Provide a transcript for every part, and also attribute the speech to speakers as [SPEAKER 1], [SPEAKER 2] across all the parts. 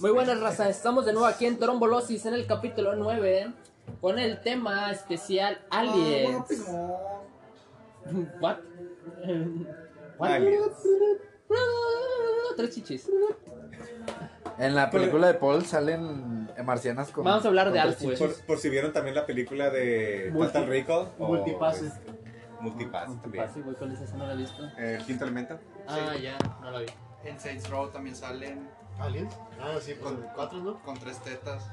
[SPEAKER 1] Muy buenas razas, estamos de nuevo aquí en Trombolosis en el capítulo 9 con el tema especial Aliens. What? What?
[SPEAKER 2] Aliens.
[SPEAKER 1] Tres chichis.
[SPEAKER 3] En la película de Paul salen marcianas con.
[SPEAKER 1] Vamos a hablar
[SPEAKER 3] con
[SPEAKER 1] de
[SPEAKER 3] tres
[SPEAKER 1] algo,
[SPEAKER 3] chichis.
[SPEAKER 2] Por, por si vieron también la película de
[SPEAKER 1] Multi-
[SPEAKER 2] Total Rico. o-
[SPEAKER 1] Oh, Multipases.
[SPEAKER 2] Multipases también.
[SPEAKER 1] Multipass, güey, ¿cuál es esa? No la he visto.
[SPEAKER 2] El quinto elemento.
[SPEAKER 1] Ah, ya, no la vi.
[SPEAKER 4] En Saints Row también salen
[SPEAKER 5] ¿Aliens? Ah, sí, pues
[SPEAKER 4] Con-
[SPEAKER 5] cuatro, ¿no?
[SPEAKER 4] con tres tetas.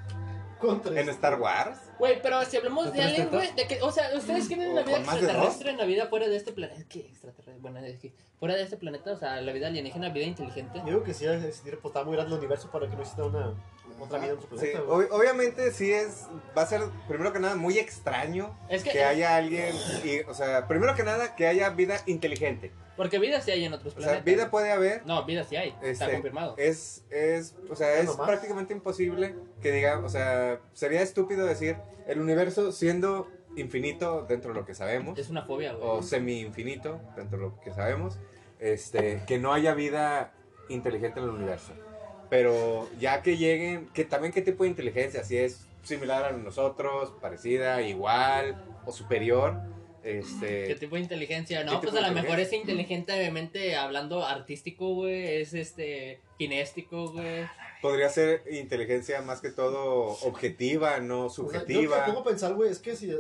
[SPEAKER 5] Con
[SPEAKER 2] En
[SPEAKER 5] tres.
[SPEAKER 2] Star Wars.
[SPEAKER 1] Güey, pero si hablamos de
[SPEAKER 2] ¿Tres
[SPEAKER 1] aliens,
[SPEAKER 2] tetas?
[SPEAKER 1] güey, de que, o sea, ustedes creen en la
[SPEAKER 2] ¿O
[SPEAKER 1] vida
[SPEAKER 2] con más de
[SPEAKER 1] extraterrestre, en la vida fuera de este planeta. ¿Qué extraterrestre? Bueno, es que fuera de este planeta, o sea, la vida alienígena, vida inteligente.
[SPEAKER 5] Yo Digo que sí, debe existir, pues está muy grande el universo para que no exista una otra vida en su
[SPEAKER 2] Sí,
[SPEAKER 5] planeta. güey.
[SPEAKER 2] ob- obviamente sí es, va a ser primero que nada muy extraño
[SPEAKER 1] Es que,
[SPEAKER 2] que haya alguien, y, o sea, primero que nada que haya vida inteligente.
[SPEAKER 1] porque vida sí hay en otros
[SPEAKER 2] O sea,
[SPEAKER 1] planetas.
[SPEAKER 2] vida puede haber,
[SPEAKER 1] No, vida sí hay, está
[SPEAKER 2] Este,
[SPEAKER 1] confirmado.
[SPEAKER 2] es, es, o sea,
[SPEAKER 5] Ya
[SPEAKER 2] es
[SPEAKER 5] nomás.
[SPEAKER 2] prácticamente imposible que diga, o sea, sería estúpido decir el universo siendo infinito dentro de lo que sabemos
[SPEAKER 1] Es una fobia,
[SPEAKER 2] o
[SPEAKER 1] güey.
[SPEAKER 2] semi infinito dentro de lo que sabemos, este, que no haya vida inteligente en el universo. Pero ya que lleguen, que también qué tipo de inteligencia, si es similar a nosotros, parecida, igual o superior,
[SPEAKER 1] ¿Qué
[SPEAKER 2] este,
[SPEAKER 1] tipo de inteligencia?
[SPEAKER 2] ¿Qué
[SPEAKER 1] No,
[SPEAKER 2] tipo
[SPEAKER 1] pues a lo
[SPEAKER 2] de
[SPEAKER 1] mejor es
[SPEAKER 2] inteligencia?
[SPEAKER 1] inteligente, obviamente, hablando artístico, güey. Es este. kinéstico, güey.
[SPEAKER 2] podría ser inteligencia más que todo objetiva, no
[SPEAKER 5] O sea, yo lo que me pongo
[SPEAKER 2] subjetiva.
[SPEAKER 5] a pensar, güey, es que si eh,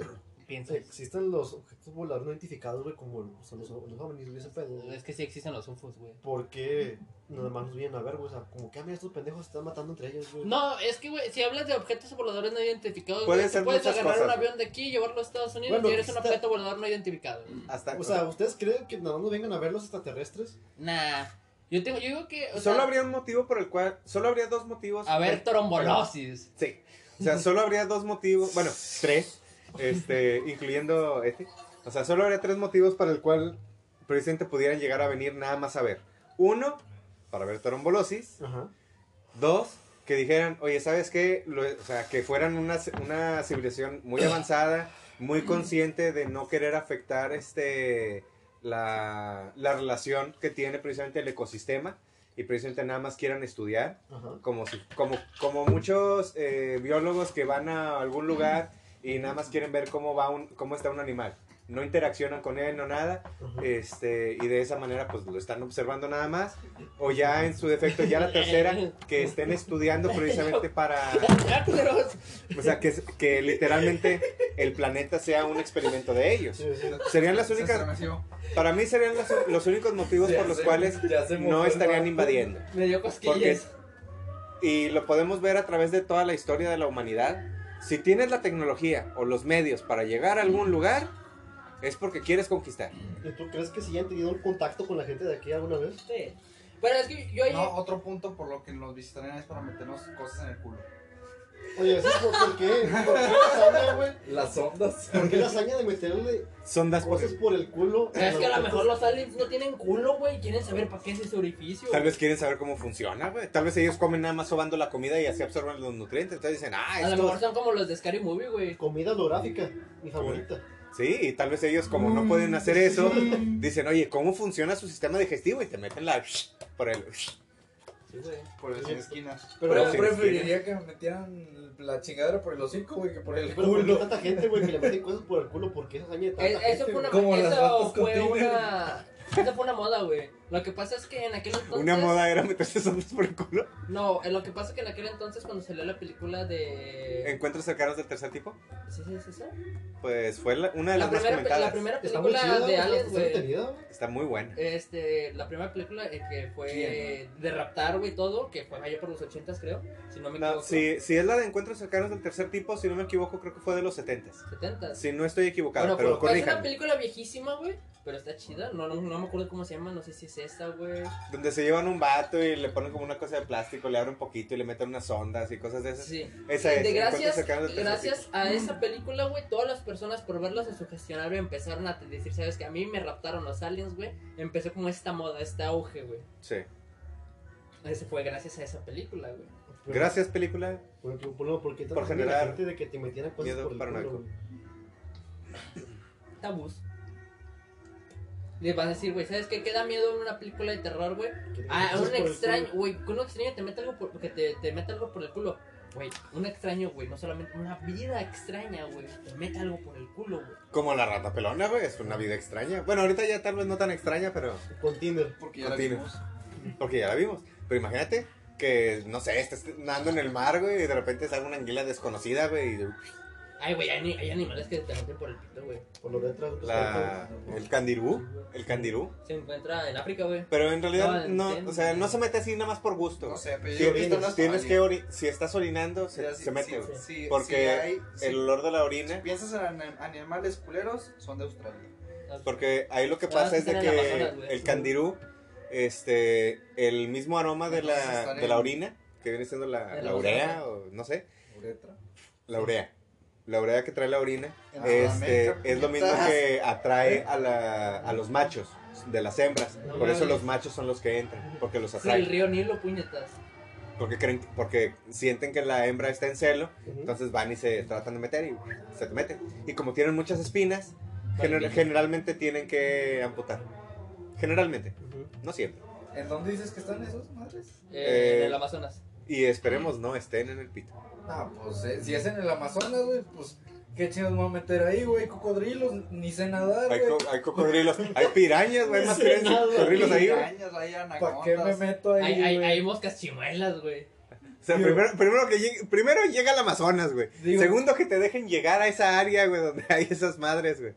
[SPEAKER 1] Piensa.
[SPEAKER 5] existen los objetos voladores no identificados, güey, como los, son los, los ovnis, güey, ese pedo,
[SPEAKER 2] Pues,
[SPEAKER 5] güey,
[SPEAKER 1] Es que sí existen los UFOs, güey.
[SPEAKER 5] ¿por qué nada más nos vienen a ver, güey? O sea, como que a mí estos pendejos se están matando entre ellos, güey.
[SPEAKER 1] No, es que, güey, si hablas de objetos voladores no identificados,
[SPEAKER 2] Puede
[SPEAKER 1] güey,
[SPEAKER 2] ser
[SPEAKER 1] tú puedes
[SPEAKER 2] muchas
[SPEAKER 1] agarrar un
[SPEAKER 2] cosas.
[SPEAKER 1] avión de aquí y llevarlo a Estados Unidos
[SPEAKER 5] Bueno,
[SPEAKER 1] y eres un
[SPEAKER 5] está-
[SPEAKER 1] objeto volador no identificado.
[SPEAKER 2] Hasta,
[SPEAKER 5] O sea, ¿ustedes creen que nada más nos vengan a ver los extraterrestres?
[SPEAKER 1] Nah. Yo, tengo, yo digo que. o
[SPEAKER 2] solo
[SPEAKER 1] sea,
[SPEAKER 2] habría un motivo por el cual, solo habría dos motivos.
[SPEAKER 1] A ver, trombolosis.
[SPEAKER 2] Sí. O sea, solo habría dos motivos, bueno, tres, este, incluyendo este. O sea, solo habría tres motivos para el cual precisamente pudieran llegar a venir nada más a ver. Uno, para ver trombolosis.
[SPEAKER 5] Ajá.
[SPEAKER 2] Dos, que dijeran, oye, ¿sabes qué? Lo- o sea, que fueran una, c- una civilización muy avanzada, muy consciente de no querer afectar este la, la relación que tiene precisamente el ecosistema y precisamente nada más quieran estudiar
[SPEAKER 5] Ajá.
[SPEAKER 2] como si- como como muchos eh, biólogos que van a algún lugar y nada más quieren ver cómo va un cómo está un animal no interaccionan con él no nada
[SPEAKER 5] ajá.
[SPEAKER 2] este y de esa manera pues lo están observando nada más o ya en su defecto ya la tercera que estén estudiando precisamente para o sea que, que literalmente el planeta sea un experimento de ellos
[SPEAKER 5] Sí, sí.
[SPEAKER 2] serían las
[SPEAKER 4] Se
[SPEAKER 2] únicas
[SPEAKER 4] estremeció.
[SPEAKER 2] para mí serían las- los únicos motivos por los cuales no estarían invadiendo
[SPEAKER 1] Me dio
[SPEAKER 2] porque,
[SPEAKER 1] cosquillas.
[SPEAKER 2] y lo podemos ver a través de toda la historia de la humanidad. Si tienes la tecnología o los medios para llegar a algún lugar, es porque quieres conquistar.
[SPEAKER 5] ¿Y tú crees que sí han tenido un contacto con la gente de aquí alguna vez?
[SPEAKER 1] Sí. Pero es que yo.
[SPEAKER 4] No, otro punto por lo que nos visitarían es para meternos cosas en el culo.
[SPEAKER 5] Oye, ¿sí? ¿Por, por qué? ¿Por qué la hazaña, güey?
[SPEAKER 6] Las ondas.
[SPEAKER 5] ¿Por qué la hazaña de meterle
[SPEAKER 2] Sondas
[SPEAKER 5] cosas por el culo?
[SPEAKER 1] Es que a lo
[SPEAKER 5] los
[SPEAKER 1] mejor los aliens no tienen culo, güey. Quieren saber para qué es ese orificio.
[SPEAKER 2] Tal vez quieren saber cómo funciona, güey. Tal vez ellos comen nada más sobando la comida y así absorben los nutrientes. Entonces dicen, ah,
[SPEAKER 1] A lo mejor
[SPEAKER 2] esto.
[SPEAKER 1] son como los de Scary Movie, güey.
[SPEAKER 5] Comida holográfica, mi favorita.
[SPEAKER 2] Sí, y tal vez ellos, como no pueden hacer eso, dicen, oye, ¿cómo funciona su sistema digestivo? Y te meten la. por el.
[SPEAKER 5] Sí, güey.
[SPEAKER 1] E-,
[SPEAKER 4] Por el
[SPEAKER 5] Sí.
[SPEAKER 4] sin esquinas.
[SPEAKER 6] Pero,
[SPEAKER 2] Pero
[SPEAKER 6] yo
[SPEAKER 2] sí,
[SPEAKER 6] preferiría que me metieran la chingadera por el hocico, güey, que por el
[SPEAKER 5] Pero ¿por qué
[SPEAKER 6] culo.
[SPEAKER 5] tanta gente, güey, que le meten cosas por el culo? ¿Por qué esa hazaña de tanta
[SPEAKER 1] Es- Eso
[SPEAKER 5] gente,
[SPEAKER 1] fue una,
[SPEAKER 6] Como las
[SPEAKER 1] eso
[SPEAKER 6] ratas con
[SPEAKER 1] fue
[SPEAKER 6] Tinder.
[SPEAKER 1] una, eso fue una moda, güey. Lo que pasa es que en aquel entonces...
[SPEAKER 2] Una moda era meterse sondas por el culo.
[SPEAKER 1] No, eh, lo que pasa es que en aquel entonces cuando salió la película de...
[SPEAKER 2] Encuentros cercanos del tercer tipo.
[SPEAKER 1] ¿Sí, sí, sí, sí?
[SPEAKER 2] Pues fue la- una de
[SPEAKER 1] La
[SPEAKER 2] las más
[SPEAKER 1] primera, pe- la
[SPEAKER 2] comentadas.
[SPEAKER 1] primera
[SPEAKER 5] Está muy
[SPEAKER 1] película
[SPEAKER 5] chida, güey,
[SPEAKER 1] de
[SPEAKER 5] está
[SPEAKER 1] Aliens, eh.
[SPEAKER 5] está
[SPEAKER 1] güey.
[SPEAKER 5] entretenida, güey.
[SPEAKER 2] Está muy buena.
[SPEAKER 1] Este, la primera película eh, que fue de raptar, güey, todo, que fue allá por los ochentas, creo, si no me equivoco.
[SPEAKER 2] No, si, si es la de encuentros cercanos del tercer tipo, si no me equivoco, creo que fue de los 70.
[SPEAKER 1] Setentas.
[SPEAKER 2] Si no estoy equivocado,
[SPEAKER 1] bueno, fue-
[SPEAKER 2] pero
[SPEAKER 1] es una
[SPEAKER 2] corríjanme.
[SPEAKER 1] película viejísima, güey, pero está chida. No, no, no me acuerdo cómo se llama, no sé si es esta, güey.
[SPEAKER 2] Donde se llevan un vato y le ponen como una cosa de plástico, le abren un poquito y le meten unas ondas y cosas de esas.
[SPEAKER 1] Sí.
[SPEAKER 2] Esa es.
[SPEAKER 1] de
[SPEAKER 2] Encuentros
[SPEAKER 1] gracias,
[SPEAKER 2] cercanos del tercer
[SPEAKER 1] gracias a esa película, güey, todas las personas por verla se sugestionaron y empezaron a decir, sabes que a mí me raptaron los aliens, güey. Empezó como esta moda, este auge, güey.
[SPEAKER 2] tipo. Sí.
[SPEAKER 1] Ese fue gracias a esa película, güey.
[SPEAKER 5] Pero,
[SPEAKER 2] Gracias, película.
[SPEAKER 5] Por, ejemplo, por, ¿por qué tanta
[SPEAKER 2] Por
[SPEAKER 5] gente la
[SPEAKER 2] generar
[SPEAKER 5] gente de que te metieran cosas
[SPEAKER 2] miedo
[SPEAKER 5] por el
[SPEAKER 2] paranoico.
[SPEAKER 5] culo? güey?
[SPEAKER 1] Tabús. Les vas a decir, güey, ¿sabes qué? ¿Qué da miedo en una película de terror, güey?
[SPEAKER 5] Ah,
[SPEAKER 1] A un extraño, güey, que un extraño te mete algo por, que te, te mete algo por el culo. Güey, un extraño, güey, no solamente una vida extraña, güey, que te mete algo por el culo, güey.
[SPEAKER 2] Como la rata pelona, güey, es una vida extraña. Bueno, ahorita ya tal vez no tan extraña, pero
[SPEAKER 5] Con Tinder.
[SPEAKER 4] Porque ya la
[SPEAKER 2] Continúa.
[SPEAKER 4] vimos.
[SPEAKER 2] porque ya la vimos. Pero imagínate que, no sé, estás nadando en el mar, güey, y de repente sale una anguila desconocida, güey, y
[SPEAKER 1] Ay, güey, hay, ni- hay animales que te meten por el pito, güey.
[SPEAKER 5] Por lo detrás.
[SPEAKER 2] la, el candirú, el candirú.
[SPEAKER 1] Se encuentra en África, güey.
[SPEAKER 2] Pero en realidad
[SPEAKER 1] No,
[SPEAKER 2] no, o sea, no se mete así nada más por gusto.
[SPEAKER 4] No sé, pero yo he visto
[SPEAKER 2] Tienes,
[SPEAKER 4] unas-
[SPEAKER 2] tienes que
[SPEAKER 4] Oye,
[SPEAKER 2] ori- si estás orinando, se,
[SPEAKER 4] sí,
[SPEAKER 2] se mete,
[SPEAKER 4] sí,
[SPEAKER 2] güey.
[SPEAKER 4] sí, sí,
[SPEAKER 2] Porque
[SPEAKER 4] hay- sí.
[SPEAKER 2] El olor de la orina.
[SPEAKER 4] Si piensas en anim- animales culeros, son de Australia.
[SPEAKER 2] Porque ahí lo que
[SPEAKER 1] Ah,
[SPEAKER 2] pasa
[SPEAKER 1] sí
[SPEAKER 2] es de
[SPEAKER 1] están
[SPEAKER 2] que
[SPEAKER 1] en Amazonas, güey.
[SPEAKER 2] el candirú, este, el mismo aroma de
[SPEAKER 4] Entonces
[SPEAKER 2] la,
[SPEAKER 4] están
[SPEAKER 2] de la
[SPEAKER 4] en-
[SPEAKER 2] orina, que viene siendo la,
[SPEAKER 1] en
[SPEAKER 2] la
[SPEAKER 1] la orina.
[SPEAKER 2] urea, o no sé,
[SPEAKER 4] Uretra.
[SPEAKER 2] la urea. La urea que trae la orina
[SPEAKER 4] En
[SPEAKER 2] este,
[SPEAKER 4] Sudamérica,
[SPEAKER 2] es lo mismo
[SPEAKER 4] putas.
[SPEAKER 2] que atrae a, la, a los machos de las hembras.
[SPEAKER 1] No
[SPEAKER 2] Por eso
[SPEAKER 1] mames.
[SPEAKER 2] los machos son los que entran, porque los
[SPEAKER 1] Sí, el
[SPEAKER 2] atraen.
[SPEAKER 1] río Nilo, puñetas.
[SPEAKER 2] Porque, creen, porque sienten que la hembra está en celo,
[SPEAKER 5] Entonces,
[SPEAKER 2] entonces van y se tratan de meter y se te meten. Y como tienen muchas espinas, gener-
[SPEAKER 1] bien.
[SPEAKER 2] generalmente tienen que amputar. Generalmente. No siempre.
[SPEAKER 4] ¿En dónde dices que están esos madres?
[SPEAKER 1] Eh,
[SPEAKER 2] Eh,
[SPEAKER 1] en el Amazonas.
[SPEAKER 2] Y esperemos no estén en el pito.
[SPEAKER 6] Ah, pues eh, si es en el Amazonas, güey, pues qué chingados me voy a meter ahí, güey. Cocodrilos, ni sé nadar,
[SPEAKER 2] Hay,
[SPEAKER 6] güey.
[SPEAKER 2] co- hay cocodrilos, hay pirañas, güey, hay más pirañas que cocodrilos ahí, güey.
[SPEAKER 4] Pirañas, hay
[SPEAKER 6] ¿Para qué me
[SPEAKER 4] anacondas.
[SPEAKER 6] meto
[SPEAKER 1] Hay,
[SPEAKER 6] ahí,
[SPEAKER 1] hay,
[SPEAKER 6] güey?
[SPEAKER 1] hay moscas chimuelas, güey.
[SPEAKER 2] O sea,
[SPEAKER 6] Digo-
[SPEAKER 2] primero, primero, que llegue- primero llega al Amazonas, güey.
[SPEAKER 6] Digo-
[SPEAKER 2] Segundo, que te dejen llegar a esa área, güey, donde hay esas madres, güey.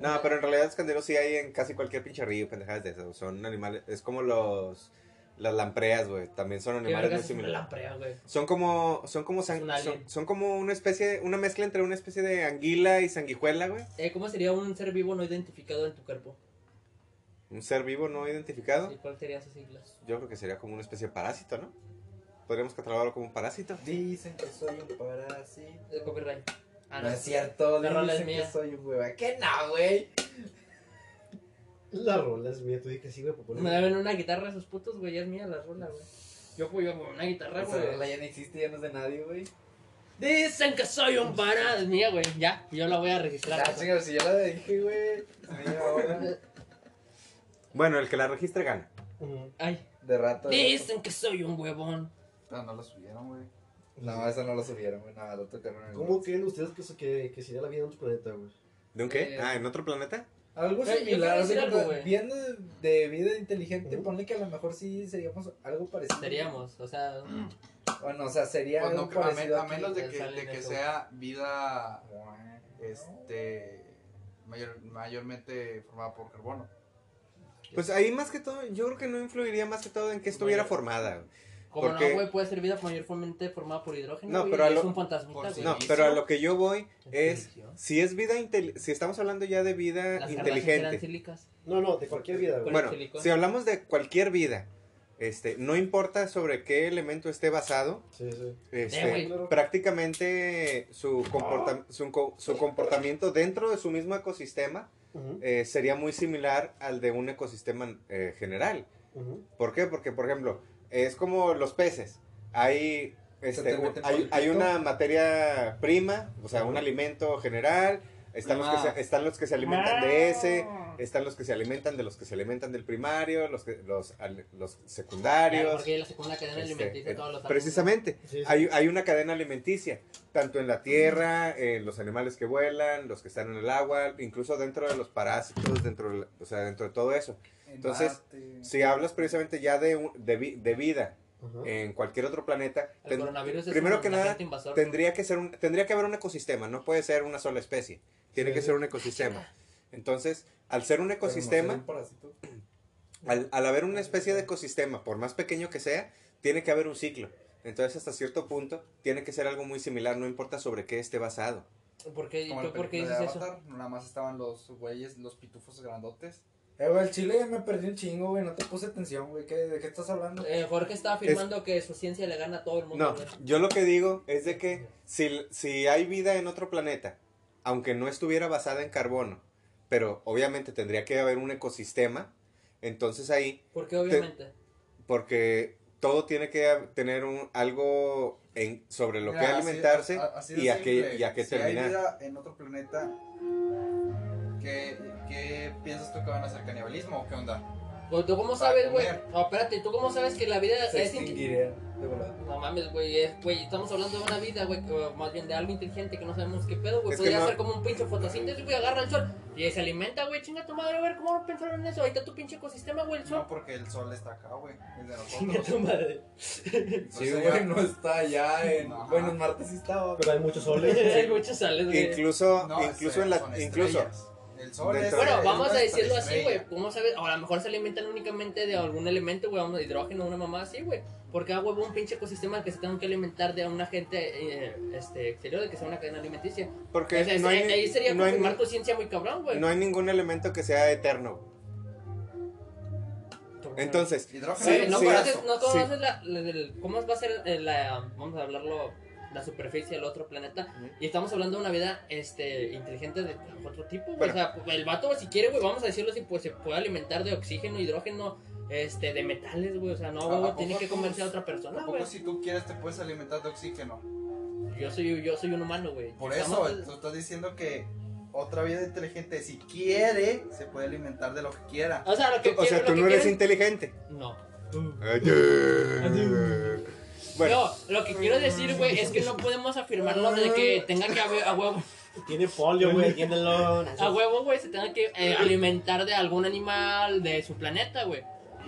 [SPEAKER 2] No, pero en realidad los canderos sí hay en casi cualquier pinche río, pendejadas de eso. Son animales, es como los, las lampreas, güey. También son
[SPEAKER 1] Qué
[SPEAKER 2] animales
[SPEAKER 1] verga
[SPEAKER 2] muy
[SPEAKER 1] es una
[SPEAKER 2] similares.
[SPEAKER 1] lamprea, güey.
[SPEAKER 2] Son como, son como, san-
[SPEAKER 1] Es un alien.
[SPEAKER 2] son, son como una especie, una mezcla entre una especie de anguila y sanguijuela, güey.
[SPEAKER 1] Eh, ¿Cómo sería un ser vivo no identificado en tu cuerpo?
[SPEAKER 2] Un ser vivo no identificado.
[SPEAKER 1] Sí, ¿Cuál sería sus siglas?
[SPEAKER 2] Yo creo que sería como una especie de parásito, ¿no? Podríamos catalogarlo como un parásito.
[SPEAKER 6] Dicen que soy un parásito.
[SPEAKER 1] Eh, copyright. Ah,
[SPEAKER 6] No es cierto,
[SPEAKER 1] La rola es
[SPEAKER 6] dicen que
[SPEAKER 1] mía.
[SPEAKER 6] soy un hueva. ¿Qué no, güey?
[SPEAKER 5] la rola es mía. Tú dije que sí, güey. por poner-
[SPEAKER 1] Me deben una guitarra a esos putos, güey. Ya es mía la rola, güey. Yo puedo con una guitarra,
[SPEAKER 6] Esa rola
[SPEAKER 1] güey.
[SPEAKER 6] ya no existe, ya no es de nadie, güey.
[SPEAKER 1] Dicen que soy un para. Es mía, güey. Ya, yo la voy a registrar.
[SPEAKER 6] Ah, chingados, si yo la dije, güey. Me lleva ahora.
[SPEAKER 2] Bueno, el que la registre gana.
[SPEAKER 5] Ujú.
[SPEAKER 1] Ay.
[SPEAKER 6] De rato. de rato.
[SPEAKER 1] Dicen que soy un huevón.
[SPEAKER 4] Pero Ah, no lo subieron, güey.
[SPEAKER 6] No, esa no la subieron, güey. Nada, la tocaron. en el-
[SPEAKER 5] ¿Cómo creen ustedes que, se- que, que sería la vida en otro planeta, güey?
[SPEAKER 2] ¿De un qué?
[SPEAKER 1] Eh.
[SPEAKER 2] Ah, ¿en otro planeta?
[SPEAKER 6] Algo
[SPEAKER 1] Pero yo
[SPEAKER 6] similar,
[SPEAKER 1] quiero decir
[SPEAKER 6] así
[SPEAKER 1] algo,
[SPEAKER 6] como
[SPEAKER 1] güey.
[SPEAKER 6] viendo de vida inteligente,
[SPEAKER 5] Ujú.
[SPEAKER 6] pone que a lo mejor sí seríamos algo parecido.
[SPEAKER 1] Seríamos, o sea.
[SPEAKER 6] Bueno, o sea, sería
[SPEAKER 4] Pues no,
[SPEAKER 6] algo
[SPEAKER 4] a, men-
[SPEAKER 6] parecido
[SPEAKER 4] a
[SPEAKER 6] aquí.
[SPEAKER 4] menos de
[SPEAKER 1] que
[SPEAKER 4] que,
[SPEAKER 1] salen
[SPEAKER 4] de que
[SPEAKER 1] eso.
[SPEAKER 4] sea vida este mayor- mayormente formada por carbono.
[SPEAKER 2] Pues ahí más que todo, yo creo que no influiría más que todo en que estuviera
[SPEAKER 1] Bueno.
[SPEAKER 2] formada. güey.
[SPEAKER 1] Como
[SPEAKER 2] Porque-
[SPEAKER 1] no, güey, puede ser vida mayormente formada por hidrógeno.
[SPEAKER 2] No,
[SPEAKER 1] güey,
[SPEAKER 2] pero a
[SPEAKER 1] y
[SPEAKER 2] lo-
[SPEAKER 1] Es un fantasmita,
[SPEAKER 4] por
[SPEAKER 1] güey.
[SPEAKER 2] No, pero a lo que yo voy es,
[SPEAKER 1] Definición.
[SPEAKER 2] si es vida, intel- si estamos hablando ya de vida
[SPEAKER 1] Las Kardashian eran
[SPEAKER 2] inteligente.
[SPEAKER 1] sílicas.
[SPEAKER 5] No, no, de cualquier vida, güey.
[SPEAKER 1] Bueno.
[SPEAKER 2] Bueno,
[SPEAKER 1] silicón.
[SPEAKER 2] si hablamos de cualquier vida, este, no importa sobre qué elemento esté basado,
[SPEAKER 5] Sí, sí.
[SPEAKER 2] este,
[SPEAKER 1] Eh,
[SPEAKER 5] güey.
[SPEAKER 2] prácticamente su, comporta-
[SPEAKER 1] Ah.
[SPEAKER 2] su, co- su comportamiento dentro de su mismo ecosistema
[SPEAKER 5] Ujú,
[SPEAKER 2] eh, sería muy similar al de un ecosistema eh, general.
[SPEAKER 5] ujú.
[SPEAKER 2] ¿Por qué? Porque, por ejemplo, es como los peces. Hay, este,
[SPEAKER 6] te meten por
[SPEAKER 2] hay,
[SPEAKER 6] el
[SPEAKER 2] hay
[SPEAKER 6] pito.
[SPEAKER 2] una materia prima, o sea, un alimento general. Están los, que
[SPEAKER 6] Ah.
[SPEAKER 2] se, están los que se
[SPEAKER 4] Ah.
[SPEAKER 2] alimentan de ese,
[SPEAKER 1] Ah.
[SPEAKER 2] están los que se alimentan de los que se alimentan del primario, los, que- los, al- los
[SPEAKER 1] Claro,
[SPEAKER 2] secundarios.
[SPEAKER 1] porque la segunda cadena
[SPEAKER 2] este,
[SPEAKER 1] alimenticia
[SPEAKER 2] eh,
[SPEAKER 1] todos los
[SPEAKER 2] precisamente,
[SPEAKER 5] Sí, sí.
[SPEAKER 2] hay, hay una cadena alimenticia, tanto en la tierra, en los animales que vuelan, los que están en el agua, incluso dentro de los parásitos, dentro de la- o sea, dentro de todo eso. Entonces,
[SPEAKER 4] Marte.
[SPEAKER 2] Si hablas precisamente ya de, un- de, vi- de vida
[SPEAKER 5] Ajá.
[SPEAKER 2] en cualquier otro planeta,
[SPEAKER 1] El
[SPEAKER 2] ten-
[SPEAKER 1] coronavirus es
[SPEAKER 2] primero
[SPEAKER 1] un
[SPEAKER 2] que nada,
[SPEAKER 1] agente invasor.
[SPEAKER 2] tendría que, ser un- tendría que haber un ecosistema, no puede ser una sola especie, tiene
[SPEAKER 5] Sí,
[SPEAKER 2] que
[SPEAKER 5] sí.
[SPEAKER 2] ser un ecosistema. Entonces, al ser un ecosistema, al, al haber una especie de ecosistema, por más pequeño que sea, tiene que haber un ciclo. Entonces, hasta cierto punto, tiene que ser algo muy similar, no importa sobre qué esté basado.
[SPEAKER 1] ¿Por qué,
[SPEAKER 4] Como
[SPEAKER 1] tú
[SPEAKER 4] la
[SPEAKER 1] por qué
[SPEAKER 4] película de
[SPEAKER 1] dices eso?
[SPEAKER 4] Avatar, Nada más estaban los güeyes, los pitufos grandotes.
[SPEAKER 6] Eh, güey, el chile ya me perdí un chingo, güey. No te puse atención, güey. ¿Qué, ¿De qué estás hablando?
[SPEAKER 1] Eh, Jorge está afirmando que su ciencia le gana a todo el mundo.
[SPEAKER 2] No,
[SPEAKER 1] güey.
[SPEAKER 2] yo lo que digo es de que si, si hay vida en otro planeta, aunque no estuviera basada en carbono, pero obviamente tendría que haber un ecosistema, entonces ahí,
[SPEAKER 1] ¿Por qué obviamente?
[SPEAKER 2] porque todo tiene que ha- tener un, algo en, sobre lo que
[SPEAKER 4] Mira, así-
[SPEAKER 2] alimentarse
[SPEAKER 4] a- así de
[SPEAKER 2] y, a qué,
[SPEAKER 4] simple.
[SPEAKER 2] y a qué
[SPEAKER 4] si hay
[SPEAKER 2] terminar.
[SPEAKER 4] vida en otro planeta, ¿qué, qué ¿Piensas tú que van a hacer canibalismo o qué onda?
[SPEAKER 1] Güey, ¿tú cómo
[SPEAKER 4] Para
[SPEAKER 1] sabes, güey?
[SPEAKER 4] comer.
[SPEAKER 1] No, espérate, ¿tú cómo sabes que la vida
[SPEAKER 6] Se
[SPEAKER 1] es inqui-
[SPEAKER 6] extinguiría de volada.
[SPEAKER 1] No mames, güey, es- güey, estamos hablando de una vida, güey, que, o más bien de algo inteligente que no sabemos qué pedo, güey.
[SPEAKER 2] Es que
[SPEAKER 1] Podría
[SPEAKER 2] no-
[SPEAKER 1] ser como un pinche fotosíntesis, güey, agarra el sol y se alimenta, güey, chinga tu madre, a ver cómo no pensaron en eso. Ahí está tu pinche ecosistema, güey, el sol.
[SPEAKER 4] No, porque el sol está acá, güey. Es de
[SPEAKER 1] Chinga tu
[SPEAKER 4] nosotros.
[SPEAKER 1] madre.
[SPEAKER 6] Sí,
[SPEAKER 4] Entonces,
[SPEAKER 6] güey, no está allá en.
[SPEAKER 4] Ajá.
[SPEAKER 6] Bueno, en Marte sí estaba.
[SPEAKER 5] Pero hay muchos
[SPEAKER 1] Hay
[SPEAKER 5] soles.
[SPEAKER 1] muchos sales, güey.
[SPEAKER 2] Incluso,
[SPEAKER 4] no,
[SPEAKER 2] incluso
[SPEAKER 4] este,
[SPEAKER 2] en la.
[SPEAKER 4] son
[SPEAKER 2] Incluso.
[SPEAKER 4] estrellas. El sol
[SPEAKER 2] Dentro
[SPEAKER 4] es.
[SPEAKER 2] de-
[SPEAKER 1] Bueno,
[SPEAKER 4] es
[SPEAKER 1] vamos a
[SPEAKER 4] nuestra
[SPEAKER 1] decirlo así,
[SPEAKER 4] estrella.
[SPEAKER 1] güey. ¿Cómo sabes? O a lo mejor se alimentan únicamente de algún elemento, güey, vamos, hidrógeno, una mamá así, güey. Porque a huevo un pinche ecosistema que se tengan que alimentar de un agente eh, este, exterior, de que sea una cadena alimenticia.
[SPEAKER 2] Porque
[SPEAKER 1] Ese-
[SPEAKER 2] no hay,
[SPEAKER 1] eh, ahí sería
[SPEAKER 2] no hay-
[SPEAKER 1] confirmar tu ciencia muy cabrón, güey.
[SPEAKER 2] no hay ningún elemento que sea eterno. güey. Entonces,
[SPEAKER 4] Hidrógeno.
[SPEAKER 2] Sí,
[SPEAKER 1] Oye, no
[SPEAKER 2] sí,
[SPEAKER 1] conoces,
[SPEAKER 2] eso,
[SPEAKER 1] no
[SPEAKER 2] sí.
[SPEAKER 1] conoces la, la- del- cómo va a ser eh, la, vamos a hablarlo, la superficie del otro planeta.
[SPEAKER 2] Ujú.
[SPEAKER 1] Y estamos hablando de una vida este, inteligente de otro tipo, güey.
[SPEAKER 2] Bueno.
[SPEAKER 1] O sea, el vato, si quiere, güey, vamos a decirlo así, pues se puede alimentar de oxígeno, hidrógeno, este, de metales, güey. O sea, no,
[SPEAKER 4] ¿A- a
[SPEAKER 1] güey,
[SPEAKER 4] poco
[SPEAKER 1] tiene que
[SPEAKER 4] tú-
[SPEAKER 1] comerse a otra persona,
[SPEAKER 4] ¿A
[SPEAKER 1] güey.
[SPEAKER 4] poco si tú quieres te puedes alimentar de oxígeno?
[SPEAKER 1] Yo, soy, yo soy un humano, güey.
[SPEAKER 4] Por eso,
[SPEAKER 1] Estamos-
[SPEAKER 4] tú estás diciendo que otra vida inteligente, si quiere, se puede alimentar de lo que quiera.
[SPEAKER 1] O sea, lo que
[SPEAKER 2] o sea,
[SPEAKER 1] quiero-
[SPEAKER 2] tú
[SPEAKER 1] lo que
[SPEAKER 2] no eres
[SPEAKER 1] quiero-
[SPEAKER 2] inteligente.
[SPEAKER 1] No.
[SPEAKER 2] Bueno,
[SPEAKER 1] No, lo que quiero decir, güey, es que no podemos afirmarlo de que tenga que haber a huevo.
[SPEAKER 5] Tiene polio, güey. Tiene lo.
[SPEAKER 1] a huevo, Ah, güey, se tenga que eh, alimentar de algún animal de su planeta, güey.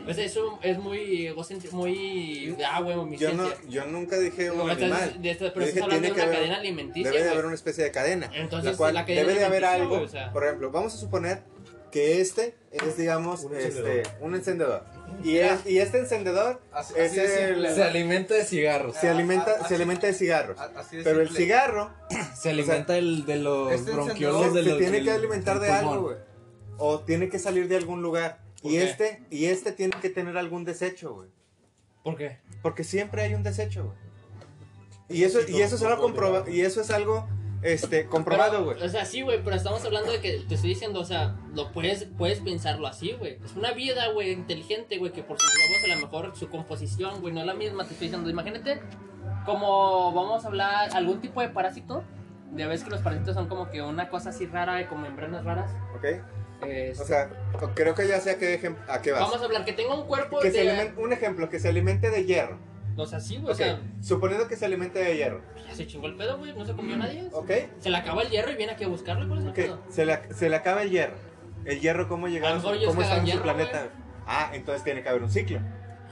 [SPEAKER 1] O sea, eso es muy egocéntrico, muy... Ah, güey,
[SPEAKER 2] yo, no,
[SPEAKER 1] omnisciencia.
[SPEAKER 2] yo nunca dije un
[SPEAKER 1] Como estás-
[SPEAKER 2] animal.
[SPEAKER 1] de esta-
[SPEAKER 2] Yo
[SPEAKER 1] pero
[SPEAKER 2] dije,
[SPEAKER 1] estás hablando de
[SPEAKER 2] tiene que
[SPEAKER 1] una
[SPEAKER 2] haber-
[SPEAKER 1] cadena
[SPEAKER 2] Debe de
[SPEAKER 1] alimenticia,
[SPEAKER 2] haber
[SPEAKER 1] güey.
[SPEAKER 2] una especie de cadena.
[SPEAKER 1] Entonces,
[SPEAKER 2] la cual
[SPEAKER 1] la cadena
[SPEAKER 2] debe de haber
[SPEAKER 1] alimenticia,
[SPEAKER 2] algo.
[SPEAKER 1] güey, o sea.
[SPEAKER 2] Por ejemplo, vamos a suponer que este es, digamos,
[SPEAKER 5] Un encendedor.
[SPEAKER 2] este, un encendedor. Y, es- y este encendedor
[SPEAKER 4] Así,
[SPEAKER 2] es
[SPEAKER 4] así de
[SPEAKER 2] el-
[SPEAKER 4] simple.
[SPEAKER 6] Se alimenta de cigarros.
[SPEAKER 2] se
[SPEAKER 4] Ah,
[SPEAKER 2] alimenta,
[SPEAKER 4] ah,
[SPEAKER 2] se
[SPEAKER 4] ah,
[SPEAKER 2] alimenta de cigarros.
[SPEAKER 4] A- así de
[SPEAKER 2] Pero el
[SPEAKER 4] simple.
[SPEAKER 2] cigarro
[SPEAKER 7] Se alimenta el de los
[SPEAKER 4] Este
[SPEAKER 7] bronquiolos
[SPEAKER 4] encendedor
[SPEAKER 7] de
[SPEAKER 2] se,
[SPEAKER 7] los-
[SPEAKER 2] tiene
[SPEAKER 7] del-
[SPEAKER 2] que alimentar de
[SPEAKER 7] del
[SPEAKER 2] algo,
[SPEAKER 7] pulmón.
[SPEAKER 2] güey. O tiene que salir de algún lugar.
[SPEAKER 7] ¿Por
[SPEAKER 2] Y
[SPEAKER 7] qué?
[SPEAKER 2] este, y este tiene que tener algún desecho, güey.
[SPEAKER 7] ¿Por qué?
[SPEAKER 2] Porque siempre hay un desecho, güey. Y eso, y eso es
[SPEAKER 5] No
[SPEAKER 2] algo
[SPEAKER 5] puedo
[SPEAKER 2] comproba-
[SPEAKER 5] negarlo.
[SPEAKER 2] y eso es algo este,
[SPEAKER 1] Pero,
[SPEAKER 2] comprobado, güey.
[SPEAKER 1] O sea, sí, güey, pero estamos hablando de que te estoy diciendo, o sea, lo puedes, puedes pensarlo así, güey. Es una vida, güey, inteligente, güey, que por sus huevos a lo mejor su composición, güey, no es la misma, te estoy diciendo. Imagínate, como vamos a hablar, algún tipo de parásito. Ya ves que los parásitos son como que una cosa así rara, como membranas raras.
[SPEAKER 2] ¿Ok?
[SPEAKER 1] Este,
[SPEAKER 2] O sea, creo que ya sé a qué, ejem- a qué vas.
[SPEAKER 1] vamos a hablar que tenga un cuerpo
[SPEAKER 2] Que
[SPEAKER 1] de,
[SPEAKER 2] se alimen- un ejemplo, que se alimente de hierro.
[SPEAKER 1] O sea, sí, güey,
[SPEAKER 2] Ok,
[SPEAKER 1] o
[SPEAKER 2] Suponiendo que se alimente de hierro.
[SPEAKER 1] sea, ya se chingó el pedo, güey, no se comió a nadie.
[SPEAKER 2] ¿Ok?
[SPEAKER 1] Se le acabó el hierro y viene aquí a buscarlo, ¿cuál es el
[SPEAKER 2] Ok,
[SPEAKER 1] pedo?
[SPEAKER 2] Se, le, se le acaba el hierro. ¿El hierro cómo
[SPEAKER 1] A
[SPEAKER 2] llegaron?
[SPEAKER 1] lo mejor ellos
[SPEAKER 2] ¿Cómo
[SPEAKER 1] cagan
[SPEAKER 2] estaba en su
[SPEAKER 1] hierro,
[SPEAKER 2] planeta? Ah, entonces tiene que haber un ciclo.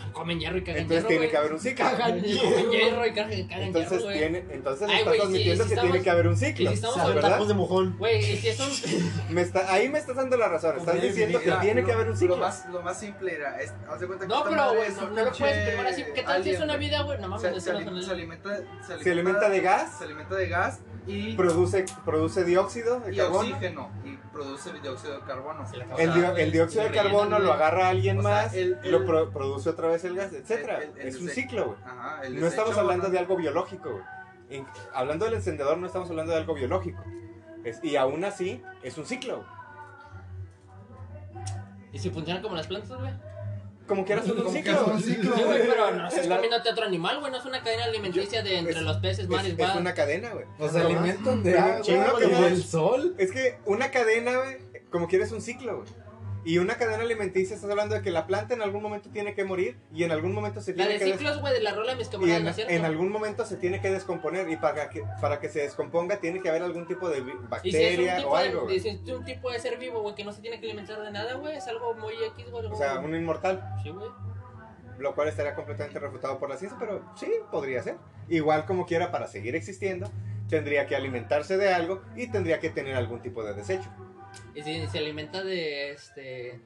[SPEAKER 1] Ah, Comen hierro y cagan
[SPEAKER 2] Entonces
[SPEAKER 1] hierro,
[SPEAKER 2] tiene
[SPEAKER 1] güey.
[SPEAKER 2] que haber un ciclo.
[SPEAKER 1] Cagan hierro y cagan, cagan
[SPEAKER 2] Entonces,
[SPEAKER 1] hierro, güey.
[SPEAKER 2] tiene, entonces
[SPEAKER 1] Ay,
[SPEAKER 2] estás
[SPEAKER 1] güey, sí,
[SPEAKER 2] admitiendo
[SPEAKER 1] sí
[SPEAKER 2] que
[SPEAKER 1] estamos-
[SPEAKER 2] tiene que haber un
[SPEAKER 1] Y
[SPEAKER 2] ciclo.
[SPEAKER 1] si estamos
[SPEAKER 5] Sabe,
[SPEAKER 1] hablando,
[SPEAKER 5] tacos de mojón.
[SPEAKER 1] güey, y si es un...
[SPEAKER 2] Me está, ahí me estás dando la razón. Estás
[SPEAKER 4] Mira,
[SPEAKER 2] diciendo que
[SPEAKER 4] mira,
[SPEAKER 2] tiene
[SPEAKER 4] lo-
[SPEAKER 2] que haber un
[SPEAKER 4] Lo
[SPEAKER 2] ciclo.
[SPEAKER 4] más, lo más simple era. es- haz de cuenta que
[SPEAKER 1] No,
[SPEAKER 4] esta
[SPEAKER 1] pero,
[SPEAKER 4] madre
[SPEAKER 1] güey,
[SPEAKER 4] es
[SPEAKER 1] no,
[SPEAKER 4] un
[SPEAKER 1] no lo puedes
[SPEAKER 4] pinche
[SPEAKER 1] firmar así. ¿Qué tal si es
[SPEAKER 4] alien,
[SPEAKER 1] una
[SPEAKER 4] güey.
[SPEAKER 1] vida, güey? No mames,
[SPEAKER 4] Se,
[SPEAKER 1] no
[SPEAKER 4] se,
[SPEAKER 1] se
[SPEAKER 4] alim- se alimenta, se,
[SPEAKER 2] Se alimenta de gas,
[SPEAKER 4] se alimenta de gas y,
[SPEAKER 2] produce, produce dióxido de
[SPEAKER 4] y
[SPEAKER 2] carbono.
[SPEAKER 4] oxígeno y produce dióxido de carbono.
[SPEAKER 1] Se le acabó.
[SPEAKER 2] El,
[SPEAKER 1] O
[SPEAKER 2] dio-
[SPEAKER 1] sea,
[SPEAKER 2] el dióxido
[SPEAKER 1] se
[SPEAKER 2] de
[SPEAKER 1] rellenan,
[SPEAKER 2] carbono lo
[SPEAKER 1] güey.
[SPEAKER 2] agarra alguien
[SPEAKER 4] O sea,
[SPEAKER 2] más,
[SPEAKER 4] el- el-
[SPEAKER 2] lo pro- produce otra vez el gas, etcétera.
[SPEAKER 4] El- el- el
[SPEAKER 2] es un
[SPEAKER 4] desecho.
[SPEAKER 2] ciclo, güey.
[SPEAKER 4] Ajá, el
[SPEAKER 2] No estamos
[SPEAKER 4] desecho,
[SPEAKER 2] hablando
[SPEAKER 4] ¿no?
[SPEAKER 2] de algo biológico, güey. En- hablando del encendedor, no estamos hablando de algo biológico. Es- y aún así, es un ciclo. güey.
[SPEAKER 1] ¿Y si funcionan como las plantas, güey?
[SPEAKER 2] Como quieras, es un
[SPEAKER 4] Como que
[SPEAKER 2] ciclo.
[SPEAKER 4] es un
[SPEAKER 2] güey.
[SPEAKER 4] ciclo,
[SPEAKER 1] Sí,
[SPEAKER 4] güey.
[SPEAKER 1] güey, pero no estás
[SPEAKER 2] La-
[SPEAKER 1] comiéndote otro animal, güey. No es una cadena alimenticia de entre
[SPEAKER 2] es-
[SPEAKER 1] los peces,
[SPEAKER 2] Es,
[SPEAKER 1] mares,
[SPEAKER 2] es
[SPEAKER 1] va.
[SPEAKER 2] una cadena, güey.
[SPEAKER 6] O sea,
[SPEAKER 5] Ajá.
[SPEAKER 6] alimentan de
[SPEAKER 2] Pero
[SPEAKER 6] agua
[SPEAKER 2] chingado que
[SPEAKER 6] y
[SPEAKER 2] no.
[SPEAKER 6] del sol.
[SPEAKER 2] Es que una cadena, güey, como quieres, es un ciclo, güey. Y una cadena alimenticia, estás hablando de que la planta en algún momento tiene que morir y en algún momento se
[SPEAKER 1] La
[SPEAKER 2] tiene
[SPEAKER 1] de
[SPEAKER 2] que des-
[SPEAKER 1] ciclos, güey, de la rola de mis
[SPEAKER 2] y
[SPEAKER 1] camaradas,
[SPEAKER 2] en,
[SPEAKER 1] ¿no es cierto?
[SPEAKER 2] en algún momento se tiene que descomponer y para que, para que se descomponga tiene que haber algún tipo de vi-
[SPEAKER 1] Y si es un
[SPEAKER 2] bacteria o
[SPEAKER 1] tipo,
[SPEAKER 2] algo.
[SPEAKER 1] de,
[SPEAKER 2] güey.
[SPEAKER 1] si es un tipo de ser vivo, güey, que no se tiene que alimentar de nada, güey, es algo muy X, güey.
[SPEAKER 2] O
[SPEAKER 1] algo-
[SPEAKER 2] sea, un inmortal.
[SPEAKER 1] Sí, güey.
[SPEAKER 2] lo cual estaría completamente refutado por la ciencia, pero sí, podría ser. Igual como quiera, para seguir existiendo, tendría que alimentarse de algo y tendría que tener algún tipo de desecho.
[SPEAKER 1] Y si se alimenta de, este...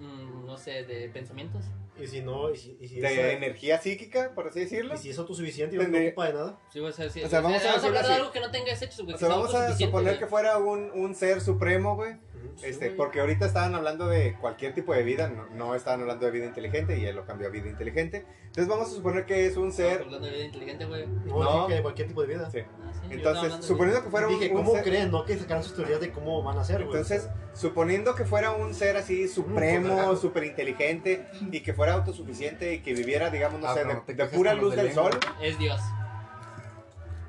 [SPEAKER 1] mm, No sé, de pensamientos.
[SPEAKER 5] Y si no, y si, y si,
[SPEAKER 2] De
[SPEAKER 5] eso,
[SPEAKER 2] energía psíquica, por así decirlo.
[SPEAKER 5] y si es autosuficiente y no te
[SPEAKER 2] Tendría-
[SPEAKER 5] ocupa de nada.
[SPEAKER 1] Sí, güey, o sea, sí,
[SPEAKER 2] O sea, vamos a decirlo
[SPEAKER 1] hablar de
[SPEAKER 2] así.
[SPEAKER 1] algo que no tenga desechos, güey.
[SPEAKER 2] O
[SPEAKER 1] que
[SPEAKER 2] sea,
[SPEAKER 1] sea
[SPEAKER 2] vamos a
[SPEAKER 1] autosuficiente,
[SPEAKER 2] suponer
[SPEAKER 1] güey.
[SPEAKER 2] que fuera un, un ser supremo, güey.
[SPEAKER 5] Ujú.
[SPEAKER 2] Este,
[SPEAKER 1] güey.
[SPEAKER 2] porque ahorita estaban hablando de cualquier tipo de vida, no, no estaban hablando de vida inteligente y él lo cambió a vida inteligente. Entonces vamos a suponer que es un
[SPEAKER 1] Estamos
[SPEAKER 2] ser...
[SPEAKER 1] hablando de vida inteligente, güey.
[SPEAKER 5] No,
[SPEAKER 2] No.
[SPEAKER 5] dije que de cualquier tipo de vida.
[SPEAKER 2] Sí.
[SPEAKER 1] Ah, sí, yo estaba
[SPEAKER 2] Entonces,
[SPEAKER 1] hablando de-
[SPEAKER 2] suponiendo que fuera un,
[SPEAKER 5] Dije,
[SPEAKER 2] un
[SPEAKER 5] ¿cómo
[SPEAKER 2] ser-
[SPEAKER 5] creen? No que sacaron sus teorías de cómo van a ser, güey.
[SPEAKER 2] Entonces, suponiendo que fuera un ser
[SPEAKER 1] Mm,
[SPEAKER 2] así supremo,
[SPEAKER 5] supergato.
[SPEAKER 2] súper inteligente y que fuera autosuficiente y que viviera, digamos, no
[SPEAKER 7] Ah,
[SPEAKER 2] sé,
[SPEAKER 7] no,
[SPEAKER 2] de,
[SPEAKER 7] te
[SPEAKER 2] de
[SPEAKER 7] quejas
[SPEAKER 2] pura
[SPEAKER 7] con los
[SPEAKER 2] luz
[SPEAKER 7] de
[SPEAKER 2] del
[SPEAKER 7] lengua.
[SPEAKER 2] sol,
[SPEAKER 1] Es Dios.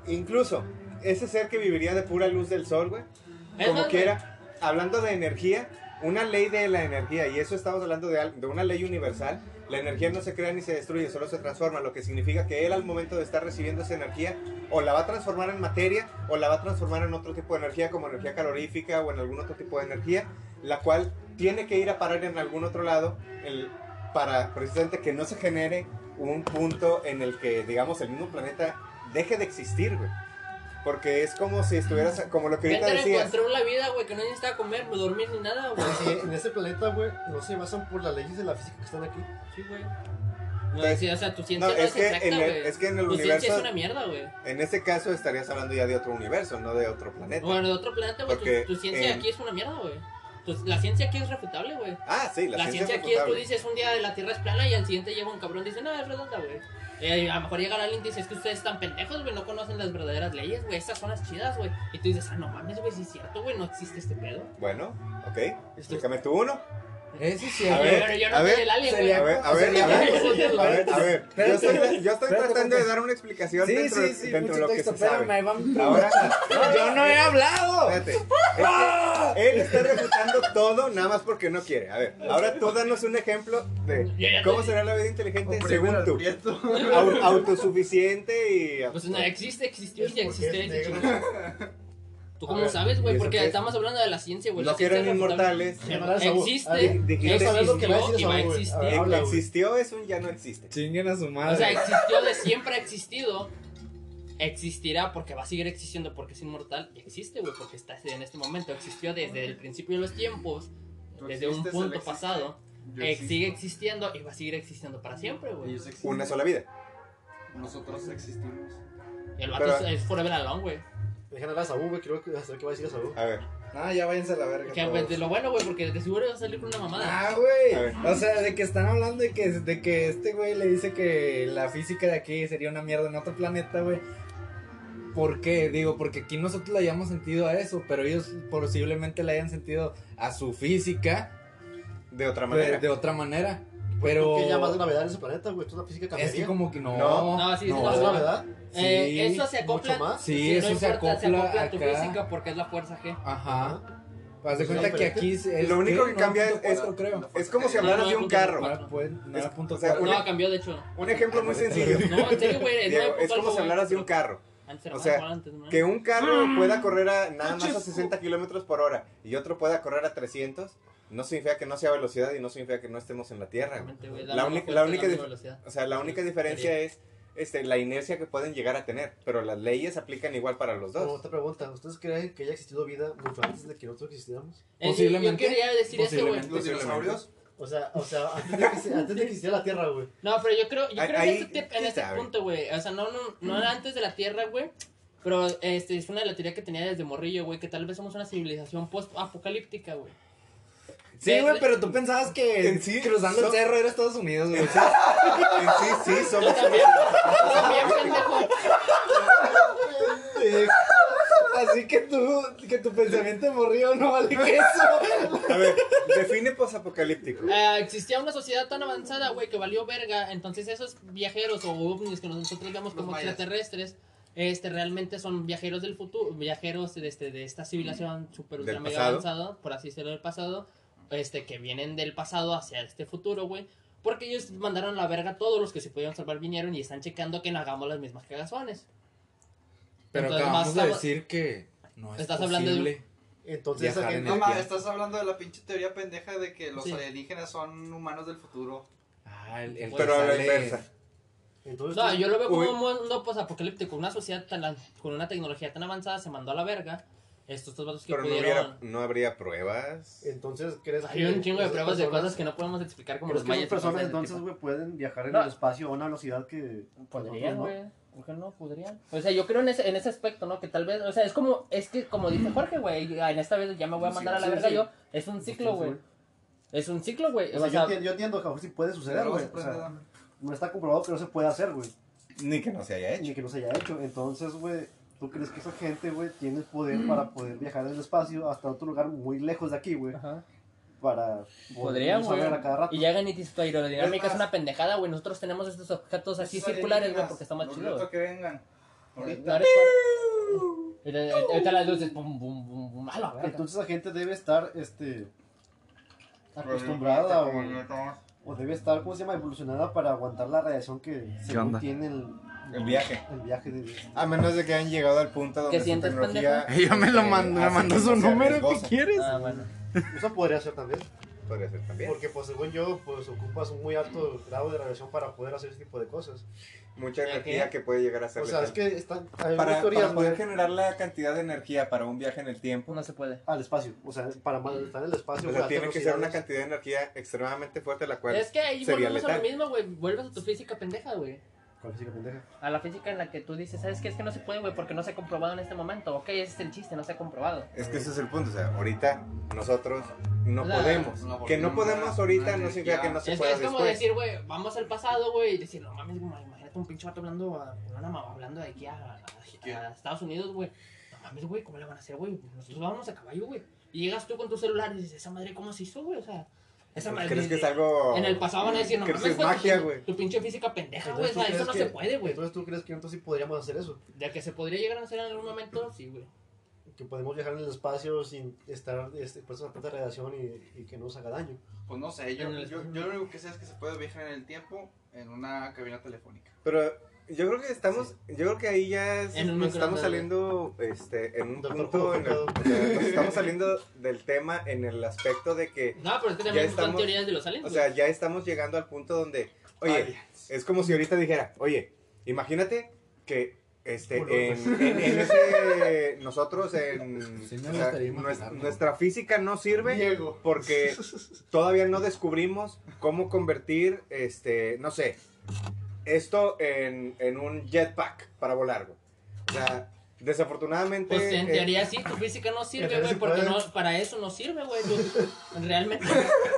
[SPEAKER 2] incluso ese ser que viviría de pura luz del sol, güey,
[SPEAKER 1] Es
[SPEAKER 2] como
[SPEAKER 1] más,
[SPEAKER 2] quiera, hablando de energía, una ley de la energía, y eso estamos hablando de, al- de una ley universal, la energía no se crea ni se destruye, solo se transforma, lo que significa que él al momento de estar recibiendo esa energía, o la va a transformar en materia, o la va a transformar en otro tipo de energía, como energía calorífica o en algún otro tipo de energía, la cual tiene que ir a parar en algún otro lado el- para precisamente que no se genere un punto en el que, digamos, el mismo planeta deje de existir, güey. Porque es como si estuvieras, como lo que ahorita
[SPEAKER 1] Peter
[SPEAKER 2] decías.
[SPEAKER 1] encontró la vida, güey, que no necesitaba comer, no dormir ni nada, güey.
[SPEAKER 5] Sí, en este planeta, güey, no se basan por las leyes de la física que están aquí.
[SPEAKER 1] Sí, güey. No, sí, o sea, tu
[SPEAKER 2] No,
[SPEAKER 1] ciencia no,
[SPEAKER 2] es
[SPEAKER 1] es,
[SPEAKER 2] que,
[SPEAKER 1] exacta,
[SPEAKER 2] en el,
[SPEAKER 1] güey.
[SPEAKER 2] es que en el
[SPEAKER 1] Tu ciencia es
[SPEAKER 2] universo,
[SPEAKER 1] una mierda, güey.
[SPEAKER 2] en este caso estarías hablando ya de otro universo, no de otro planeta.
[SPEAKER 1] Bueno, de otro planeta, güey,
[SPEAKER 2] Porque,
[SPEAKER 1] tu, tu ciencia
[SPEAKER 2] eh,
[SPEAKER 1] aquí es una mierda, güey. Tu- La ciencia aquí es refutable, güey.
[SPEAKER 2] ah, sí, la,
[SPEAKER 1] La,
[SPEAKER 2] ciencia,
[SPEAKER 1] ciencia
[SPEAKER 2] es
[SPEAKER 1] aquí es, tú
[SPEAKER 2] refutable.
[SPEAKER 1] dices, un día de la Tierra es plana y al siguiente llega un cabrón y dice, no, es redonda, güey. Eh, a lo mejor llega alguien y dice, es que ustedes están pendejos, güey, no conocen las verdaderas leyes, güey, estas son las chidas, güey. Y tú dices, ah, no mames, güey, sí es cierto, güey, no existe este pedo.
[SPEAKER 2] Bueno, ok, explícame tú uno.
[SPEAKER 6] Ese sí,
[SPEAKER 2] A
[SPEAKER 1] Yo-
[SPEAKER 2] ver,
[SPEAKER 1] yo, yo
[SPEAKER 2] Este a
[SPEAKER 1] no
[SPEAKER 2] ver,
[SPEAKER 1] soy el alien, güey.
[SPEAKER 2] A ver, a ver, a ver, a ver, a ver. Yo estoy, yo estoy
[SPEAKER 6] Espérate,
[SPEAKER 2] tratando de
[SPEAKER 6] espérate.
[SPEAKER 2] dar una explicación
[SPEAKER 6] sí,
[SPEAKER 2] dentro,
[SPEAKER 6] sí, sí,
[SPEAKER 2] dentro
[SPEAKER 6] mucho
[SPEAKER 2] de lo que
[SPEAKER 6] texto,
[SPEAKER 2] se
[SPEAKER 6] pero
[SPEAKER 2] sabe.
[SPEAKER 6] me van...
[SPEAKER 2] Ahora,
[SPEAKER 6] Yo no he hablado.
[SPEAKER 2] espérate. Es que él está refutando todo nada más porque no quiere. A ver, ahora tú danos un ejemplo
[SPEAKER 1] Yo
[SPEAKER 2] de
[SPEAKER 1] ya
[SPEAKER 2] cómo
[SPEAKER 1] te-
[SPEAKER 2] será la vida inteligente
[SPEAKER 4] Comprime
[SPEAKER 2] según
[SPEAKER 4] al
[SPEAKER 2] tú.
[SPEAKER 4] prieto.
[SPEAKER 2] Au- autosuficiente y
[SPEAKER 1] Pues no, existe, existió y
[SPEAKER 5] Porque
[SPEAKER 1] ya
[SPEAKER 5] es
[SPEAKER 1] existe.
[SPEAKER 5] negro.
[SPEAKER 1] existe. ¿Tú
[SPEAKER 5] A
[SPEAKER 1] cómo
[SPEAKER 5] ver,
[SPEAKER 1] sabes, güey?
[SPEAKER 2] ¿y eso
[SPEAKER 1] Porque
[SPEAKER 2] qué es?
[SPEAKER 1] estamos hablando de la ciencia, güey.
[SPEAKER 2] no
[SPEAKER 1] La ciencia
[SPEAKER 2] quieren
[SPEAKER 1] es refutable.
[SPEAKER 2] inmortales.
[SPEAKER 1] Existe,
[SPEAKER 5] Existe.
[SPEAKER 2] Dijiste,
[SPEAKER 5] saber lo que va a
[SPEAKER 1] existió
[SPEAKER 5] decir
[SPEAKER 1] y va a
[SPEAKER 5] Saúl, güey.
[SPEAKER 1] existir.
[SPEAKER 5] ver,
[SPEAKER 2] Eh,
[SPEAKER 5] habla, güey.
[SPEAKER 2] existió es un ya no existe.
[SPEAKER 6] Chinguen a su
[SPEAKER 1] O sea,
[SPEAKER 6] madre.
[SPEAKER 1] existió de siempre ha existido. Existirá porque va a seguir existiendo porque es inmortal. Y existe, güey, porque está en este momento. Existió desde el principio de los tiempos,
[SPEAKER 4] Tú
[SPEAKER 1] desde un
[SPEAKER 4] existes, él
[SPEAKER 1] punto
[SPEAKER 4] existe.
[SPEAKER 1] pasado.
[SPEAKER 4] Yo
[SPEAKER 1] Eh,
[SPEAKER 4] existo.
[SPEAKER 1] sigue existiendo y va a seguir existiendo para siempre, güey.
[SPEAKER 4] Ellos existen.
[SPEAKER 2] Una sola vida.
[SPEAKER 4] Nosotros existimos.
[SPEAKER 1] El vato
[SPEAKER 2] Pero-
[SPEAKER 1] es- es forever alone, güey.
[SPEAKER 5] Dejan hablar a Saúl, güey, creo que hasta que va a decir a Saúl.
[SPEAKER 2] A ver,
[SPEAKER 6] Ah, ya váyanse a la verga.
[SPEAKER 1] Que,
[SPEAKER 6] todos.
[SPEAKER 1] pues, de lo bueno, güey, porque de seguro va a salir con una mamada.
[SPEAKER 6] Ah,
[SPEAKER 2] A
[SPEAKER 6] güey.
[SPEAKER 2] ver.
[SPEAKER 6] O sea, de que están hablando de que, de que este güey le dice que la física de aquí sería una mierda en otro planeta, güey. ¿Por qué? Digo, porque aquí nosotros le hayamos sentido a eso, pero ellos posiblemente le hayan sentido a su física
[SPEAKER 2] de otra manera.
[SPEAKER 6] de, de otra manera.
[SPEAKER 5] Pero.
[SPEAKER 6] Pero
[SPEAKER 5] Pues Que ya más gravedad en su planeta, güey. Toda la física cambiaría.
[SPEAKER 6] es que como que no.
[SPEAKER 2] No.
[SPEAKER 1] No, sí, sí,
[SPEAKER 5] ¿Más
[SPEAKER 1] no,
[SPEAKER 5] gravedad?
[SPEAKER 1] Eh,
[SPEAKER 6] sí,
[SPEAKER 1] eso se acopla.
[SPEAKER 5] mucho más.
[SPEAKER 6] Sí, eso se acopla,
[SPEAKER 1] a tu
[SPEAKER 6] acá.
[SPEAKER 1] física porque es la fuerza G.
[SPEAKER 6] Ajá. Haz de
[SPEAKER 5] Pues
[SPEAKER 6] cuenta
[SPEAKER 5] no,
[SPEAKER 6] que
[SPEAKER 5] pero-
[SPEAKER 6] aquí es- es
[SPEAKER 2] Lo único que cambia es-
[SPEAKER 6] es eso, creo.
[SPEAKER 2] Es como si
[SPEAKER 1] No,
[SPEAKER 2] hablaras
[SPEAKER 1] no,
[SPEAKER 2] de un
[SPEAKER 1] punto de
[SPEAKER 2] carro.
[SPEAKER 1] vista.
[SPEAKER 6] No, pues, no era punto
[SPEAKER 2] O sea,
[SPEAKER 6] cuatro.
[SPEAKER 2] una-
[SPEAKER 1] No, cambió, de hecho.
[SPEAKER 2] Un ejemplo muy sencillo.
[SPEAKER 1] No, en serio, güey.
[SPEAKER 2] Diego,
[SPEAKER 1] nueve
[SPEAKER 2] es
[SPEAKER 1] punto
[SPEAKER 2] como
[SPEAKER 1] algo,
[SPEAKER 2] si
[SPEAKER 1] güey.
[SPEAKER 2] hablaras de un carro.
[SPEAKER 1] Antes era
[SPEAKER 2] o
[SPEAKER 1] más
[SPEAKER 2] sea,
[SPEAKER 1] igual antes, ¿no?
[SPEAKER 2] Que un carro
[SPEAKER 1] Mm.
[SPEAKER 2] pueda correr a nada más a 60 kilómetros por hora y otro pueda correr a 300, no significa que no sea velocidad y no significa que no estemos en la Tierra. güey.
[SPEAKER 1] Exactamente, güey,
[SPEAKER 2] La
[SPEAKER 1] da
[SPEAKER 2] única-
[SPEAKER 1] fuerza,
[SPEAKER 2] la única
[SPEAKER 1] misma
[SPEAKER 2] dif-
[SPEAKER 1] velocidad.
[SPEAKER 2] O sea, la única diferencia es este, la inercia que pueden llegar a tener, pero las leyes aplican igual para los
[SPEAKER 5] Como
[SPEAKER 2] dos.
[SPEAKER 5] otra pregunta, ¿ustedes creen que haya existido vida mucho antes de que nosotros existiéramos?
[SPEAKER 1] Eh, yo-
[SPEAKER 6] Posiblemente.
[SPEAKER 1] Yo quería decir eso, güey.
[SPEAKER 2] Posiblemente.
[SPEAKER 4] ¿Los dinosaurios?
[SPEAKER 5] O sea, o sea, antes de que, se- antes de que existiera la Tierra, güey.
[SPEAKER 1] No, pero yo creo, yo
[SPEAKER 2] Ahí-
[SPEAKER 1] creo
[SPEAKER 2] ahí,
[SPEAKER 1] que este tip- en
[SPEAKER 2] ¿quién
[SPEAKER 1] este
[SPEAKER 2] sabe?
[SPEAKER 1] punto, güey. O sea, no, no, no era antes de la Tierra, güey. Pero este, es una de las teorías que tenía desde morrillo, güey, que tal vez somos una civilización post-apocalíptica, güey.
[SPEAKER 6] Sí, güey, pero tú pensabas que
[SPEAKER 2] En sí,
[SPEAKER 6] cruzando
[SPEAKER 2] son-
[SPEAKER 6] el cerro era Estados Unidos, güey.
[SPEAKER 2] En sí, sí, somos
[SPEAKER 1] También, también, pendejo.
[SPEAKER 6] Así que tú, que tu pensamiento morrió no vale que eso.
[SPEAKER 2] A ver, define posapocalíptico.
[SPEAKER 1] Eh, existía una sociedad tan avanzada, güey, que valió verga. Entonces esos viajeros o ovnis que nosotros vemos como
[SPEAKER 4] mayas.
[SPEAKER 1] extraterrestres, este, realmente son viajeros del futuro, viajeros de, este- de esta civilización super ultra
[SPEAKER 2] Del
[SPEAKER 1] mega
[SPEAKER 2] pasado.
[SPEAKER 1] avanzada, por así decirlo, del pasado, este, que vienen del pasado hacia este futuro, güey. Porque ellos mandaron a la verga a todos los que se pudieron salvar vinieron y están checando que no hagamos las mismas cagazones.
[SPEAKER 6] Pero
[SPEAKER 1] Entonces,
[SPEAKER 6] acabamos de
[SPEAKER 1] basta-
[SPEAKER 6] decir que no es
[SPEAKER 1] Estás
[SPEAKER 6] Estás
[SPEAKER 1] hablando de-
[SPEAKER 6] posible.
[SPEAKER 5] Entonces, esa
[SPEAKER 6] Viajar en
[SPEAKER 5] gente.
[SPEAKER 4] No
[SPEAKER 6] el-
[SPEAKER 4] mames, estás hablando de la pinche teoría pendeja de que los
[SPEAKER 1] Sí.
[SPEAKER 4] alienígenas son humanos del futuro.
[SPEAKER 6] Ah, el, el
[SPEAKER 2] Pero a la
[SPEAKER 6] sale-
[SPEAKER 2] inversa.
[SPEAKER 5] Entonces,
[SPEAKER 1] No, yo lo veo como
[SPEAKER 2] Uy.
[SPEAKER 1] un mundo posapocalíptico, una sociedad tan, la- con una tecnología tan avanzada se mandó a la verga. Estos dos vatos que
[SPEAKER 2] Pero no,
[SPEAKER 1] pudieron... Pues,
[SPEAKER 2] hubiera- no habría pruebas.
[SPEAKER 5] entonces, ¿crees
[SPEAKER 1] Hay un chingo de
[SPEAKER 5] esas
[SPEAKER 1] pruebas de
[SPEAKER 5] personas-
[SPEAKER 1] cosas que no podemos explicar como
[SPEAKER 8] Pero
[SPEAKER 1] los
[SPEAKER 8] es que
[SPEAKER 1] mayas.
[SPEAKER 8] esas
[SPEAKER 1] y cosas
[SPEAKER 8] personas
[SPEAKER 1] de
[SPEAKER 8] entonces,
[SPEAKER 1] ese
[SPEAKER 8] güey, pueden viajar en
[SPEAKER 1] No.
[SPEAKER 8] el espacio a una velocidad que...
[SPEAKER 1] tipo.
[SPEAKER 8] nosotros
[SPEAKER 1] podrían,
[SPEAKER 8] no.
[SPEAKER 1] güey. ¿Por qué no podrían? O sea, yo creo en ese, en ese aspecto, ¿no? Que tal vez, o sea, es como, es que como dice Jorge, güey, en esta vez ya me voy a
[SPEAKER 4] Sí,
[SPEAKER 1] mandar a la
[SPEAKER 4] sí,
[SPEAKER 1] verga
[SPEAKER 4] sí.
[SPEAKER 1] yo. Es un ciclo, güey. Es un ciclo, güey.
[SPEAKER 8] O sea,
[SPEAKER 1] O
[SPEAKER 8] yo,
[SPEAKER 1] sea,
[SPEAKER 8] entiendo, yo entiendo que a lo mejor sí puede
[SPEAKER 1] Pues
[SPEAKER 8] suceder,
[SPEAKER 4] Pero
[SPEAKER 8] güey.
[SPEAKER 4] vas a
[SPEAKER 8] O sea,
[SPEAKER 4] aprender a-
[SPEAKER 8] no está comprobado que no se puede hacer, güey.
[SPEAKER 2] Ni que no se haya
[SPEAKER 8] Ni
[SPEAKER 2] hecho.
[SPEAKER 8] que no se haya hecho. Entonces, güey, ¿tú crees que esa gente, güey, tiene el poder para poder viajar en el espacio hasta otro lugar muy lejos de aquí, güey?
[SPEAKER 1] Ajá.
[SPEAKER 8] Para
[SPEAKER 1] Podrían,
[SPEAKER 8] saber
[SPEAKER 1] güey.
[SPEAKER 8] a cada rato.
[SPEAKER 1] Y llegan y dicen, tu aerodinámica
[SPEAKER 4] Es
[SPEAKER 1] es
[SPEAKER 4] más,
[SPEAKER 1] una pendejada, güey. Nosotros tenemos estos objetos así
[SPEAKER 4] Esos
[SPEAKER 1] circulares, güey,
[SPEAKER 4] alienígenas,
[SPEAKER 1] porque está más
[SPEAKER 4] los
[SPEAKER 1] chido.
[SPEAKER 4] reto
[SPEAKER 1] güey.
[SPEAKER 4] que vengan.
[SPEAKER 1] No
[SPEAKER 4] Ahorita.
[SPEAKER 1] eres eh, por- Ahorita ahorita las luces, pum, pum, pum, pum, a la verga.
[SPEAKER 8] Entonces, esa gente debe estar, este... acostumbrada o, o debe estar, ¿cómo se llama? Evolucionada para aguantar la radiación que según
[SPEAKER 3] onda?
[SPEAKER 8] tiene el,
[SPEAKER 2] El viaje.
[SPEAKER 8] el viaje de...
[SPEAKER 2] A menos de que hayan llegado al punto donde
[SPEAKER 1] ¿Qué
[SPEAKER 2] su
[SPEAKER 1] sientes,
[SPEAKER 2] tecnología...
[SPEAKER 3] Ella me lo
[SPEAKER 2] eh,
[SPEAKER 3] mandó, me
[SPEAKER 2] hace
[SPEAKER 3] mandó
[SPEAKER 2] que
[SPEAKER 3] su
[SPEAKER 2] no se
[SPEAKER 3] número, ¿qué
[SPEAKER 2] riesgosa.
[SPEAKER 3] quieres?
[SPEAKER 4] Ah, bueno.
[SPEAKER 8] Eso podría ser también.
[SPEAKER 2] Podría ser también.
[SPEAKER 5] Porque, pues, según yo, pues ocupas un muy alto grado de radiación para poder hacer ese tipo de cosas.
[SPEAKER 2] Mucha
[SPEAKER 1] ¿Ya
[SPEAKER 2] energía que puede llegar a ser
[SPEAKER 5] O sea,
[SPEAKER 2] letal.
[SPEAKER 5] es que están. Hay
[SPEAKER 2] para,
[SPEAKER 5] muchas teorías,
[SPEAKER 2] para poder
[SPEAKER 5] güey,
[SPEAKER 2] generar la cantidad de energía para un viaje en el tiempo,
[SPEAKER 1] No se puede.
[SPEAKER 8] Al espacio.
[SPEAKER 5] O sea, para mal- estar en el espacio.
[SPEAKER 2] o
[SPEAKER 5] güey,
[SPEAKER 2] sea,
[SPEAKER 5] a
[SPEAKER 2] tiene
[SPEAKER 5] altas
[SPEAKER 2] que ser una
[SPEAKER 5] velocidades.
[SPEAKER 2] cantidad de energía extremadamente fuerte, la cual
[SPEAKER 1] Es que ahí
[SPEAKER 2] sería
[SPEAKER 1] volvemos a
[SPEAKER 2] letal.
[SPEAKER 1] lo mismo, güey. Vuelves a tu física pendeja, güey.
[SPEAKER 8] ¿Cuál física pendeja?
[SPEAKER 1] A la física en la que tú dices, ¿sabes qué? Es que no se puede, güey, porque no se ha comprobado en este momento. Ok, ese es el chiste, no se ha comprobado.
[SPEAKER 2] Es que ese es el punto, o sea, ahorita nosotros no
[SPEAKER 1] Claro,
[SPEAKER 2] podemos.
[SPEAKER 4] no, porque
[SPEAKER 2] que no
[SPEAKER 4] una-
[SPEAKER 2] podemos ahorita
[SPEAKER 4] una
[SPEAKER 2] no significa que no se
[SPEAKER 1] es que
[SPEAKER 2] pueda
[SPEAKER 1] es como
[SPEAKER 2] después.
[SPEAKER 1] decir, güey, vamos al pasado, güey, y decir, no mames, güey, imagínate un pinche vato hablando, a- con una mamá hablando de aquí a, a- a Estados Unidos, güey. No mames, güey, ¿cómo le van a hacer, güey? Nosotros vámonos a caballo, güey. Y llegas tú con tu celular y dices, esa madre, ¿cómo se hizo, güey? O sea, esa madre.
[SPEAKER 2] ¿Crees que es algo...?
[SPEAKER 1] En el pasado van a decir, no
[SPEAKER 2] ¿Crees
[SPEAKER 1] mames,
[SPEAKER 2] que es
[SPEAKER 1] güey, tu
[SPEAKER 2] magia,
[SPEAKER 1] pin-
[SPEAKER 2] güey?
[SPEAKER 1] Tu pinche física pendeja, güey. O
[SPEAKER 5] Entonces, ¿tú
[SPEAKER 1] sea, eso
[SPEAKER 5] crees
[SPEAKER 1] no
[SPEAKER 5] que-
[SPEAKER 1] se puede, güey.
[SPEAKER 5] Entonces, ¿tú crees que entonces sí podríamos hacer eso?
[SPEAKER 1] De que se podría llegar a hacer en algún momento, sí, güey.
[SPEAKER 5] Que podemos viajar en el espacio sin estar este, puestos a tanta radiación y, y que no nos haga daño.
[SPEAKER 4] Pues no sé, yo,
[SPEAKER 1] En el-
[SPEAKER 4] yo, yo lo único que sé es que se puede viajar en el tiempo en una cabina telefónica.
[SPEAKER 2] Pero yo creo que estamos, yo creo que ahí ya es-
[SPEAKER 1] En un
[SPEAKER 2] nos
[SPEAKER 1] microondas,
[SPEAKER 2] estamos saliendo este, en un
[SPEAKER 5] Doctor
[SPEAKER 2] punto, en el-
[SPEAKER 5] Pablo.
[SPEAKER 2] o sea, nos estamos saliendo del tema en el aspecto de que,
[SPEAKER 1] No, pero es que también están
[SPEAKER 2] estamos-
[SPEAKER 1] teorías de los aliens,
[SPEAKER 2] o
[SPEAKER 1] güey.
[SPEAKER 2] sea, ya estamos llegando al punto donde, oye, es como si ahorita dijera, oye, imagínate que este,
[SPEAKER 5] Culo,
[SPEAKER 2] en, en- en ese, nosotros en
[SPEAKER 6] Sí, me
[SPEAKER 2] o sea,
[SPEAKER 6] gustaría
[SPEAKER 2] nues-
[SPEAKER 6] imaginarlo.
[SPEAKER 2] nuestra física no sirve
[SPEAKER 5] Diego.
[SPEAKER 2] porque todavía no descubrimos cómo convertir, este, no sé, esto en, en un jetpack para volar. güey. O sea, desafortunadamente...
[SPEAKER 1] Pues en
[SPEAKER 2] eh,
[SPEAKER 1] teoría sí, tu física no sirve,
[SPEAKER 5] entonces
[SPEAKER 1] güey,
[SPEAKER 5] sí
[SPEAKER 1] porque
[SPEAKER 5] puede.
[SPEAKER 1] no, para eso no sirve, güey. tú- Realmente.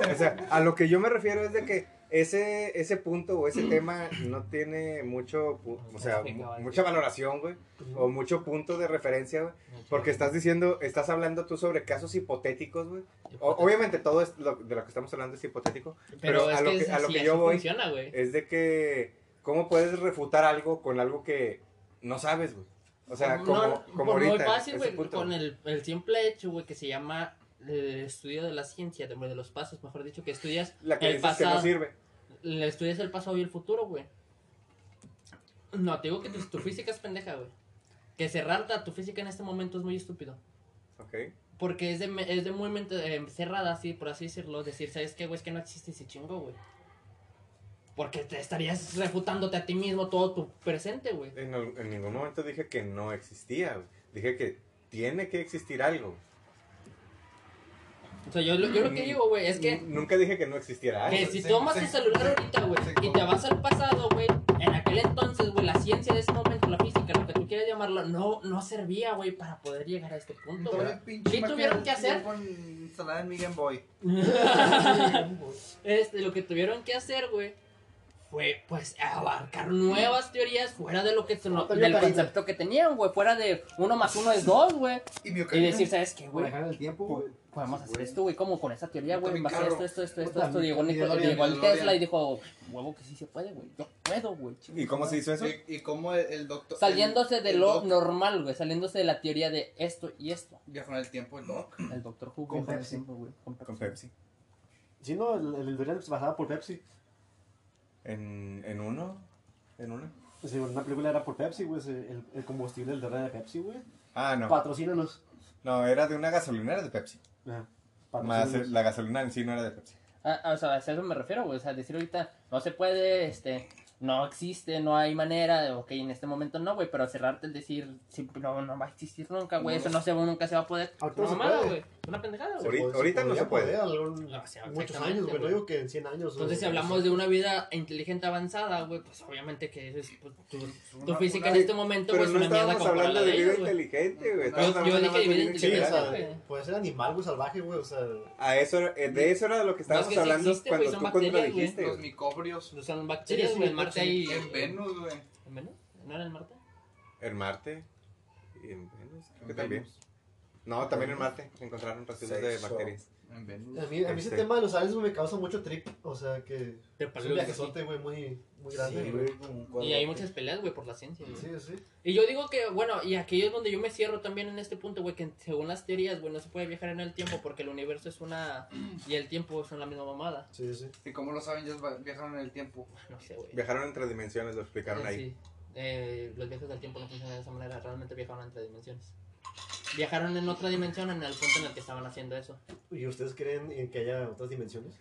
[SPEAKER 2] o sea, a lo que yo me refiero es de que ese, ese punto o ese tema no tiene mucho, pu- o sea, mu- mucha valoración, güey, o mucho punto de referencia, güey, porque estás diciendo, estás hablando tú sobre casos hipotéticos, güey. O- obviamente todo es lo- de lo que estamos hablando es hipotético, pero, a, lo que, a lo
[SPEAKER 1] así-
[SPEAKER 2] que
[SPEAKER 1] así
[SPEAKER 2] yo voy eh,
[SPEAKER 1] funciona, güey.
[SPEAKER 2] es de que cómo puedes refutar algo con algo que no sabes, güey. O sea,
[SPEAKER 1] No,
[SPEAKER 2] como,
[SPEAKER 1] no,
[SPEAKER 2] como
[SPEAKER 1] pues
[SPEAKER 2] ahorita.
[SPEAKER 1] Muy fácil,
[SPEAKER 2] ese
[SPEAKER 1] güey,
[SPEAKER 2] punto.
[SPEAKER 1] con el, el simple hecho, güey, que se llama eh, estudio de la ciencia, de, de los pasos, mejor dicho, que estudias
[SPEAKER 2] la que
[SPEAKER 1] el
[SPEAKER 2] dices que no
[SPEAKER 1] pasado.
[SPEAKER 2] sirve.
[SPEAKER 1] le estudias el pasado y el futuro, güey. No, te digo que tu, tu física es pendeja, güey. Que cerrar a tu física en este momento es muy estúpido.
[SPEAKER 2] Ok.
[SPEAKER 1] Porque es de, me- es de muy mente eh, cerrada, así, por así decirlo. Decir, ¿sabes qué, güey? Es que no existe ese chingo, güey. Porque te estarías refutándote a ti mismo todo tu presente, güey.
[SPEAKER 2] En, al- en ningún momento dije que no existía, güey. Dije que tiene que existir algo.
[SPEAKER 1] O sea, yo, lo- yo lo que digo, güey, es que,
[SPEAKER 2] N- Nunca dije que no existiera algo.
[SPEAKER 1] que si tomas tu celular ahorita, güey, y te vas al pasado, güey, en aquel entonces, güey, la ciencia de ese momento, la física, lo que tú quieras llamarlo, no, no servía, güey, para poder llegar a este punto, güey. ¿Qué tuvieron que hacer?
[SPEAKER 4] Instalada en mi Game Boy.
[SPEAKER 1] este, lo que tuvieron que hacer, güey, fue pues abarcar nuevas teorías fuera de lo que
[SPEAKER 5] No, también
[SPEAKER 1] del
[SPEAKER 5] para-
[SPEAKER 1] concepto que tenían, güey, fuera de uno más uno es dos, güey,
[SPEAKER 4] Y mi
[SPEAKER 1] y decir, ¿sabes qué, güey?
[SPEAKER 8] Manejar el tiempo, güey.
[SPEAKER 1] Podemos hacer esto, güey, como con esa teoría, güey, en
[SPEAKER 4] También
[SPEAKER 1] base a esto,
[SPEAKER 4] carro.
[SPEAKER 1] esto, esto, esto,
[SPEAKER 8] Puta,
[SPEAKER 1] esto, llegó,
[SPEAKER 4] mi
[SPEAKER 1] Nico-
[SPEAKER 4] DeLorean,
[SPEAKER 1] llegó el
[SPEAKER 4] mi DeLorean.
[SPEAKER 1] Tesla y dijo, huevo que sí se puede, güey, yo puedo, güey.
[SPEAKER 2] ¿Y cómo se hizo eso?
[SPEAKER 4] ¿Y, y cómo el, el doctor.
[SPEAKER 1] Saliéndose
[SPEAKER 4] el-
[SPEAKER 1] de
[SPEAKER 4] el
[SPEAKER 1] lo
[SPEAKER 4] doc-
[SPEAKER 1] normal, güey, saliéndose de la teoría de esto y esto,
[SPEAKER 4] Viajó en el tiempo el Doc.
[SPEAKER 1] el Doctor Who,
[SPEAKER 8] Con
[SPEAKER 1] güey,
[SPEAKER 8] Pepsi.
[SPEAKER 1] güey, con Pepsi.
[SPEAKER 2] Con Pepsi.
[SPEAKER 8] Sí, no, el, el Dorian se basaba por Pepsi.
[SPEAKER 2] ¿En, en uno? ¿En una?
[SPEAKER 8] O sea, una película era por Pepsi, güey. se- El, el combustible del Dorian de Pepsi, güey.
[SPEAKER 2] Ah, no.
[SPEAKER 8] Patrocínanos.
[SPEAKER 2] No, era de una gasolinera de Pepsi.
[SPEAKER 8] Ajá.
[SPEAKER 2] Más
[SPEAKER 8] Patrocínanos.
[SPEAKER 2] la gasolina en Ah, sí no era de Pepsi.
[SPEAKER 1] Ah, ah, o sea, a eso me refiero, güey. O sea, decir ahorita, no se puede, este, no existe, no hay manera, de, ok, en este momento no, güey, pero cerrarte el decir, sí, no, no va a existir nunca, güey, eso no se, nunca se va a poder.
[SPEAKER 5] Ahorita
[SPEAKER 1] Una
[SPEAKER 5] se
[SPEAKER 1] mamada,
[SPEAKER 5] puede.
[SPEAKER 1] güey. Una pendejada,
[SPEAKER 2] Ahorita-
[SPEAKER 1] güey.
[SPEAKER 5] Pues,
[SPEAKER 2] ahorita no se puede.
[SPEAKER 5] podría poder,
[SPEAKER 8] Ah,
[SPEAKER 5] algún-
[SPEAKER 1] No, o sea,
[SPEAKER 5] muchos
[SPEAKER 1] exactamente,
[SPEAKER 5] años, güey. No
[SPEAKER 1] güey.
[SPEAKER 5] digo que en 100 años.
[SPEAKER 1] Entonces, si hablamos de una vida inteligente avanzada, güey, pues obviamente que eso es, pues, tu, tu
[SPEAKER 4] Una-
[SPEAKER 1] física
[SPEAKER 4] una-
[SPEAKER 1] en este momento,
[SPEAKER 2] Pero
[SPEAKER 1] güey, es
[SPEAKER 2] no
[SPEAKER 1] una mierda
[SPEAKER 2] estábamos
[SPEAKER 1] comparada
[SPEAKER 2] hablando de
[SPEAKER 1] de
[SPEAKER 2] vida
[SPEAKER 1] ellos, güey.
[SPEAKER 2] inteligente, güey.
[SPEAKER 4] Yo-
[SPEAKER 2] Estábamos
[SPEAKER 1] yo dije
[SPEAKER 2] hablando nada más
[SPEAKER 1] vida
[SPEAKER 2] vida
[SPEAKER 1] inteligente.
[SPEAKER 5] Sí, o
[SPEAKER 2] inteligente.
[SPEAKER 5] sea,
[SPEAKER 1] güey.
[SPEAKER 5] puede ser animal, güey, salvaje, güey. O sea,
[SPEAKER 2] A eso, era- de eso era lo que estábamos
[SPEAKER 1] que sí
[SPEAKER 2] hablando
[SPEAKER 1] existe, güey,
[SPEAKER 2] cuando
[SPEAKER 1] son
[SPEAKER 2] tú cuando lo
[SPEAKER 1] bacterias, güey.
[SPEAKER 2] dijiste.
[SPEAKER 4] Los
[SPEAKER 2] güey.
[SPEAKER 4] microbios.
[SPEAKER 1] O sea, son bacterias,
[SPEAKER 5] Sí, sí,
[SPEAKER 1] güey, en Marte
[SPEAKER 5] sí,
[SPEAKER 1] hay...
[SPEAKER 4] En Venus, güey.
[SPEAKER 1] ¿En Venus? ¿No era en Marte?
[SPEAKER 2] En Marte. Y en Venus, creo que
[SPEAKER 4] En
[SPEAKER 2] también.
[SPEAKER 4] Venus.
[SPEAKER 2] No, también en Marte encontraron residuos de bacterias.
[SPEAKER 4] En Venus.
[SPEAKER 5] A mí, a mí ese
[SPEAKER 2] Este.
[SPEAKER 5] tema de los aliens güey, me causa mucho trip. O sea, que
[SPEAKER 1] Te
[SPEAKER 5] es
[SPEAKER 1] parece
[SPEAKER 5] un
[SPEAKER 1] lo que
[SPEAKER 5] viajezote, güey, muy, muy grande.
[SPEAKER 4] Sí,
[SPEAKER 5] güey.
[SPEAKER 4] güey, como un
[SPEAKER 1] sí.
[SPEAKER 4] cuadro.
[SPEAKER 1] Y hay muchas peleas, güey, por la ciencia. güey.
[SPEAKER 5] Sí, sí.
[SPEAKER 1] Y yo digo que, bueno, y aquí es donde yo me cierro también en este punto, güey, que según las teorías, güey, no se puede viajar en el tiempo porque el universo es una... y el tiempo son la misma mamada.
[SPEAKER 5] Sí, sí.
[SPEAKER 4] ¿Y cómo lo saben? Ya viajaron en el tiempo.
[SPEAKER 1] No sé, güey.
[SPEAKER 2] Viajaron entre dimensiones, lo explicaron
[SPEAKER 1] Eh,
[SPEAKER 2] ahí.
[SPEAKER 1] sí. Eh, los viajes del tiempo no funcionan de esa manera, realmente viajaron entre dimensiones. Viajaron en otra dimensión en el punto en el que estaban haciendo eso.
[SPEAKER 5] ¿Y ustedes creen en que haya otras dimensiones?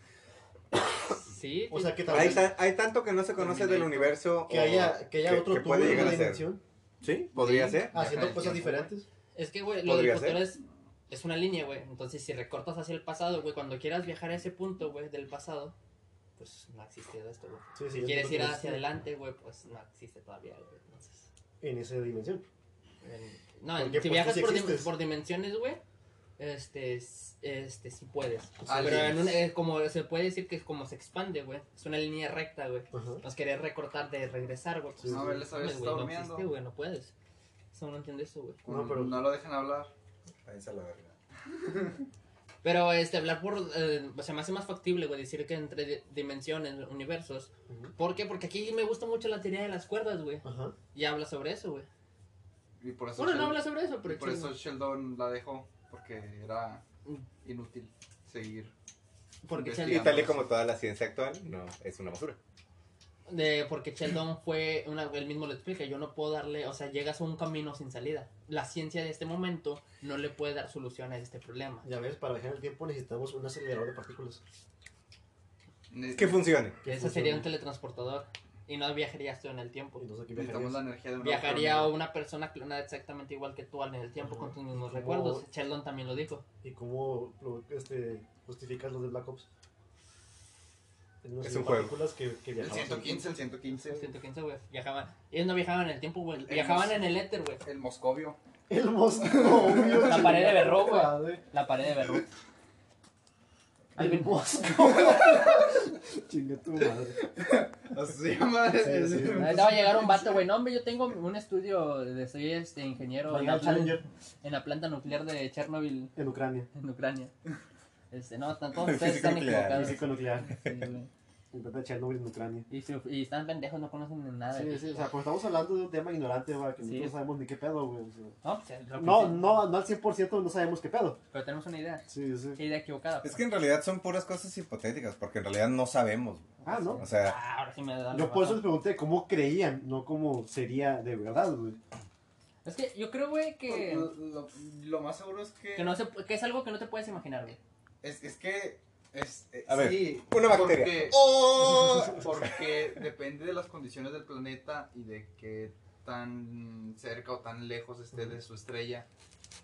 [SPEAKER 1] Sí,
[SPEAKER 5] O sea, que tal
[SPEAKER 2] Hay,
[SPEAKER 5] vez
[SPEAKER 2] ta- hay tanto que no se conoce del universo.
[SPEAKER 5] que
[SPEAKER 2] o
[SPEAKER 5] haya, que haya otro
[SPEAKER 2] que
[SPEAKER 5] tubo
[SPEAKER 2] puede
[SPEAKER 5] en
[SPEAKER 2] llegar
[SPEAKER 5] otra
[SPEAKER 2] a ser.
[SPEAKER 5] dimensión,
[SPEAKER 2] Sí, podría ser.
[SPEAKER 4] Viajar en
[SPEAKER 5] haciendo
[SPEAKER 4] el
[SPEAKER 5] cosas
[SPEAKER 4] tiempo,
[SPEAKER 5] diferentes.
[SPEAKER 1] es que, güey, lo del
[SPEAKER 2] Podría
[SPEAKER 1] futuro
[SPEAKER 2] ser.
[SPEAKER 1] es, es una línea, güey. Entonces, si recortas hacia el pasado, güey, cuando quieras viajar a ese punto, güey, del pasado, pues no existe esto, güey.
[SPEAKER 5] Sí, sí,
[SPEAKER 1] Si
[SPEAKER 5] yo
[SPEAKER 1] quieres ir
[SPEAKER 5] creo que
[SPEAKER 1] hacia
[SPEAKER 5] es
[SPEAKER 1] adelante, güey, pues no existe todavía, güey. Entonces,
[SPEAKER 5] En esa dimensión.
[SPEAKER 1] en- no, en-
[SPEAKER 5] Porque,
[SPEAKER 1] si
[SPEAKER 5] pues,
[SPEAKER 1] viajas
[SPEAKER 5] tú sí
[SPEAKER 1] por, dim-
[SPEAKER 5] existes.
[SPEAKER 1] por dimensiones, güey, este, s- este, sí puedes. Pero
[SPEAKER 4] Aliens.
[SPEAKER 1] en una- eh, como se puede decir que es como se expande, güey. Es una línea recta, güey.
[SPEAKER 5] Ajá.
[SPEAKER 1] Nos querés recortar de regresar, güey. Pues,
[SPEAKER 5] Sí,
[SPEAKER 1] no,
[SPEAKER 5] sí.
[SPEAKER 4] A ver, esta vez
[SPEAKER 1] mames,
[SPEAKER 4] está
[SPEAKER 1] güey, no
[SPEAKER 4] durmiendo.
[SPEAKER 1] existe, güey, no puedes. Eso no entiende eso, güey.
[SPEAKER 5] No, pero-
[SPEAKER 4] No lo dejan hablar.
[SPEAKER 2] Váyanse a la verga.
[SPEAKER 1] Pero este, hablar por. eh, o sea, me hace más factible, güey, decir que entre di- dimensiones, universos.
[SPEAKER 5] Ujú.
[SPEAKER 1] ¿Por qué? Porque aquí me gusta mucho la teoría de las cuerdas, güey.
[SPEAKER 5] Ajá.
[SPEAKER 1] Y habla sobre eso, güey.
[SPEAKER 4] Y por eso,
[SPEAKER 1] Bueno, no
[SPEAKER 4] Shel-
[SPEAKER 1] habla sobre eso,
[SPEAKER 4] y
[SPEAKER 1] pero.
[SPEAKER 4] por
[SPEAKER 1] chingo.
[SPEAKER 4] eso Sheldon la dejó. Porque era inútil seguir.
[SPEAKER 1] porque,
[SPEAKER 4] investiga.
[SPEAKER 2] Y
[SPEAKER 1] Sheldon,
[SPEAKER 2] tal y como toda la ciencia actual, no, es una basura.
[SPEAKER 1] de- porque Sheldon fue. Una, él mismo lo explica. Yo no puedo darle. O sea, llegas a un camino sin salida. La ciencia de este momento no le puede dar solución a este problema.
[SPEAKER 5] Ya ves, para viajar en el tiempo necesitamos un acelerador de partículas.
[SPEAKER 4] Ne-
[SPEAKER 2] Que funcione.
[SPEAKER 5] que
[SPEAKER 1] Ese sería un
[SPEAKER 5] funcione.
[SPEAKER 1] teletransportador. Y no viajarías tú en el tiempo.
[SPEAKER 5] Entonces aquí
[SPEAKER 4] Necesitamos la
[SPEAKER 5] viajarías.
[SPEAKER 4] energía de una
[SPEAKER 1] Viajaría
[SPEAKER 4] hormiga.
[SPEAKER 1] una persona clonada exactamente igual que tú en el tiempo
[SPEAKER 5] Ajá.
[SPEAKER 1] con tus mismos
[SPEAKER 5] Como-
[SPEAKER 1] recuerdos. Sheldon también lo dijo.
[SPEAKER 5] ¿Y cómo lo- este, justificas los de Black Ops? No
[SPEAKER 2] Es
[SPEAKER 5] sé,
[SPEAKER 2] un juego.
[SPEAKER 5] partículas que, que
[SPEAKER 4] El
[SPEAKER 5] viajaban.
[SPEAKER 4] 115, el 115.
[SPEAKER 1] 115, güey. Viajaban. Ellos no viajaban en el tiempo, güey. Viajaban en el éter, güey.
[SPEAKER 4] El Moscovio.
[SPEAKER 5] El moscovio.
[SPEAKER 1] La pared de Berro, güey.
[SPEAKER 5] Madre.
[SPEAKER 1] La pared de Berro.
[SPEAKER 5] El moscovio.
[SPEAKER 8] Chinga tu madre.
[SPEAKER 4] Así se llama.
[SPEAKER 5] Sí, sí.
[SPEAKER 1] Estaba a llegar un vato, güey. No, hombre, yo tengo un estudio de soy este ingeniero en
[SPEAKER 5] Venga,
[SPEAKER 1] la,
[SPEAKER 5] el Challenger.
[SPEAKER 1] plan- en la planta nuclear de Chernobyl
[SPEAKER 5] En Ucrania.
[SPEAKER 1] en Ucrania. Este, no, están- todos ustedes
[SPEAKER 2] Físico
[SPEAKER 1] están
[SPEAKER 2] nuclear,
[SPEAKER 1] equivocados.
[SPEAKER 5] Físico nuclear.
[SPEAKER 1] Sí, güey.
[SPEAKER 5] En planta de Chernobyl, en Ucrania.
[SPEAKER 1] Y, su- y están pendejos, no conocen de nada.
[SPEAKER 5] Sí,
[SPEAKER 1] güey.
[SPEAKER 5] sí, o sea, pues estamos hablando de un tema ignorante, güey, que
[SPEAKER 1] Sí.
[SPEAKER 5] nosotros no sabemos ni qué pedo, güey. o sea.
[SPEAKER 1] No, pues, el rock
[SPEAKER 5] No,
[SPEAKER 1] sí,
[SPEAKER 5] no, no al 100% no sabemos qué pedo.
[SPEAKER 1] Pero tenemos una idea.
[SPEAKER 5] Sí, sí.
[SPEAKER 1] ¿Qué idea equivocada?
[SPEAKER 2] Es que en realidad son puras cosas hipotéticas, porque en realidad no sabemos.
[SPEAKER 5] Ah, ¿no?
[SPEAKER 2] O sea,
[SPEAKER 1] Ah, ahora sí me da la
[SPEAKER 5] Yo por eso
[SPEAKER 1] razón.
[SPEAKER 5] les pregunté cómo creían, no cómo sería de verdad, güey.
[SPEAKER 1] Es que yo creo, güey, que,
[SPEAKER 4] Lo, lo- lo más seguro es que.
[SPEAKER 1] que, no se pu- que es algo que no te puedes imaginar, güey.
[SPEAKER 4] Es, es que. Es, eh,
[SPEAKER 2] A ver,
[SPEAKER 4] sí,
[SPEAKER 2] una bacteria.
[SPEAKER 4] Porque, oh. porque depende de las condiciones del planeta y de qué tan cerca o tan lejos esté de su estrella.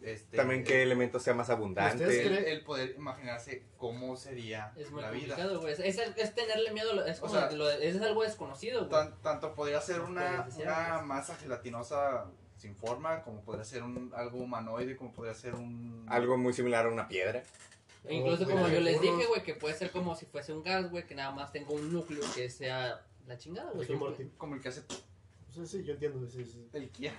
[SPEAKER 4] Este,
[SPEAKER 2] también qué
[SPEAKER 4] el,
[SPEAKER 2] elemento sea más
[SPEAKER 5] ¿Ustedes
[SPEAKER 2] abundante.
[SPEAKER 5] creen-
[SPEAKER 4] el poder imaginarse cómo sería
[SPEAKER 1] Es muy
[SPEAKER 4] la vida.
[SPEAKER 1] complicado, güey. Es, es, es tenerle miedo, a lo- es
[SPEAKER 4] O
[SPEAKER 1] como
[SPEAKER 4] sea,
[SPEAKER 1] lo de- es algo desconocido, güey.
[SPEAKER 4] Tan- tanto podría ser
[SPEAKER 1] Como
[SPEAKER 4] una,
[SPEAKER 1] decías,
[SPEAKER 4] una
[SPEAKER 1] pues.
[SPEAKER 4] masa gelatinosa sin forma, como podría ser un, algo humanoide, como podría ser un.
[SPEAKER 2] Algo muy similar a una piedra.
[SPEAKER 1] E incluso
[SPEAKER 4] Oh,
[SPEAKER 1] como
[SPEAKER 4] güey,
[SPEAKER 1] yo les
[SPEAKER 4] burros.
[SPEAKER 1] dije, güey, que puede ser como si fuese un gas, güey, que nada más tenga un núcleo que sea la chingada, güey.
[SPEAKER 5] Ricky
[SPEAKER 1] Es un-
[SPEAKER 5] Morty.
[SPEAKER 4] Como el que hace
[SPEAKER 5] Sí, sí, yo entiendo, sí, sí.
[SPEAKER 4] el Kia.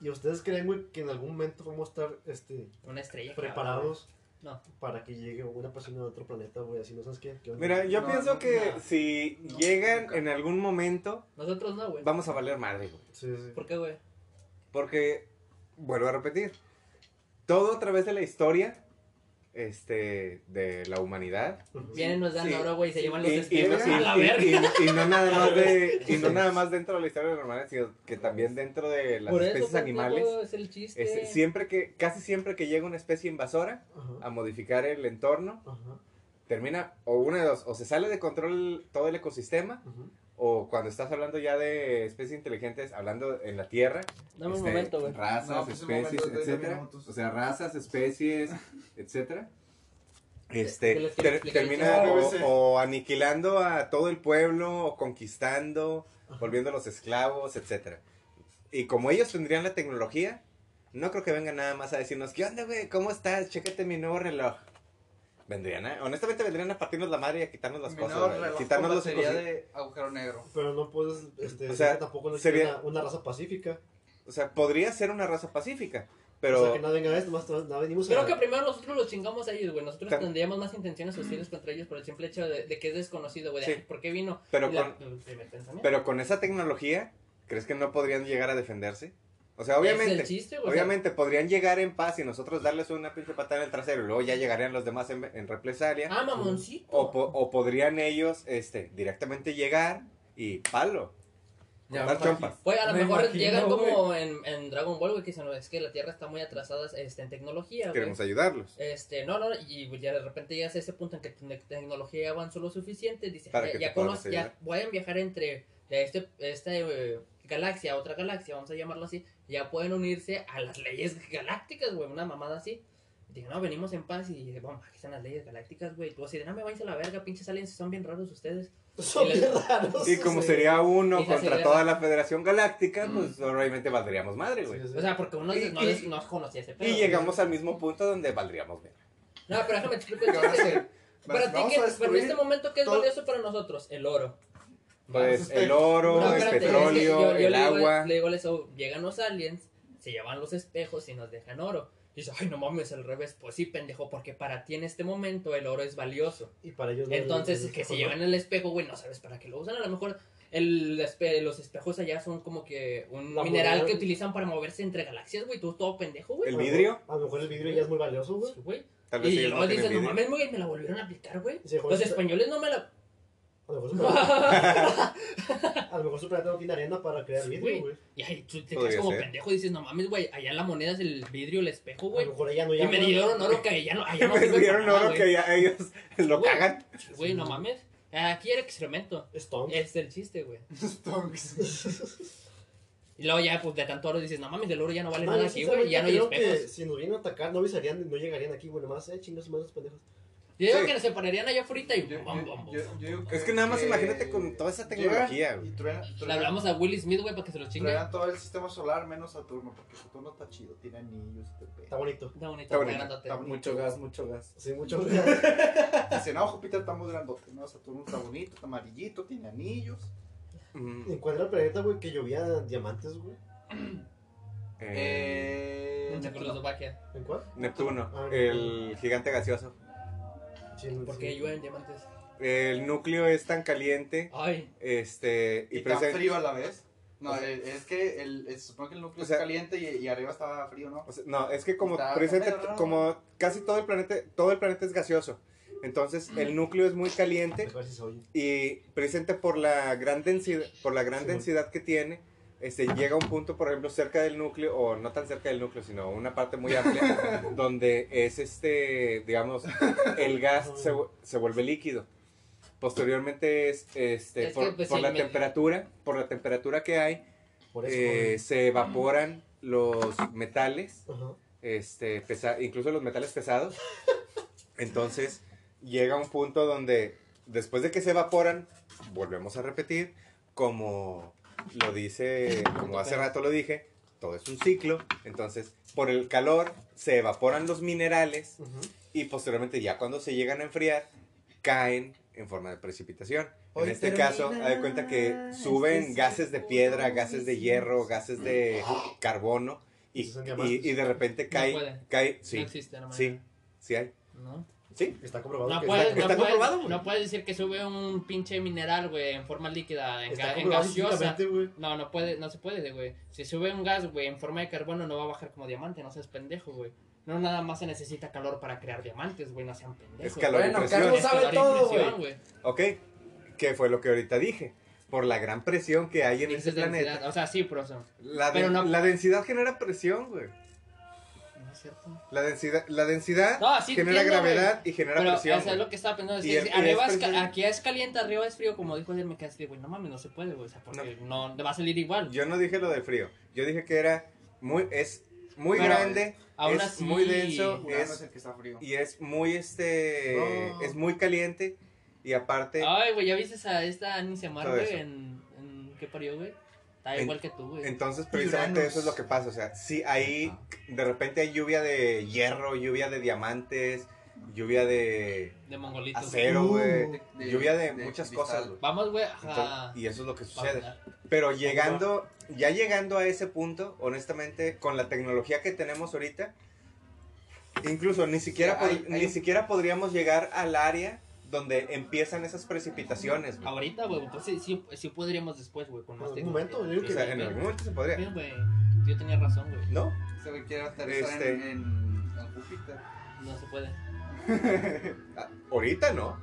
[SPEAKER 5] ¿Y ustedes creen, güey, que en algún momento vamos a estar este,
[SPEAKER 1] Una estrella. cabrón,
[SPEAKER 5] preparados
[SPEAKER 1] güey. No.
[SPEAKER 5] para que llegue una persona de otro planeta, güey? Así no sabes qué. qué onda?
[SPEAKER 2] Mira, yo
[SPEAKER 4] No,
[SPEAKER 2] pienso
[SPEAKER 4] no,
[SPEAKER 2] que
[SPEAKER 1] no.
[SPEAKER 2] si
[SPEAKER 4] No,
[SPEAKER 2] llegan
[SPEAKER 4] nunca.
[SPEAKER 2] en algún momento,
[SPEAKER 1] Nosotros no, güey.
[SPEAKER 2] vamos a valer madre, güey.
[SPEAKER 5] Sí, sí.
[SPEAKER 1] ¿Por qué, güey?
[SPEAKER 2] Porque, vuelvo a repetir, todo a través de la historia este, de la humanidad.
[SPEAKER 5] Ujú.
[SPEAKER 1] Vienen, nos dan
[SPEAKER 2] Sí.
[SPEAKER 1] oro, güey, se llevan los
[SPEAKER 2] Y- y-
[SPEAKER 1] espíritus
[SPEAKER 2] y-
[SPEAKER 1] a la
[SPEAKER 2] y-
[SPEAKER 1] verga.
[SPEAKER 2] y- y no nada más de- y no nada más dentro de la historia de la humanidad, sino que también dentro de las
[SPEAKER 1] Por este, eso,
[SPEAKER 2] especies
[SPEAKER 1] pendejo,
[SPEAKER 2] animales.
[SPEAKER 1] es el chiste.
[SPEAKER 2] Es- siempre que, casi siempre que llega una especie invasora a
[SPEAKER 5] Ajá.
[SPEAKER 2] modificar el entorno,
[SPEAKER 5] Ajá.
[SPEAKER 2] termina o una de dos, o se sale de control todo el ecosistema,
[SPEAKER 5] ujú.
[SPEAKER 2] o cuando estás hablando ya de especies inteligentes, hablando en la Tierra,
[SPEAKER 1] Dame un
[SPEAKER 2] este,
[SPEAKER 1] momento, güey.
[SPEAKER 2] razas,
[SPEAKER 4] No, pues, un momento,
[SPEAKER 2] especies,
[SPEAKER 4] treinta
[SPEAKER 2] etcétera,
[SPEAKER 4] minutos.
[SPEAKER 2] o sea, razas, especies, etcétera. Este,
[SPEAKER 1] Que les
[SPEAKER 2] ter-
[SPEAKER 1] explique.
[SPEAKER 2] termina
[SPEAKER 4] No,
[SPEAKER 2] o,
[SPEAKER 4] ese-
[SPEAKER 2] o aniquilando a todo el pueblo, o conquistando, volviendo a los esclavos, etcétera. Y como ellos tendrían la tecnología, no creo que vengan nada más a decirnos, ¿qué onda, güey? ¿Cómo estás? Chécate mi nuevo reloj. Vendrían, a- honestamente vendrían a partirnos la madre y a quitarnos las
[SPEAKER 4] Mi
[SPEAKER 2] cosas,
[SPEAKER 4] nuevo
[SPEAKER 2] güey,
[SPEAKER 4] reloj
[SPEAKER 2] quitarnos
[SPEAKER 4] con
[SPEAKER 2] los ¿eh?
[SPEAKER 4] batería
[SPEAKER 2] cosi-
[SPEAKER 4] de agujero negro.
[SPEAKER 5] Pero no puedes, este,
[SPEAKER 2] O
[SPEAKER 5] o
[SPEAKER 2] sea,
[SPEAKER 5] sea, tampoco no
[SPEAKER 2] sería-
[SPEAKER 5] una, una raza pacífica.
[SPEAKER 2] O sea, podría ser una raza pacífica, Pero
[SPEAKER 5] O sea, que no venga esto, más no venimos
[SPEAKER 1] Creo
[SPEAKER 5] a-
[SPEAKER 1] que primero nosotros los chingamos a ellos, güey. Nosotros
[SPEAKER 2] Tam-
[SPEAKER 1] tendríamos más intenciones hostiles contra ellos por el simple hecho de, de que es desconocido, güey. de,
[SPEAKER 2] Mm. Sí.
[SPEAKER 1] "Ay, ¿Por qué vino?
[SPEAKER 2] Pero
[SPEAKER 1] Y la- te meten también.
[SPEAKER 2] Pero con esa tecnología, ¿crees que no podrían llegar a defenderse? O sea,
[SPEAKER 1] Es
[SPEAKER 2] obviamente,
[SPEAKER 1] el chiste, güey. o sea,
[SPEAKER 2] obviamente podrían llegar en paz y nosotros darles una pinche patada en el trasero y luego ya llegarían los demás en, en represalia.
[SPEAKER 1] Ah, mamoncito.
[SPEAKER 2] o, po- o podrían ellos este, directamente llegar y palo.
[SPEAKER 7] Ya,
[SPEAKER 2] dar
[SPEAKER 7] pa-
[SPEAKER 2] chompas.
[SPEAKER 1] Güey, Pues, a lo
[SPEAKER 7] Me
[SPEAKER 1] mejor
[SPEAKER 7] imagino,
[SPEAKER 1] llegan como en, en Dragon Ball, güey, que dicen, "No, es que la Tierra está muy atrasada este, en tecnología, güey.
[SPEAKER 2] Queremos ayudarlos.
[SPEAKER 1] Este, no, no, y güey, ya de repente llegas a ese punto en que la tecnología avanzó lo suficiente, dice,
[SPEAKER 2] Para
[SPEAKER 1] ya,
[SPEAKER 2] que
[SPEAKER 1] ya
[SPEAKER 2] te ¿eh? podamos
[SPEAKER 1] conoz- ya
[SPEAKER 2] ayudar.
[SPEAKER 1] pueden viajar entre de este, esta eh, galaxia a otra galaxia, vamos a llamarlo así, ya pueden unirse a las leyes galácticas, güey, una mamada así. Dije, no, venimos en paz y dice, vamos, aquí están las leyes galácticas, güey. Tú así de, no me vais a la verga, pinches aliens, son bien raros ustedes.
[SPEAKER 5] Son bien raros,
[SPEAKER 2] Y como
[SPEAKER 5] sí.
[SPEAKER 2] sería uno
[SPEAKER 1] Y se hace
[SPEAKER 2] contra
[SPEAKER 1] guerra.
[SPEAKER 2] toda la Federación Galáctica,
[SPEAKER 1] Mm.
[SPEAKER 2] pues obviamente valdríamos madre, güey.
[SPEAKER 5] Sí, sí.
[SPEAKER 1] O sea, porque uno
[SPEAKER 2] Y-
[SPEAKER 1] no,
[SPEAKER 2] y-
[SPEAKER 1] des- no conocía ese pedo.
[SPEAKER 2] Y
[SPEAKER 1] güey.
[SPEAKER 2] llegamos al mismo punto donde valdríamos bien.
[SPEAKER 1] No, pero déjame explico
[SPEAKER 4] ¿Qué van a
[SPEAKER 1] entonces.
[SPEAKER 4] hacer?
[SPEAKER 1] Para ti, que,
[SPEAKER 4] Vamos a
[SPEAKER 1] pero en
[SPEAKER 4] destruir
[SPEAKER 1] este momento, ¿qué es
[SPEAKER 4] todo-
[SPEAKER 1] valioso para nosotros? El oro.
[SPEAKER 2] Pues
[SPEAKER 4] Vamos a
[SPEAKER 2] el oro,
[SPEAKER 1] No,
[SPEAKER 2] el
[SPEAKER 1] espérate, es que
[SPEAKER 2] petróleo,
[SPEAKER 1] yo- yo
[SPEAKER 2] el
[SPEAKER 1] le digo-
[SPEAKER 2] agua.
[SPEAKER 1] Le digo a eso, llegan los aliens, se llevan los espejos y nos dejan oro. Y dice, ay, no mames, al revés. Pues sí, pendejo, porque para ti en este momento el oro es valioso.
[SPEAKER 5] Y para ellos no-
[SPEAKER 1] Entonces,
[SPEAKER 5] no-
[SPEAKER 1] que se
[SPEAKER 5] no-
[SPEAKER 1] llevan el espejo, güey, no sabes para qué lo usan. A lo mejor el espe- los espejos allá son como que un
[SPEAKER 5] La
[SPEAKER 1] mineral
[SPEAKER 5] moneda.
[SPEAKER 1] que utilizan para moverse entre galaxias, güey. Tú todo pendejo, güey.
[SPEAKER 2] El vidrio.
[SPEAKER 5] A lo mejor el vidrio ya es muy valioso, güey.
[SPEAKER 1] Sí, güey.
[SPEAKER 2] Tal vez
[SPEAKER 1] Y
[SPEAKER 2] ellos
[SPEAKER 1] luego
[SPEAKER 2] no tienen
[SPEAKER 1] dicen, no
[SPEAKER 2] vidrio.
[SPEAKER 1] mames, güey, me la volvieron a aplicar, güey.
[SPEAKER 5] Sí,
[SPEAKER 1] Los
[SPEAKER 5] sí.
[SPEAKER 1] españoles no me la...
[SPEAKER 5] A lo mejor su planeta- a lo mejor su planeta no tiene arena para crear
[SPEAKER 1] Güey,
[SPEAKER 5] vidrio, güey.
[SPEAKER 1] Y ahí tú te quedas
[SPEAKER 2] Podría
[SPEAKER 1] como
[SPEAKER 2] ser.
[SPEAKER 1] pendejo y dices, no mames, güey, allá la moneda es el vidrio, el espejo,
[SPEAKER 5] A
[SPEAKER 1] güey.
[SPEAKER 5] lo mejor ella no
[SPEAKER 1] Y
[SPEAKER 5] llama.
[SPEAKER 1] me dieron oro que ya no, allá no
[SPEAKER 2] Me
[SPEAKER 1] sirve
[SPEAKER 2] dieron
[SPEAKER 1] para
[SPEAKER 4] ah,
[SPEAKER 1] nada,
[SPEAKER 2] oro
[SPEAKER 1] güey.
[SPEAKER 2] que ya ellos lo
[SPEAKER 1] Güey.
[SPEAKER 2] cagan.
[SPEAKER 1] Güey, no mames. Aquí era experimento.
[SPEAKER 5] Stonks.
[SPEAKER 1] Es el chiste, güey.
[SPEAKER 4] Stonks.
[SPEAKER 1] Y luego ya, pues, de tanto oro dices, no mames, el oro ya no vale
[SPEAKER 5] Man,
[SPEAKER 1] nada
[SPEAKER 5] sí,
[SPEAKER 1] aquí, güey. Ya no hay
[SPEAKER 5] creo que
[SPEAKER 1] espejos.
[SPEAKER 5] Si nos vienen a atacar, no avisarían, no llegarían aquí, güey. Nomás, eh, chingas malos pendejos.
[SPEAKER 1] Yo digo
[SPEAKER 2] Sí.
[SPEAKER 1] que nos separarían allá afuera y
[SPEAKER 4] Yo- yo-
[SPEAKER 1] bom, bom, bom.
[SPEAKER 4] yo- yo digo
[SPEAKER 2] Es que nada más imagínate con toda esa tecnología,
[SPEAKER 4] llegan
[SPEAKER 2] güey.
[SPEAKER 4] Y truena,
[SPEAKER 1] Le
[SPEAKER 4] truena,
[SPEAKER 1] hablamos a Will Smith, güey, para que se lo chingue.
[SPEAKER 4] truena todo el sistema solar menos Saturno, porque Saturno está chido, tiene anillos y te
[SPEAKER 5] Está
[SPEAKER 4] pega.
[SPEAKER 5] bonito.
[SPEAKER 1] Está bonito,
[SPEAKER 2] Está
[SPEAKER 1] está
[SPEAKER 2] bonito,
[SPEAKER 1] grandote.
[SPEAKER 4] está bonito.
[SPEAKER 7] Mucho gas, mucho gas.
[SPEAKER 5] Sí, mucho.
[SPEAKER 4] Dice, no, Júpiter "Ah, está muy grandote, no, Saturno está bonito, está amarillito, tiene anillos.
[SPEAKER 2] Mm,
[SPEAKER 5] Encuentra el planeta, güey, que llovía diamantes, güey.
[SPEAKER 2] eh,
[SPEAKER 4] Eh,
[SPEAKER 1] En Checoslovaquia.
[SPEAKER 5] ¿En cuál?
[SPEAKER 2] Neptuno, el gigante gaseoso.
[SPEAKER 5] Sí, en-
[SPEAKER 1] Porque
[SPEAKER 5] sí.
[SPEAKER 1] llueven diamantes.
[SPEAKER 2] El núcleo es tan caliente,
[SPEAKER 1] Ay,
[SPEAKER 2] este,
[SPEAKER 4] y
[SPEAKER 2] y
[SPEAKER 4] está
[SPEAKER 2] presen-
[SPEAKER 4] frío a la vez. No,
[SPEAKER 2] O sea-
[SPEAKER 4] el- es que el, se supone que el núcleo
[SPEAKER 2] O sea-
[SPEAKER 4] es caliente y, y arriba está frío, ¿no?
[SPEAKER 2] o sea, no, es que como
[SPEAKER 4] Está-
[SPEAKER 2] presenta,
[SPEAKER 4] está medio raro.
[SPEAKER 2] como casi todo el planeta, todo el planeta es gaseoso. Entonces
[SPEAKER 4] Mm.
[SPEAKER 2] el núcleo es muy
[SPEAKER 5] A
[SPEAKER 2] caliente
[SPEAKER 5] ver si se oye.
[SPEAKER 2] y presente por la gran densidad, por la gran
[SPEAKER 5] Sí.
[SPEAKER 2] densidad que tiene, este, llega a un punto, por ejemplo, cerca del núcleo o no tan cerca del núcleo, sino una parte muy amplia donde es este, digamos, el gas se, vu- se vuelve líquido. Posteriormente es, este,
[SPEAKER 1] Es que,
[SPEAKER 2] por,
[SPEAKER 1] pues,
[SPEAKER 2] por
[SPEAKER 1] sí,
[SPEAKER 2] la
[SPEAKER 1] medio.
[SPEAKER 2] temperatura, por la temperatura que hay,
[SPEAKER 5] Por eso.
[SPEAKER 2] eh,
[SPEAKER 5] güey.
[SPEAKER 2] se evaporan los metales,
[SPEAKER 5] Ajá.
[SPEAKER 2] este, pesa- incluso los metales pesados. Entonces llega un punto donde después de que se evaporan, volvemos a repetir, como lo dice, como hace rato lo dije, todo es un ciclo. Entonces, por el calor se evaporan los minerales
[SPEAKER 5] Ujú.
[SPEAKER 2] y posteriormente ya cuando se llegan a enfriar, caen en forma de precipitación. En este caso, haz de cuenta que suben gases de piedra, gases de hierro, gases de carbono y,
[SPEAKER 5] Esos son diamantes.
[SPEAKER 2] y- y de repente cae,
[SPEAKER 1] puede.
[SPEAKER 2] cae,
[SPEAKER 1] no
[SPEAKER 2] sí,
[SPEAKER 1] existe, no mames.
[SPEAKER 2] sí, sí hay,
[SPEAKER 1] ¿No?
[SPEAKER 2] sí.
[SPEAKER 5] Está comprobado.
[SPEAKER 1] No
[SPEAKER 5] que
[SPEAKER 1] puedes,
[SPEAKER 2] está
[SPEAKER 1] no,
[SPEAKER 2] comprobado,
[SPEAKER 1] puedes,
[SPEAKER 2] güey.
[SPEAKER 1] no puedes decir que sube un pinche mineral, güey, en forma líquida, en,
[SPEAKER 5] Está
[SPEAKER 1] ga- en
[SPEAKER 5] comprobado
[SPEAKER 1] gaseosa.
[SPEAKER 5] científicamente, güey.
[SPEAKER 1] No, no puede, no se puede, güey. Si sube un gas, güey, en forma de carbono no va a bajar como diamante, no seas pendejo, güey. No nada más se necesita calor para crear diamantes, güey, no sean pendejos.
[SPEAKER 2] Es calor y
[SPEAKER 1] Bueno,
[SPEAKER 2] presión.
[SPEAKER 1] Carlos sabe
[SPEAKER 7] Es
[SPEAKER 1] todo,
[SPEAKER 7] calor y
[SPEAKER 1] güey.
[SPEAKER 7] presión,
[SPEAKER 2] Ok, que fue lo que ahorita dije, por la gran presión que hay en
[SPEAKER 1] Dices
[SPEAKER 2] este planeta.
[SPEAKER 1] densidad, O sea, sí, profesor.
[SPEAKER 2] La,
[SPEAKER 1] Pero
[SPEAKER 2] den-
[SPEAKER 1] no-
[SPEAKER 2] la densidad genera presión, güey.
[SPEAKER 1] No es cierto.
[SPEAKER 2] La densidad, la densidad
[SPEAKER 1] No, sí
[SPEAKER 2] genera
[SPEAKER 1] entiendo, güey.
[SPEAKER 2] gravedad y genera
[SPEAKER 1] Pero,
[SPEAKER 2] presión.
[SPEAKER 1] o sea,
[SPEAKER 2] güey.
[SPEAKER 1] lo que estaba pensando es
[SPEAKER 2] Y
[SPEAKER 1] que
[SPEAKER 2] el-
[SPEAKER 1] si
[SPEAKER 2] y
[SPEAKER 1] arriba
[SPEAKER 2] es
[SPEAKER 1] es ca-
[SPEAKER 2] presión.
[SPEAKER 1] aquí es caliente, arriba es frío, como dijo ayer, me quedé así, de, güey, no mames, no se puede, güey, o sea, porque no, te va a salir igual.
[SPEAKER 2] Yo no dije lo del frío. Yo dije que era muy, es muy
[SPEAKER 1] Pero,
[SPEAKER 2] grande,
[SPEAKER 1] aún
[SPEAKER 2] es
[SPEAKER 1] así-
[SPEAKER 2] muy denso,
[SPEAKER 4] Urano es
[SPEAKER 2] es,
[SPEAKER 4] el que está frío.
[SPEAKER 2] y es muy este,
[SPEAKER 4] Oh.
[SPEAKER 5] No.
[SPEAKER 2] es muy caliente y aparte,
[SPEAKER 4] Ah.
[SPEAKER 1] Ay, güey, ¿ya viste a esta Annie Mar,
[SPEAKER 2] este. Todo
[SPEAKER 1] güey,
[SPEAKER 2] eso.
[SPEAKER 1] en, en qué parió, güey? Está
[SPEAKER 2] En-
[SPEAKER 1] igual que tú, güey.
[SPEAKER 2] entonces precisamente
[SPEAKER 4] Uranus. Ah.
[SPEAKER 2] eso es lo que pasa. O sea, si ahí de repente hay lluvia de hierro, lluvia de diamantes, lluvia de
[SPEAKER 1] de mongolitos.
[SPEAKER 2] acero, güey,
[SPEAKER 4] De- uh, de-
[SPEAKER 2] lluvia de,
[SPEAKER 4] de
[SPEAKER 2] muchas
[SPEAKER 4] cristal.
[SPEAKER 2] cosas, güey.
[SPEAKER 1] Vamos, güey.
[SPEAKER 2] Entonces-
[SPEAKER 1] Ajá.
[SPEAKER 2] y eso es lo que sucede. Pero llegando, ya llegando a ese punto, honestamente, con la tecnología que tenemos ahorita, incluso ni siquiera,
[SPEAKER 4] Sí, hay-
[SPEAKER 2] pod-
[SPEAKER 4] hay
[SPEAKER 2] ni
[SPEAKER 4] un-
[SPEAKER 2] siquiera podríamos llegar al área donde empiezan esas precipitaciones, güey.
[SPEAKER 1] Ahorita, güey, pues sí, sí, sí podríamos después, güey, con más
[SPEAKER 5] En algún momento,
[SPEAKER 1] tecnología.
[SPEAKER 5] yo
[SPEAKER 2] O
[SPEAKER 5] creo
[SPEAKER 2] sea, en algún momento se podría.
[SPEAKER 1] Bien, güey. Yo tenía razón, güey.
[SPEAKER 2] ¿No?
[SPEAKER 4] Se ve que era aterrizar
[SPEAKER 2] Este.
[SPEAKER 4] en, en, en Júpiter.
[SPEAKER 1] No se puede.
[SPEAKER 2] Ah, Ahorita no.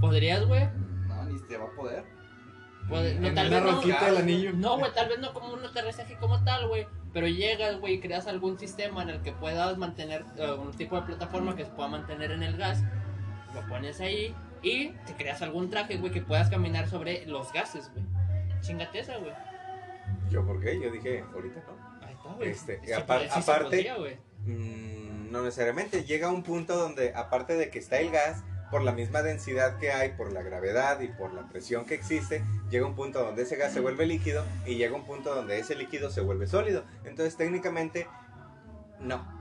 [SPEAKER 1] ¿Podrías, güey?
[SPEAKER 4] No, ni se va a poder.
[SPEAKER 1] Pod- No,
[SPEAKER 6] En
[SPEAKER 1] tal
[SPEAKER 6] una
[SPEAKER 1] vez no.
[SPEAKER 6] roquita
[SPEAKER 4] del
[SPEAKER 6] anillo.
[SPEAKER 1] No, güey, tal vez no como un aterrizaje como tal, güey. Pero llegas, güey, y creas algún sistema en el que puedas mantener eh, un tipo de plataforma que se pueda mantener en el gas. Lo pones ahí y te creas algún traje, güey, que puedas caminar sobre los gases, güey. Chingate esa, güey.
[SPEAKER 2] ¿Yo por qué? Yo dije, ahorita no.
[SPEAKER 1] Ahí está, güey.
[SPEAKER 2] Este,
[SPEAKER 1] Sí
[SPEAKER 2] y
[SPEAKER 1] se
[SPEAKER 2] apar-
[SPEAKER 1] puede- sí se
[SPEAKER 2] aparte-
[SPEAKER 1] podría, güey.
[SPEAKER 2] Mm, no necesariamente. Llega un punto donde, aparte de que está el gas, por la misma densidad que hay, por la gravedad y por la presión que existe, llega un punto donde ese gas se vuelve líquido y llega un punto donde ese líquido se vuelve sólido. Entonces, técnicamente, no.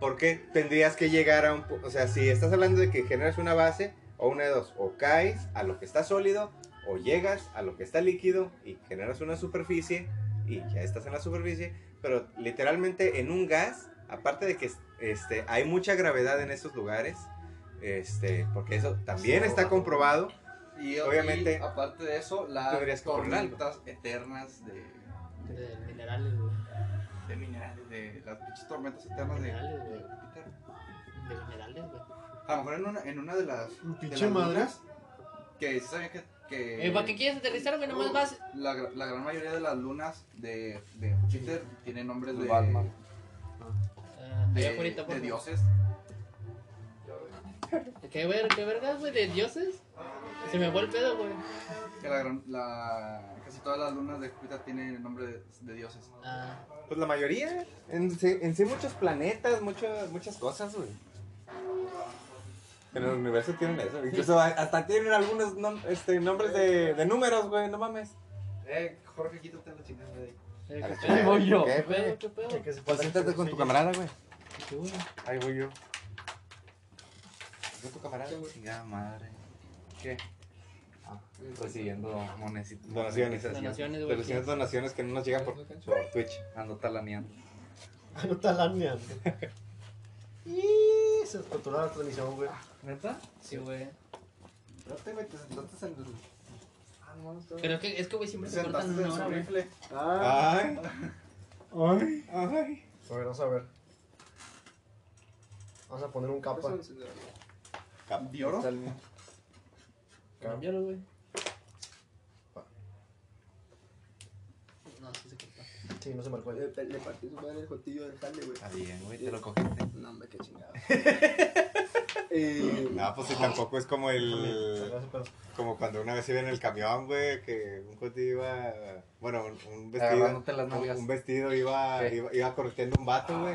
[SPEAKER 2] Porque tendrías que llegar a un... pu- O sea, si estás hablando de que generas una base o una de dos, o caes a lo que está sólido o llegas a lo que está líquido y generas una superficie y ya estás en la superficie, pero literalmente en un gas, aparte de que este, hay mucha gravedad en esos lugares, este, porque eso también está comprobado,
[SPEAKER 4] Y
[SPEAKER 2] Obviamente.
[SPEAKER 4] obviamente, aparte de eso, las
[SPEAKER 2] Deberías comprar algo.
[SPEAKER 4] tormentas eternas de,
[SPEAKER 1] De minerales, güey.
[SPEAKER 4] de minerales, de las pinches tormentas eternas de,
[SPEAKER 1] Minerales, güey.
[SPEAKER 4] de Júpiter.
[SPEAKER 1] De minerales, güey.
[SPEAKER 4] A lo mejor en una, en una de las.
[SPEAKER 5] Un
[SPEAKER 4] de
[SPEAKER 5] pinche
[SPEAKER 4] las
[SPEAKER 5] madre.
[SPEAKER 4] lunas, Que sí sabían que. que
[SPEAKER 1] Eh, ¿Para qué quieres aterrizar, güey? Nomás vas.
[SPEAKER 4] La, gra- la gran mayoría de las lunas de, de Júpiter tienen nombres de.
[SPEAKER 8] Batman.
[SPEAKER 1] Ah,
[SPEAKER 4] De,
[SPEAKER 1] allá afuera, por
[SPEAKER 4] de
[SPEAKER 1] favor.
[SPEAKER 4] dioses.
[SPEAKER 1] ¿Qué, ver, ¿Qué vergas, güey? ¿De dioses? Se me fue el pedo, güey.
[SPEAKER 4] Que la, gran- la- casi todas las lunas de Júpiter tienen el nombre de, de dioses.
[SPEAKER 1] Ah,
[SPEAKER 2] pues la mayoría, en, sí- en sí muchos planetas, muchas, muchas cosas, güey. En el universo tienen eso, incluso a- hasta tienen algunos nom- este, nombres de, de números, güey, no mames.
[SPEAKER 4] Eh, Jorge, quítate la chingada de ahí.
[SPEAKER 1] eh,
[SPEAKER 2] A la
[SPEAKER 1] ¿qué pedo?
[SPEAKER 2] chingada.
[SPEAKER 6] voy yo.
[SPEAKER 1] ¿Qué
[SPEAKER 2] ¿Qué,
[SPEAKER 1] pedo?
[SPEAKER 2] güey?
[SPEAKER 1] ¿Qué pedo?
[SPEAKER 5] que se
[SPEAKER 2] Pues siéntate con tu camarada, güey.
[SPEAKER 1] ¿Qué güey?
[SPEAKER 2] Ahí voy yo. ¿Con tu camarada?
[SPEAKER 6] Chingada madre.
[SPEAKER 2] ¿Qué?
[SPEAKER 6] Recibiendo moneci-
[SPEAKER 2] Donaciones.
[SPEAKER 1] Ah, Donaciones, güey.
[SPEAKER 2] Pero si no es donaciones que no nos llegan por, por Twitch.
[SPEAKER 6] Ando talaneando.
[SPEAKER 5] No está la mía. Y se descontroló la transmisión, güey.
[SPEAKER 6] ¿Neta?
[SPEAKER 1] Sí, güey.
[SPEAKER 4] Espérate, güey, te sentaste en el. Ah, no, está bien.
[SPEAKER 1] Pero es que, es que güey, siempre
[SPEAKER 4] Te
[SPEAKER 1] se
[SPEAKER 4] sentaste
[SPEAKER 1] cortan
[SPEAKER 4] en
[SPEAKER 1] una
[SPEAKER 4] el
[SPEAKER 1] hora, güey.
[SPEAKER 4] rifle.
[SPEAKER 5] Ah.
[SPEAKER 2] Ay,
[SPEAKER 5] Ay.
[SPEAKER 2] ay.
[SPEAKER 5] A ver, vamos a ver. Vamos a poner un capa.
[SPEAKER 4] ¿De oro?
[SPEAKER 1] Cámbialo, güey. No, sí se corta.
[SPEAKER 5] Sí, no se marcó.
[SPEAKER 9] Le, le partí su madre el jotillo del jale, güey.
[SPEAKER 2] Está bien, güey, te lo cogiste.
[SPEAKER 9] No, hombre, qué chingada. eh,
[SPEAKER 2] No, pues si tampoco es como
[SPEAKER 5] eh,
[SPEAKER 2] el.
[SPEAKER 5] Gracias, pero.
[SPEAKER 2] Como cuando una vez iba en el camión, güey, que un coche iba. Bueno, un, un vestido.
[SPEAKER 6] Agarrándote las nalgas.
[SPEAKER 2] Un vestido iba,
[SPEAKER 6] Sí.
[SPEAKER 2] iba, iba correteando un vato, güey.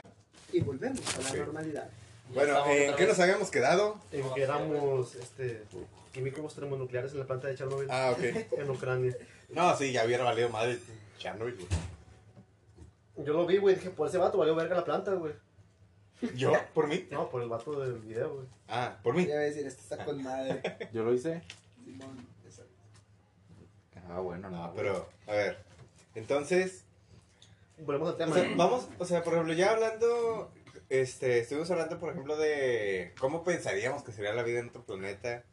[SPEAKER 9] y volvemos a la
[SPEAKER 2] Sí.
[SPEAKER 9] normalidad.
[SPEAKER 1] Ah, Ya
[SPEAKER 2] Bueno, eh,
[SPEAKER 1] estamos
[SPEAKER 2] ¿en
[SPEAKER 1] otra
[SPEAKER 2] qué
[SPEAKER 1] vez.
[SPEAKER 2] nos habíamos quedado?
[SPEAKER 5] En que éramos eh, este, químicos termonucleares en la planta de Chernobyl,
[SPEAKER 2] eh. Ah, ok.
[SPEAKER 5] en Ucrania.
[SPEAKER 2] No, sí, ya hubiera valido madre Chernobyl, güey.
[SPEAKER 5] Yo lo vi, güey, dije, por ese vato valió verga la planta, güey.
[SPEAKER 2] ¿Yo? ¿Por mí?
[SPEAKER 5] No, por el vato del video, güey.
[SPEAKER 2] Ah, ¿por mí?
[SPEAKER 9] Voy a decir, esto está con madre.
[SPEAKER 3] Yo lo hice.
[SPEAKER 9] Simón, exacto.
[SPEAKER 3] Ah, bueno,
[SPEAKER 2] No,
[SPEAKER 3] no.
[SPEAKER 6] pues,
[SPEAKER 2] pero, a ver. Entonces,
[SPEAKER 5] Volvemos al tema.
[SPEAKER 2] O sea, vamos, o sea, por ejemplo, ya hablando, este, estuvimos hablando, por ejemplo, de cómo pensaríamos que sería la vida en otro planeta,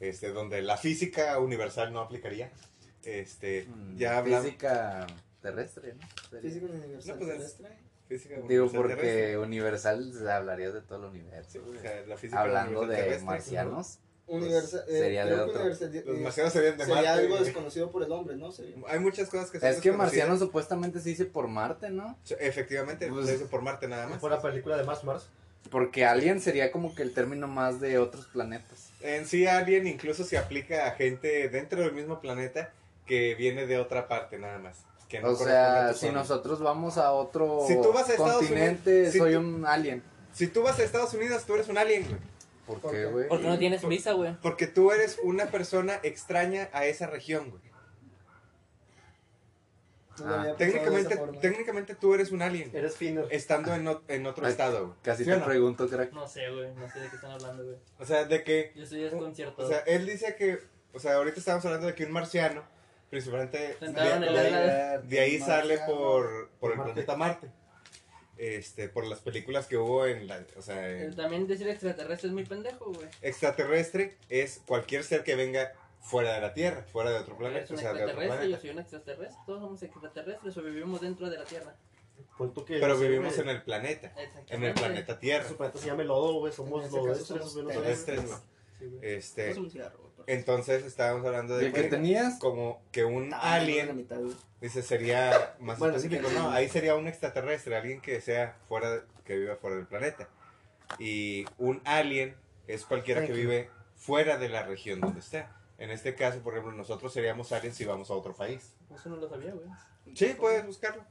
[SPEAKER 2] este, donde la física universal no aplicaría. Este,
[SPEAKER 3] Mm,
[SPEAKER 2] ya hablamos.
[SPEAKER 6] Física terrestre, ¿no? Sería.
[SPEAKER 9] Física universal
[SPEAKER 2] No, pues,
[SPEAKER 9] terrestre.
[SPEAKER 2] Física
[SPEAKER 6] Digo,
[SPEAKER 2] universal terrestre.
[SPEAKER 6] porque universal hablarías de todo el universo.
[SPEAKER 2] Sí, o sea, la física
[SPEAKER 6] Hablando
[SPEAKER 2] universal
[SPEAKER 6] de
[SPEAKER 2] terrestre.
[SPEAKER 6] marcianos,
[SPEAKER 9] Universa- eh,
[SPEAKER 6] sería de
[SPEAKER 9] creo que
[SPEAKER 6] otro.
[SPEAKER 9] universal- eh,
[SPEAKER 2] Los marcianos serían de Marte.
[SPEAKER 9] Sería algo
[SPEAKER 2] güey.
[SPEAKER 9] desconocido por el hombre, ¿no? Sería-
[SPEAKER 2] Hay muchas cosas que son
[SPEAKER 6] es que
[SPEAKER 2] desconocidas.
[SPEAKER 6] marciano supuestamente se dice por Marte, ¿no?
[SPEAKER 2] Efectivamente,
[SPEAKER 6] Pues-
[SPEAKER 2] se dice por Marte nada más.
[SPEAKER 5] Fue la película de Mars Mars.
[SPEAKER 6] Porque alien sería como que el término más de otros planetas.
[SPEAKER 2] En sí, alien incluso se aplica a gente dentro del mismo planeta que viene de otra parte nada más. que no
[SPEAKER 6] O
[SPEAKER 2] corresponde a
[SPEAKER 6] sea,
[SPEAKER 2] tu
[SPEAKER 6] si
[SPEAKER 2] zona.
[SPEAKER 6] nosotros vamos a otro
[SPEAKER 2] Si tú vas a Estados
[SPEAKER 6] continente,
[SPEAKER 2] Unidos- si
[SPEAKER 6] soy
[SPEAKER 2] tú-
[SPEAKER 6] un alien.
[SPEAKER 2] Si tú vas a Estados Unidos, tú eres un alien, güey.
[SPEAKER 6] ¿Por
[SPEAKER 9] ¿Por
[SPEAKER 6] qué,
[SPEAKER 9] qué?
[SPEAKER 6] güey?
[SPEAKER 1] ¿Por qué no tienes
[SPEAKER 2] Por-
[SPEAKER 1] visa, güey?
[SPEAKER 2] Porque tú eres una persona extraña a esa región, güey.
[SPEAKER 9] No lo
[SPEAKER 3] Ah.
[SPEAKER 9] había pensado de
[SPEAKER 2] Técnicamente,
[SPEAKER 9] esa forma.
[SPEAKER 2] técnicamente tú eres un alien.
[SPEAKER 5] Eres Finner.
[SPEAKER 2] Estando en, ot- en otro
[SPEAKER 3] Ay.
[SPEAKER 2] estado, güey.
[SPEAKER 3] Casi
[SPEAKER 2] ¿Sí o
[SPEAKER 3] te
[SPEAKER 2] no?
[SPEAKER 3] pregunto, crack.
[SPEAKER 1] No sé, güey, no sé de qué están hablando, güey.
[SPEAKER 2] O sea, de que.
[SPEAKER 1] Yo soy desconcierto.
[SPEAKER 2] O sea, eh, él dice que. O sea, ahorita estamos hablando de que un marciano, principalmente.
[SPEAKER 1] Sentaron
[SPEAKER 2] de-
[SPEAKER 1] el ala.
[SPEAKER 2] De ahí sale
[SPEAKER 9] Marciano.
[SPEAKER 2] por, por el
[SPEAKER 5] Marte.
[SPEAKER 2] planeta Marte. Este, por las películas que hubo en la. O sea,
[SPEAKER 1] Eh,
[SPEAKER 2] en
[SPEAKER 1] También decir extraterrestre es muy pendejo, güey.
[SPEAKER 2] extraterrestre es cualquier ser que venga fuera de la Tierra, fuera de otro
[SPEAKER 1] Eres
[SPEAKER 2] planeta.
[SPEAKER 1] un
[SPEAKER 2] O sea, de otro
[SPEAKER 1] extraterrestre, yo
[SPEAKER 2] planeta.
[SPEAKER 1] soy un extraterrestre. Todos somos extraterrestres o vivimos dentro de la Tierra. Eh,
[SPEAKER 5] Punto que
[SPEAKER 2] Pero
[SPEAKER 5] no sé,
[SPEAKER 2] vivimos
[SPEAKER 5] güey,
[SPEAKER 2] en el planeta.
[SPEAKER 1] Exactamente.
[SPEAKER 2] En el planeta Tierra.
[SPEAKER 5] Su planeta se llama el lodo, güey. Somos
[SPEAKER 9] En ese caso
[SPEAKER 5] lodestres. los
[SPEAKER 9] somos
[SPEAKER 5] menos
[SPEAKER 2] Terrestres, güey.
[SPEAKER 5] Sí, güey.
[SPEAKER 2] Este.
[SPEAKER 9] Es un cigarro, güey, por-
[SPEAKER 2] Entonces estábamos hablando de
[SPEAKER 3] ¿De qué
[SPEAKER 2] que,
[SPEAKER 3] tenías?
[SPEAKER 2] como que un
[SPEAKER 9] Estaba en la
[SPEAKER 2] alien,
[SPEAKER 9] mitad, güey.
[SPEAKER 2] dice, sería más
[SPEAKER 9] Bueno,
[SPEAKER 2] específico,
[SPEAKER 9] sí, sí.
[SPEAKER 2] ¿no? Ahí sería un extraterrestre, alguien que sea fuera, de- que viva fuera del planeta. Y un alien es cualquiera que vive fuera de la región donde está. En este caso, por ejemplo, nosotros seríamos aliens si vamos a otro país.
[SPEAKER 1] Eso no lo sabía, güey.
[SPEAKER 2] Sí, pues. puedes buscarlo.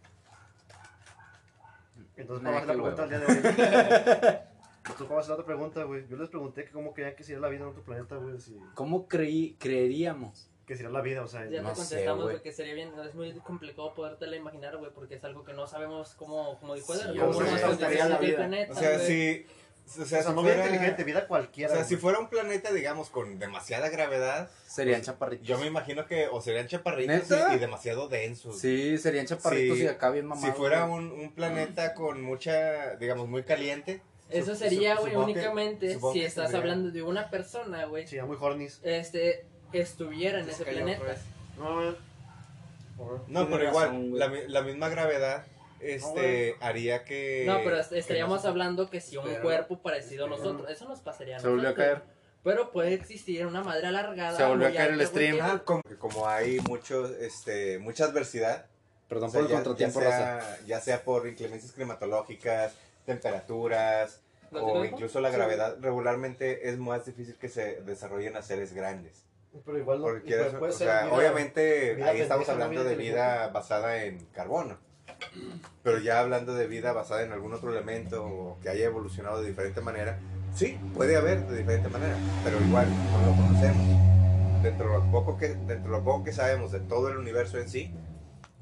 [SPEAKER 5] Entonces,
[SPEAKER 3] Nah,
[SPEAKER 5] ¿cuál va a ser la
[SPEAKER 3] qué
[SPEAKER 5] pregunta del día de hoy? Entonces, ¿cuál va a ser la otra pregunta, güey? Yo les pregunté que cómo creían que sería la vida en otro planeta, güey. Si,
[SPEAKER 7] ¿Cómo creí, creeríamos?
[SPEAKER 5] que sería la vida, o sea.
[SPEAKER 1] Ya
[SPEAKER 3] No
[SPEAKER 1] te
[SPEAKER 3] sé,
[SPEAKER 1] contestamos,
[SPEAKER 3] güey.
[SPEAKER 1] güey, que sería bien. Es muy complicado podértela imaginar, güey, porque es algo que no sabemos cómo, como dijo Eder,
[SPEAKER 3] Sí,
[SPEAKER 1] cómo
[SPEAKER 2] güey.
[SPEAKER 1] son las
[SPEAKER 2] ¿Cómo
[SPEAKER 9] estaría la
[SPEAKER 1] condiciones del
[SPEAKER 9] vida?
[SPEAKER 1] planeta.
[SPEAKER 2] O sea,
[SPEAKER 1] güey.
[SPEAKER 2] si... O sea,
[SPEAKER 5] o sea,
[SPEAKER 2] si
[SPEAKER 5] no vida
[SPEAKER 2] fuera-
[SPEAKER 5] inteligente, vida
[SPEAKER 2] o
[SPEAKER 5] cualquiera.
[SPEAKER 2] sea, si
[SPEAKER 5] güey.
[SPEAKER 2] fuera un planeta, digamos, con demasiada gravedad,
[SPEAKER 3] Serían chaparritos.
[SPEAKER 2] Pues, yo me imagino que o serían chaparritos
[SPEAKER 3] ¿Neta?
[SPEAKER 2] y, y demasiado densos.
[SPEAKER 3] Sí, serían chaparritos
[SPEAKER 2] pues, Sí.
[SPEAKER 3] y acá bien mamados.
[SPEAKER 2] si fuera
[SPEAKER 3] güey.
[SPEAKER 2] un, un planeta con mucha, digamos, muy caliente.
[SPEAKER 1] Eso
[SPEAKER 2] su-
[SPEAKER 1] sería,
[SPEAKER 2] su-
[SPEAKER 1] güey,
[SPEAKER 2] supongo que-
[SPEAKER 1] únicamente
[SPEAKER 2] supongo
[SPEAKER 1] si
[SPEAKER 2] que
[SPEAKER 1] estás
[SPEAKER 2] tendría-
[SPEAKER 1] hablando de una persona, güey,
[SPEAKER 5] Sería muy hornis.
[SPEAKER 1] este, estuviera en
[SPEAKER 4] Se
[SPEAKER 1] ese
[SPEAKER 4] cayó otra
[SPEAKER 1] planeta.
[SPEAKER 4] vez.
[SPEAKER 5] No, güey.
[SPEAKER 2] No, pero
[SPEAKER 9] Tiene razón,
[SPEAKER 2] igual,
[SPEAKER 9] güey.
[SPEAKER 2] la, mi- la misma gravedad este, haría que...
[SPEAKER 1] No, pero est-
[SPEAKER 2] que
[SPEAKER 1] estaríamos
[SPEAKER 2] nos-
[SPEAKER 1] hablando que si un
[SPEAKER 4] Espera,
[SPEAKER 1] cuerpo parecido a
[SPEAKER 4] espera.
[SPEAKER 1] nosotros, eso nos pasaría a
[SPEAKER 3] Se volvió a
[SPEAKER 1] nosotros.
[SPEAKER 3] caer.
[SPEAKER 1] Pero puede existir una madre alargada.
[SPEAKER 3] Se volvió a
[SPEAKER 1] muy
[SPEAKER 3] caer el
[SPEAKER 1] alta, güey,
[SPEAKER 3] stream.
[SPEAKER 1] que-
[SPEAKER 2] Ah, como, que como hay mucho, este, mucha adversidad,
[SPEAKER 3] Perdón
[SPEAKER 2] o sea,
[SPEAKER 3] por el
[SPEAKER 2] ya-
[SPEAKER 3] contratiempo,
[SPEAKER 2] ya
[SPEAKER 3] raza.
[SPEAKER 2] sea, ya sea por inclemencias climatológicas, temperaturas,
[SPEAKER 1] ¿Lo
[SPEAKER 2] o
[SPEAKER 1] tenemos?
[SPEAKER 2] incluso la gravedad, regularmente es más difícil que se desarrollen a seres grandes.
[SPEAKER 5] Pero igual no.
[SPEAKER 2] Porque
[SPEAKER 5] pero pues,
[SPEAKER 2] quieras-
[SPEAKER 5] puede
[SPEAKER 2] o
[SPEAKER 5] ser
[SPEAKER 2] sea,
[SPEAKER 5] vida-
[SPEAKER 2] obviamente
[SPEAKER 5] vida
[SPEAKER 2] ahí
[SPEAKER 5] pendeja,
[SPEAKER 2] estamos
[SPEAKER 5] no
[SPEAKER 2] hablando
[SPEAKER 5] vida
[SPEAKER 2] de
[SPEAKER 5] inteligente.
[SPEAKER 2] vida basada en carbono. Pero ya hablando de vida basada en algún otro elemento o que haya evolucionado de diferente manera, sí, puede haber de diferente manera, pero igual no lo conocemos. Dentro de lo poco que, dentro de lo poco que sabemos de todo el universo en sí,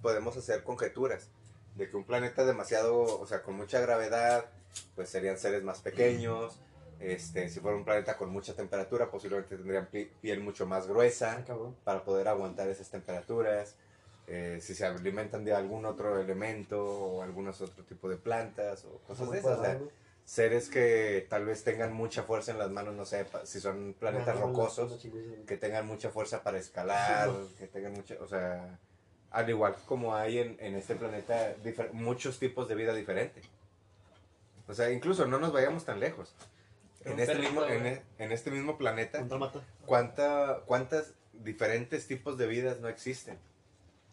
[SPEAKER 2] podemos hacer conjeturas de que un planeta demasiado, o sea, con mucha gravedad, pues serían seres más pequeños. Este, si fuera un planeta con mucha temperatura, posiblemente tendrían pi- piel mucho más gruesa
[SPEAKER 5] Ah, cabrón.
[SPEAKER 2] para poder aguantar esas temperaturas, eh, si se alimentan de algún otro elemento o algunos otro tipo de plantas o cosas de
[SPEAKER 5] Muy
[SPEAKER 2] esas. o sea,
[SPEAKER 5] cuadrado, güey.
[SPEAKER 2] seres que tal vez tengan mucha fuerza en las manos, no sé, pa- si son planetas
[SPEAKER 5] Ah, no, no, no,
[SPEAKER 2] rocosos,
[SPEAKER 5] chingos, güey.
[SPEAKER 2] que tengan mucha fuerza para escalar, que tengan mucha, o sea, al igual como hay en, en este planeta difer- muchos tipos de vida diferente. O sea, incluso no nos vayamos tan lejos. En
[SPEAKER 1] Un
[SPEAKER 2] este,
[SPEAKER 1] perrito,
[SPEAKER 2] mismo, en,
[SPEAKER 1] güey.
[SPEAKER 2] e- en este mismo planeta
[SPEAKER 5] Un dálmata.
[SPEAKER 2] ¿Cuánta, ¿Cuántas diferentes tipos de vidas no existen?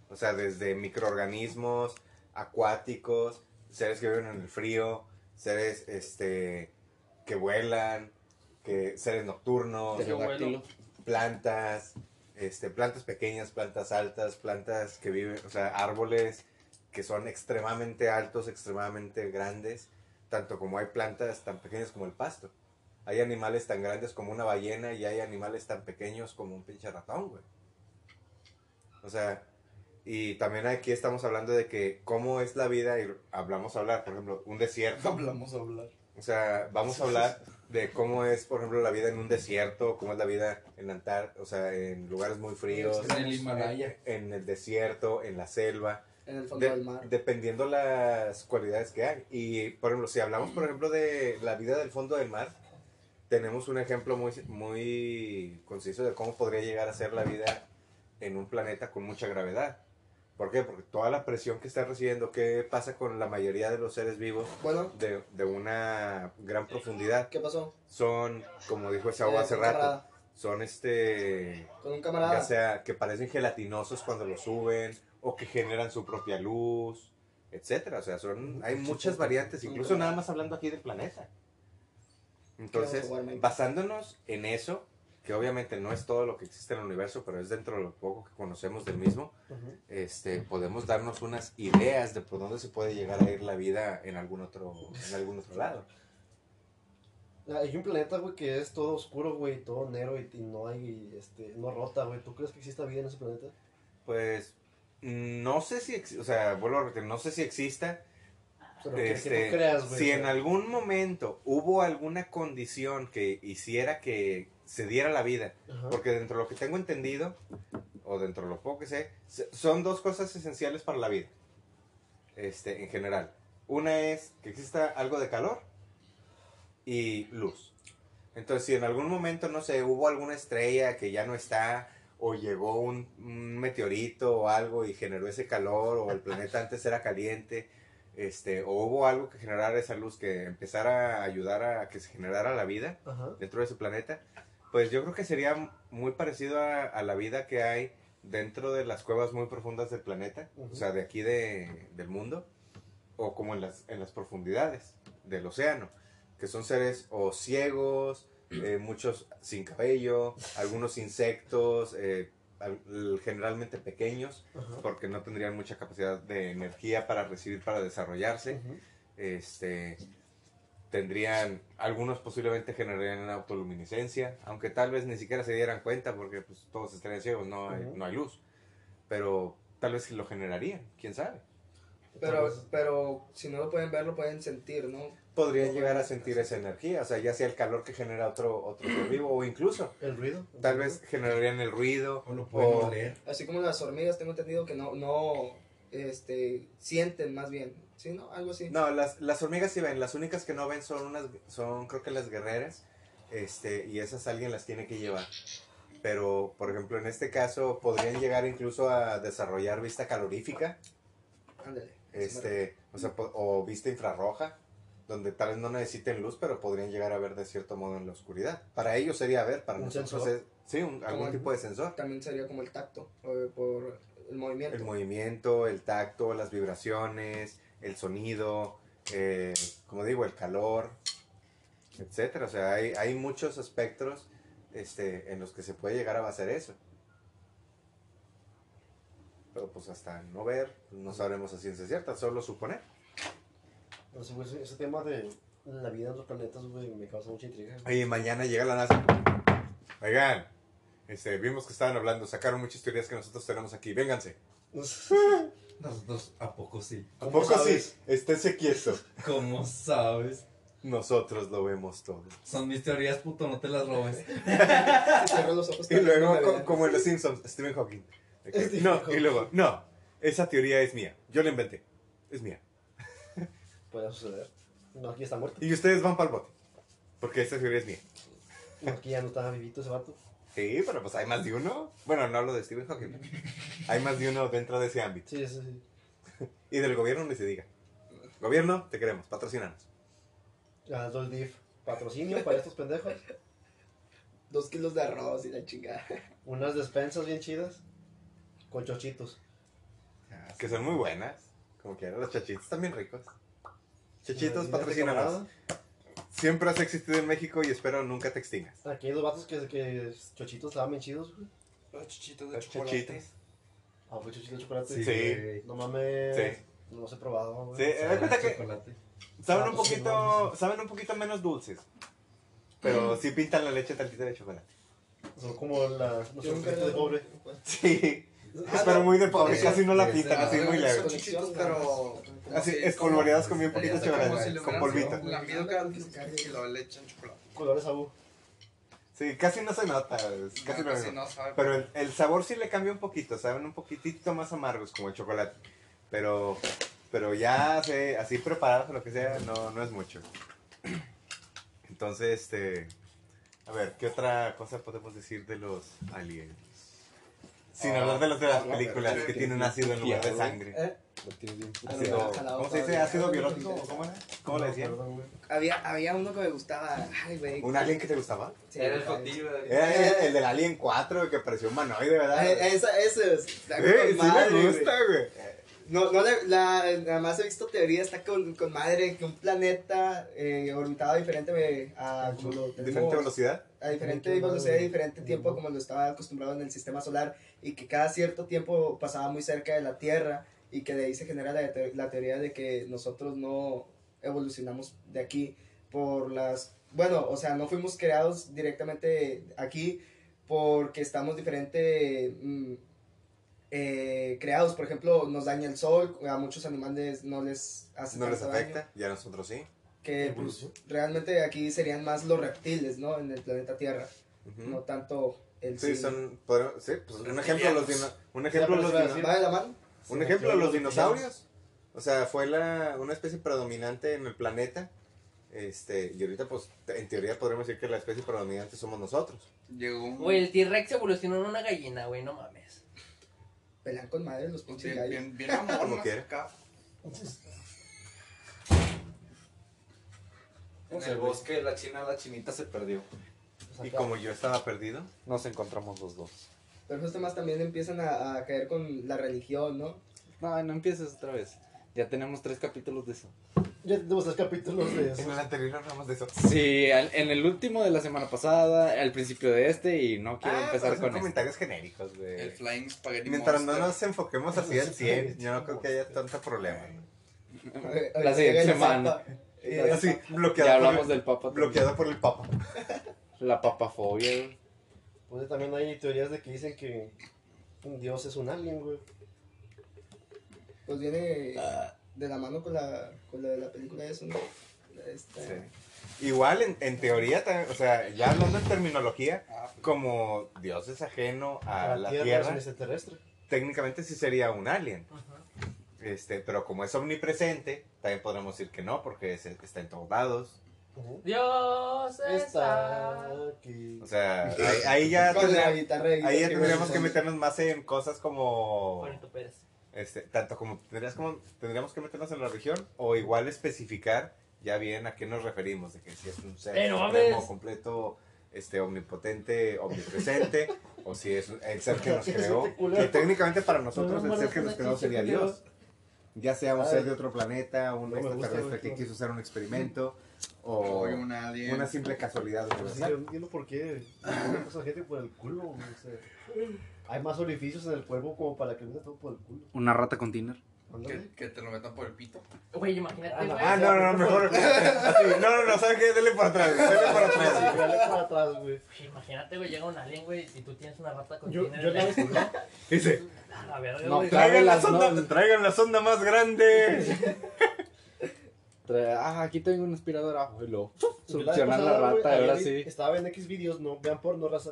[SPEAKER 2] O sea, desde microorganismos, acuáticos, seres que viven en el frío, seres este, que vuelan, que, seres nocturnos,
[SPEAKER 1] Qué bueno.
[SPEAKER 2] plantas, este, plantas pequeñas, plantas altas, plantas que viven, o sea, árboles que son extremadamente altos, extremadamente grandes, tanto como hay plantas tan pequeñas como el pasto. Hay animales tan grandes como una ballena y hay animales tan pequeños como un pinche ratón, güey. O sea, y también aquí estamos hablando de que cómo es la vida y hablamos a hablar, por ejemplo, un desierto.
[SPEAKER 9] Hablamos a hablar.
[SPEAKER 2] O sea, vamos a hablar de cómo es, por ejemplo, la vida en un desierto, cómo es la vida en la Antar- o sea, en lugares muy fríos,
[SPEAKER 9] En
[SPEAKER 7] el Himalaya.
[SPEAKER 2] en el desierto, en la selva,
[SPEAKER 9] En el fondo
[SPEAKER 2] de-
[SPEAKER 9] del mar.
[SPEAKER 2] dependiendo las cualidades que hay. Y, por ejemplo, si hablamos, por ejemplo, de la vida del fondo del mar, tenemos un ejemplo muy, muy conciso de cómo podría llegar a ser la vida en un planeta con mucha gravedad. ¿Por qué? Porque toda la presión que está recibiendo, ¿qué pasa con la mayoría de los seres vivos?
[SPEAKER 9] Bueno,
[SPEAKER 2] de, de una gran profundidad.
[SPEAKER 9] ¿qué pasó?
[SPEAKER 2] Son, como dijo ese agua
[SPEAKER 9] Eh,
[SPEAKER 2] hace
[SPEAKER 9] un
[SPEAKER 2] rato,
[SPEAKER 9] camarada,
[SPEAKER 2] son este,
[SPEAKER 9] Con un
[SPEAKER 2] ya
[SPEAKER 9] camarada.
[SPEAKER 2] sea que parecen gelatinosos cuando lo suben o que generan su propia luz, etcétera. O sea, son, hay muchas variantes, incluso nada más hablando aquí del planeta. Entonces, basándonos en eso, que obviamente no es todo lo que existe en el universo, pero es dentro de lo poco que conocemos del mismo,
[SPEAKER 5] Ujú.
[SPEAKER 2] este, podemos darnos unas ideas de por dónde se puede llegar a ir la vida en algún otro, en algún otro lado.
[SPEAKER 5] Hay un planeta, güey, que es todo oscuro, güey, todo negro y, y no hay, este, no rota, güey. ¿Tú crees que exista vida en ese planeta?
[SPEAKER 2] Pues No sé si, ex- o sea, vuelvo a repetir, no sé si exista.
[SPEAKER 5] Pero que- que
[SPEAKER 2] este,
[SPEAKER 5] no creas, güey.
[SPEAKER 2] si en algún momento hubo alguna condición que hiciera que se diera la vida,
[SPEAKER 5] Ajá.
[SPEAKER 2] porque dentro de lo que tengo entendido, o dentro de lo poco que sé, se- son dos cosas esenciales para la vida, este, en general. Una es que exista algo de calor y luz. Entonces, si en algún momento, no sé, hubo alguna estrella que ya no está, o llegó un, un meteorito o algo y generó ese calor, o el planeta antes era caliente, este, o hubo algo que generara esa luz que empezara a ayudar a que se generara la vida,
[SPEAKER 5] Ajá.
[SPEAKER 2] dentro de su planeta, pues yo creo que sería muy parecido a, a la vida que hay dentro de las cuevas muy profundas del planeta,
[SPEAKER 5] Ujú.
[SPEAKER 2] o sea, de aquí de, del mundo, o como en las, en las profundidades del océano, que son seres o ciegos, eh, muchos sin cabello, algunos insectos, eh, al- generalmente pequeños,
[SPEAKER 5] Ajá.
[SPEAKER 2] porque no tendrían mucha capacidad de energía para recibir, para desarrollarse
[SPEAKER 5] Ujú.
[SPEAKER 2] este tendrían algunos posiblemente generarían autoluminiscencia, aunque tal vez ni siquiera se dieran cuenta porque pues, todos estarían ciegos, no hay,
[SPEAKER 5] Ujú.
[SPEAKER 2] no hay luz, pero tal vez lo generarían, quién sabe.
[SPEAKER 9] Pero, pero si no lo pueden ver, lo pueden sentir, ¿no?
[SPEAKER 2] Podrían llegar a sentir esa energía, o sea, ya sea el calor que genera otro otro ser vivo o incluso
[SPEAKER 5] El ruido.
[SPEAKER 2] tal vez generarían el ruido
[SPEAKER 10] O lo pueden
[SPEAKER 2] o-
[SPEAKER 10] oler.
[SPEAKER 9] Así como las hormigas, tengo entendido que no, no, este, sienten más bien. ¿Sí, no? Algo así.
[SPEAKER 2] No, las, las hormigas sí ven, las únicas que no ven son unas, son creo que las guerreras, este, y esas alguien las tiene que llevar. Pero, por ejemplo, en este caso podrían llegar incluso a desarrollar vista calorífica,
[SPEAKER 9] Ándale.
[SPEAKER 2] este, o, sea, po- o vista infrarroja, donde tal vez no necesiten luz, pero podrían llegar a ver de cierto modo en la oscuridad. Para ellos sería ver, para
[SPEAKER 5] ¿Un
[SPEAKER 2] nosotros
[SPEAKER 5] sensor?
[SPEAKER 2] es, sí, un- algún
[SPEAKER 9] Como-
[SPEAKER 2] tipo de sensor.
[SPEAKER 9] También sería como el tacto, eh, por el movimiento.
[SPEAKER 2] El movimiento, el tacto, las vibraciones, el sonido, eh, como digo, el calor, etcétera. O sea, hay, hay muchos espectros este, en los que se puede llegar a basar eso. Pero pues hasta no ver, no sabremos a ciencia cierta, solo suponer.
[SPEAKER 5] No sé, güey, ese- ese tema de la vida en los planetas, güey, me causa mucha intriga. güey.
[SPEAKER 2] Oye, mañana llega la NASA. Oigan, este, vimos que estaban hablando, sacaron muchas teorías que nosotros tenemos aquí. Vénganse.
[SPEAKER 10] Nosotros, ¿a poco sí?
[SPEAKER 2] ¿A
[SPEAKER 5] ¿Cómo
[SPEAKER 2] poco sí?
[SPEAKER 5] sabes?
[SPEAKER 2] Estése quieto.
[SPEAKER 10] ¿Cómo sabes?
[SPEAKER 2] Nosotros lo vemos todo.
[SPEAKER 10] Son mis teorías, puto, no te las robes.
[SPEAKER 9] Cierro los ojos.
[SPEAKER 2] Y luego,
[SPEAKER 9] Me
[SPEAKER 2] co-
[SPEAKER 9] vean.
[SPEAKER 2] como en los Simpsons, Stephen Hawking. De que,
[SPEAKER 5] Stephen
[SPEAKER 2] no,
[SPEAKER 5] Hawking.
[SPEAKER 2] y luego, no, esa teoría es mía. Yo la inventé. Es mía.
[SPEAKER 5] Puede suceder. No, aquí está muerto.
[SPEAKER 2] Y ustedes van para el bote. Porque esa teoría es mía.
[SPEAKER 5] No, aquí ya no está vivito ese vato.
[SPEAKER 2] Sí, pero pues hay más de uno. Bueno, no hablo de Stephen Hawking. Hay más de uno dentro de ese ámbito.
[SPEAKER 5] Sí, sí, sí.
[SPEAKER 2] Y del gobierno ni se diga. Gobierno, te queremos, patrocínanos.
[SPEAKER 5] Ah, Dol Div. Patrocinio para estos pendejos.
[SPEAKER 9] Dos kilos de arroz y la chingada.
[SPEAKER 5] Unas despensas bien chidas. Con chochitos.
[SPEAKER 2] Que son muy buenas. Como quieran, los chachitos también ricos. Chachitos,
[SPEAKER 5] Imagínate,
[SPEAKER 2] patrocínanos.
[SPEAKER 5] camarada,
[SPEAKER 2] Siempre has existido en México y espero nunca te extingas.
[SPEAKER 5] Aquí hay dos vatos que, que chochitos estaban bien chidos, güey.
[SPEAKER 9] Los chichitos
[SPEAKER 2] Los chachitos.
[SPEAKER 5] Ah, fue chochito de chocolate.
[SPEAKER 2] Sí.
[SPEAKER 10] güey.
[SPEAKER 5] No mames.
[SPEAKER 2] Sí.
[SPEAKER 5] No los he probado, güey.
[SPEAKER 2] Sí, eh, da cuenta que
[SPEAKER 10] Chocolate.
[SPEAKER 2] Saben
[SPEAKER 5] Ah,
[SPEAKER 2] un
[SPEAKER 5] pues sí,
[SPEAKER 2] poquito, saben un poquito menos dulces.
[SPEAKER 10] Mm.
[SPEAKER 2] Pero sí pintan la leche tantita de chocolate.
[SPEAKER 5] Son como la, los chochitos de pobre.
[SPEAKER 2] Sí.
[SPEAKER 9] Ah,
[SPEAKER 2] pero
[SPEAKER 9] no.
[SPEAKER 2] muy de pobre,
[SPEAKER 9] Sí.
[SPEAKER 2] casi no la
[SPEAKER 10] Sí,
[SPEAKER 2] pintan,
[SPEAKER 10] sí.
[SPEAKER 2] así muy
[SPEAKER 9] Son
[SPEAKER 2] leve.
[SPEAKER 9] chichitos, pero.
[SPEAKER 2] Así
[SPEAKER 9] Sí,
[SPEAKER 2] espolvoreadas con bien
[SPEAKER 10] como-
[SPEAKER 2] poquito
[SPEAKER 10] ya está como
[SPEAKER 2] chocolate,
[SPEAKER 10] si le
[SPEAKER 2] con
[SPEAKER 10] hubieran
[SPEAKER 2] polvito.
[SPEAKER 10] sido
[SPEAKER 4] La mido cada que que lo le echan chocolate.
[SPEAKER 5] Colores abu.
[SPEAKER 2] Sí, casi no se nota, es casi lo
[SPEAKER 4] Casi
[SPEAKER 2] mismo.
[SPEAKER 4] no sabe.
[SPEAKER 2] Pero el, el sabor sí le cambia un poquito, saben un poquitito más amargos como el chocolate. Pero pero ya se- así preparados o lo que sea, no, no es mucho. Entonces, este a ver, ¿qué otra cosa podemos decir de los aliens? Sin hablar de las de
[SPEAKER 9] Ah,
[SPEAKER 2] las películas que tienen ácido en lugar de sangre.
[SPEAKER 9] ¿Eh?
[SPEAKER 7] Lo tienes bien pu-
[SPEAKER 2] Ácido- ¿Cómo se dice? ¿Ácido biológico? ¿Cómo era? ¿Cómo le decían?
[SPEAKER 9] Había, había uno que me gustaba. Ay, güey.
[SPEAKER 2] ¿Un alien que te gustaba?
[SPEAKER 9] Sí,
[SPEAKER 1] Era el
[SPEAKER 9] ay,
[SPEAKER 1] Jotillo, güey.
[SPEAKER 2] Era el, el del Alien 4 que pareció humanoide, ¿verdad?
[SPEAKER 9] Eh, Esa, ese es. Está
[SPEAKER 2] Eh,
[SPEAKER 9] con
[SPEAKER 2] sí
[SPEAKER 9] madre,
[SPEAKER 2] me
[SPEAKER 9] güey.
[SPEAKER 2] gusta, güey.
[SPEAKER 9] No, no, le- la, nada más he visto teoría, está con, con madre, que un planeta eh, orbitaba diferente eh, a como lo
[SPEAKER 2] Diferente
[SPEAKER 9] tenemos-
[SPEAKER 2] velocidad.
[SPEAKER 9] a diferente velocidad y diferente tiempo como lo estaba acostumbrado en el sistema solar y que cada cierto tiempo pasaba muy cerca de la Tierra y que de ahí se genera la, te- la teoría de que nosotros no evolucionamos de aquí por las... Bueno, o sea, no fuimos creados directamente aquí porque estamos diferente... mm, eh, creados. Por ejemplo, nos daña el sol, a muchos animales no les hace
[SPEAKER 2] No les
[SPEAKER 9] tanto daño.
[SPEAKER 2] afecta, ya nosotros sí.
[SPEAKER 9] Que pues, realmente aquí serían más los reptiles, ¿no? En el planeta Tierra,
[SPEAKER 2] Ujú.
[SPEAKER 9] no tanto el
[SPEAKER 2] Sí,
[SPEAKER 9] sí.
[SPEAKER 2] son. podrá- sí, pues un ejemplo, los dino- un ejemplo,
[SPEAKER 9] Sí,
[SPEAKER 2] los
[SPEAKER 9] pero
[SPEAKER 2] dino-
[SPEAKER 9] va de la mano.
[SPEAKER 2] un
[SPEAKER 9] Sí,
[SPEAKER 2] ejemplo
[SPEAKER 9] yo
[SPEAKER 2] los
[SPEAKER 9] lo tenía.
[SPEAKER 2] dinosaurios. O sea, fue la, una especie predominante en el planeta. Este, y ahorita, pues, te- en teoría podríamos decir que la especie predominante somos nosotros.
[SPEAKER 4] Llegó un.
[SPEAKER 1] Güey, el T-Rex evolucionó en una gallina, güey, no mames.
[SPEAKER 9] Pelan con madre los pinches
[SPEAKER 4] Bien,
[SPEAKER 9] gallos.
[SPEAKER 4] bien, bien mamón,
[SPEAKER 2] Como
[SPEAKER 4] ¿no?
[SPEAKER 2] quiera.
[SPEAKER 4] Acá,
[SPEAKER 10] En el bosque de la China, la chinita se perdió.
[SPEAKER 2] Y como yo estaba perdido,
[SPEAKER 3] Nos encontramos los dos.
[SPEAKER 9] Pero esos temas también empiezan a, a caer con la religión, ¿no?
[SPEAKER 7] No, no empieces otra vez. Ya tenemos tres capítulos de eso.
[SPEAKER 5] Ya tenemos tres capítulos de eso.
[SPEAKER 2] en el anterior hablamos de eso.
[SPEAKER 7] Sí, al- en el último de la semana pasada, al principio de este, y no quiero
[SPEAKER 2] Ah, pero son
[SPEAKER 7] empezar con este. esto.
[SPEAKER 2] comentarios genéricos, güey.
[SPEAKER 4] pues, El Flying Spaghetti
[SPEAKER 2] Mientras no
[SPEAKER 4] Monster.
[SPEAKER 2] nos enfoquemos así al 100, yo no creo que haya tanto problema.
[SPEAKER 7] La siguiente semana.
[SPEAKER 9] Y
[SPEAKER 2] Eh, Así,
[SPEAKER 7] Ya
[SPEAKER 2] bloqueado,
[SPEAKER 7] hablamos
[SPEAKER 2] por,
[SPEAKER 7] del Papa.
[SPEAKER 2] el,
[SPEAKER 7] también.
[SPEAKER 2] bloqueado por el Papa.
[SPEAKER 7] La papafobia. güey.
[SPEAKER 5] Pues también hay teorías de que dicen que un dios es un alien, güey.
[SPEAKER 9] Pues viene
[SPEAKER 2] Ah.
[SPEAKER 9] de la mano con la, con la de la película de eso, ¿no? Este, La de esta-
[SPEAKER 2] Sí. Igual, en, en teoría, también, o sea, ya hablando en terminología, como Dios es ajeno Ah, pues. a la
[SPEAKER 5] es
[SPEAKER 2] Tierra, pues.
[SPEAKER 5] un extraterrestre.
[SPEAKER 2] técnicamente sí sería un alien. Este, pero como es omnipresente, también podremos decir que no, porque es- está en todos lados.
[SPEAKER 5] Ujú.
[SPEAKER 1] Dios está.
[SPEAKER 5] Está aquí.
[SPEAKER 2] O sea, ahí, ahí Pues ya,
[SPEAKER 9] Con la
[SPEAKER 2] tendría-
[SPEAKER 9] guitarra. y-
[SPEAKER 2] ahí ya tendríamos
[SPEAKER 9] sí,
[SPEAKER 2] que
[SPEAKER 9] sí.
[SPEAKER 2] meternos más en cosas como...
[SPEAKER 1] Juanito Pérez.
[SPEAKER 2] Este, tanto como tendrías como tendríamos que meternos en la región o igual especificar ya bien a qué nos referimos, de que si es un ser
[SPEAKER 1] Eh, no
[SPEAKER 2] supremo,
[SPEAKER 1] mames.
[SPEAKER 2] completo, este omnipotente, omnipresente, o si es un- el ser que nos
[SPEAKER 5] Ese
[SPEAKER 2] creó,
[SPEAKER 5] culero.
[SPEAKER 2] que técnicamente para nosotros el
[SPEAKER 5] Bueno, pues,
[SPEAKER 2] ser que nos creó sería Dios. Ya sea un
[SPEAKER 5] Ay.
[SPEAKER 2] ser de otro planeta, un
[SPEAKER 5] No me gusta,
[SPEAKER 2] extraterrestre
[SPEAKER 5] güey.
[SPEAKER 2] que quiso hacer un experimento, o
[SPEAKER 4] Soy un alien.
[SPEAKER 2] Oh, una simple casualidad
[SPEAKER 5] Pues es que
[SPEAKER 2] universal.
[SPEAKER 5] yo no entiendo por qué esa gente por el culo, güey, o sea, hay más orificios en el cuerpo como para que venga todo por el culo.
[SPEAKER 7] Una rata con Tinder.
[SPEAKER 4] Que,
[SPEAKER 5] Ándale.
[SPEAKER 4] que te lo metan por el pito.
[SPEAKER 1] Güey, imagínate, güey.
[SPEAKER 2] Ah, no, no, no, mejor. así, no, no, no, ¿sabes qué? Dele para atrás, dele para atrás.
[SPEAKER 5] Dale para atrás, güey.
[SPEAKER 1] Güey, Imagínate, güey, llega un alien, güey, y tú tienes una rata con
[SPEAKER 5] Yo-
[SPEAKER 1] dinero.
[SPEAKER 5] yo la vez-
[SPEAKER 2] Dice,
[SPEAKER 1] A la verga,
[SPEAKER 7] No,
[SPEAKER 1] güey.
[SPEAKER 7] claro.
[SPEAKER 2] traigan la
[SPEAKER 7] Trávelas,
[SPEAKER 2] sonda,
[SPEAKER 7] no.
[SPEAKER 2] traigan la sonda más grande.
[SPEAKER 7] Tra- Ah, aquí tengo una aspiradora. Ah, lo-
[SPEAKER 5] Yo vez
[SPEAKER 7] Succionar la
[SPEAKER 5] pasada, güey,
[SPEAKER 7] rata, ahora
[SPEAKER 5] vi-
[SPEAKER 7] sí.
[SPEAKER 5] Estaba en X videos, no, vean porno, raza.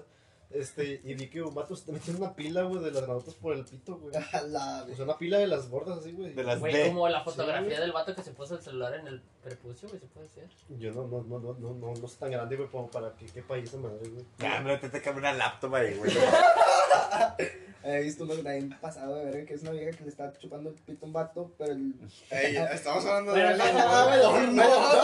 [SPEAKER 5] Este, y vi que un vato se metió una pila, güey, de las granotas por el pito, güey.
[SPEAKER 9] A la
[SPEAKER 5] O sea, una pila de las bordas así, güey.
[SPEAKER 2] De las
[SPEAKER 1] Güey,
[SPEAKER 2] D.
[SPEAKER 1] como la
[SPEAKER 5] Sí,
[SPEAKER 1] fotografía
[SPEAKER 5] güey.
[SPEAKER 1] del vato que se puso el celular en el prepucio, güey, se puede hacer.
[SPEAKER 5] Yo no, no, no, no, no, no, no es tan grande, güey, como para que quepa ahí esa madre, güey.
[SPEAKER 2] Ya, no te cabe una laptop ahí, güey.
[SPEAKER 9] He visto uno también pasado de verga que es una vieja que le está chupando el pito a un vato, pero el.
[SPEAKER 4] Ey, estamos hablando de
[SPEAKER 1] Pero
[SPEAKER 4] alien.
[SPEAKER 1] no,
[SPEAKER 4] güey.
[SPEAKER 9] no, no,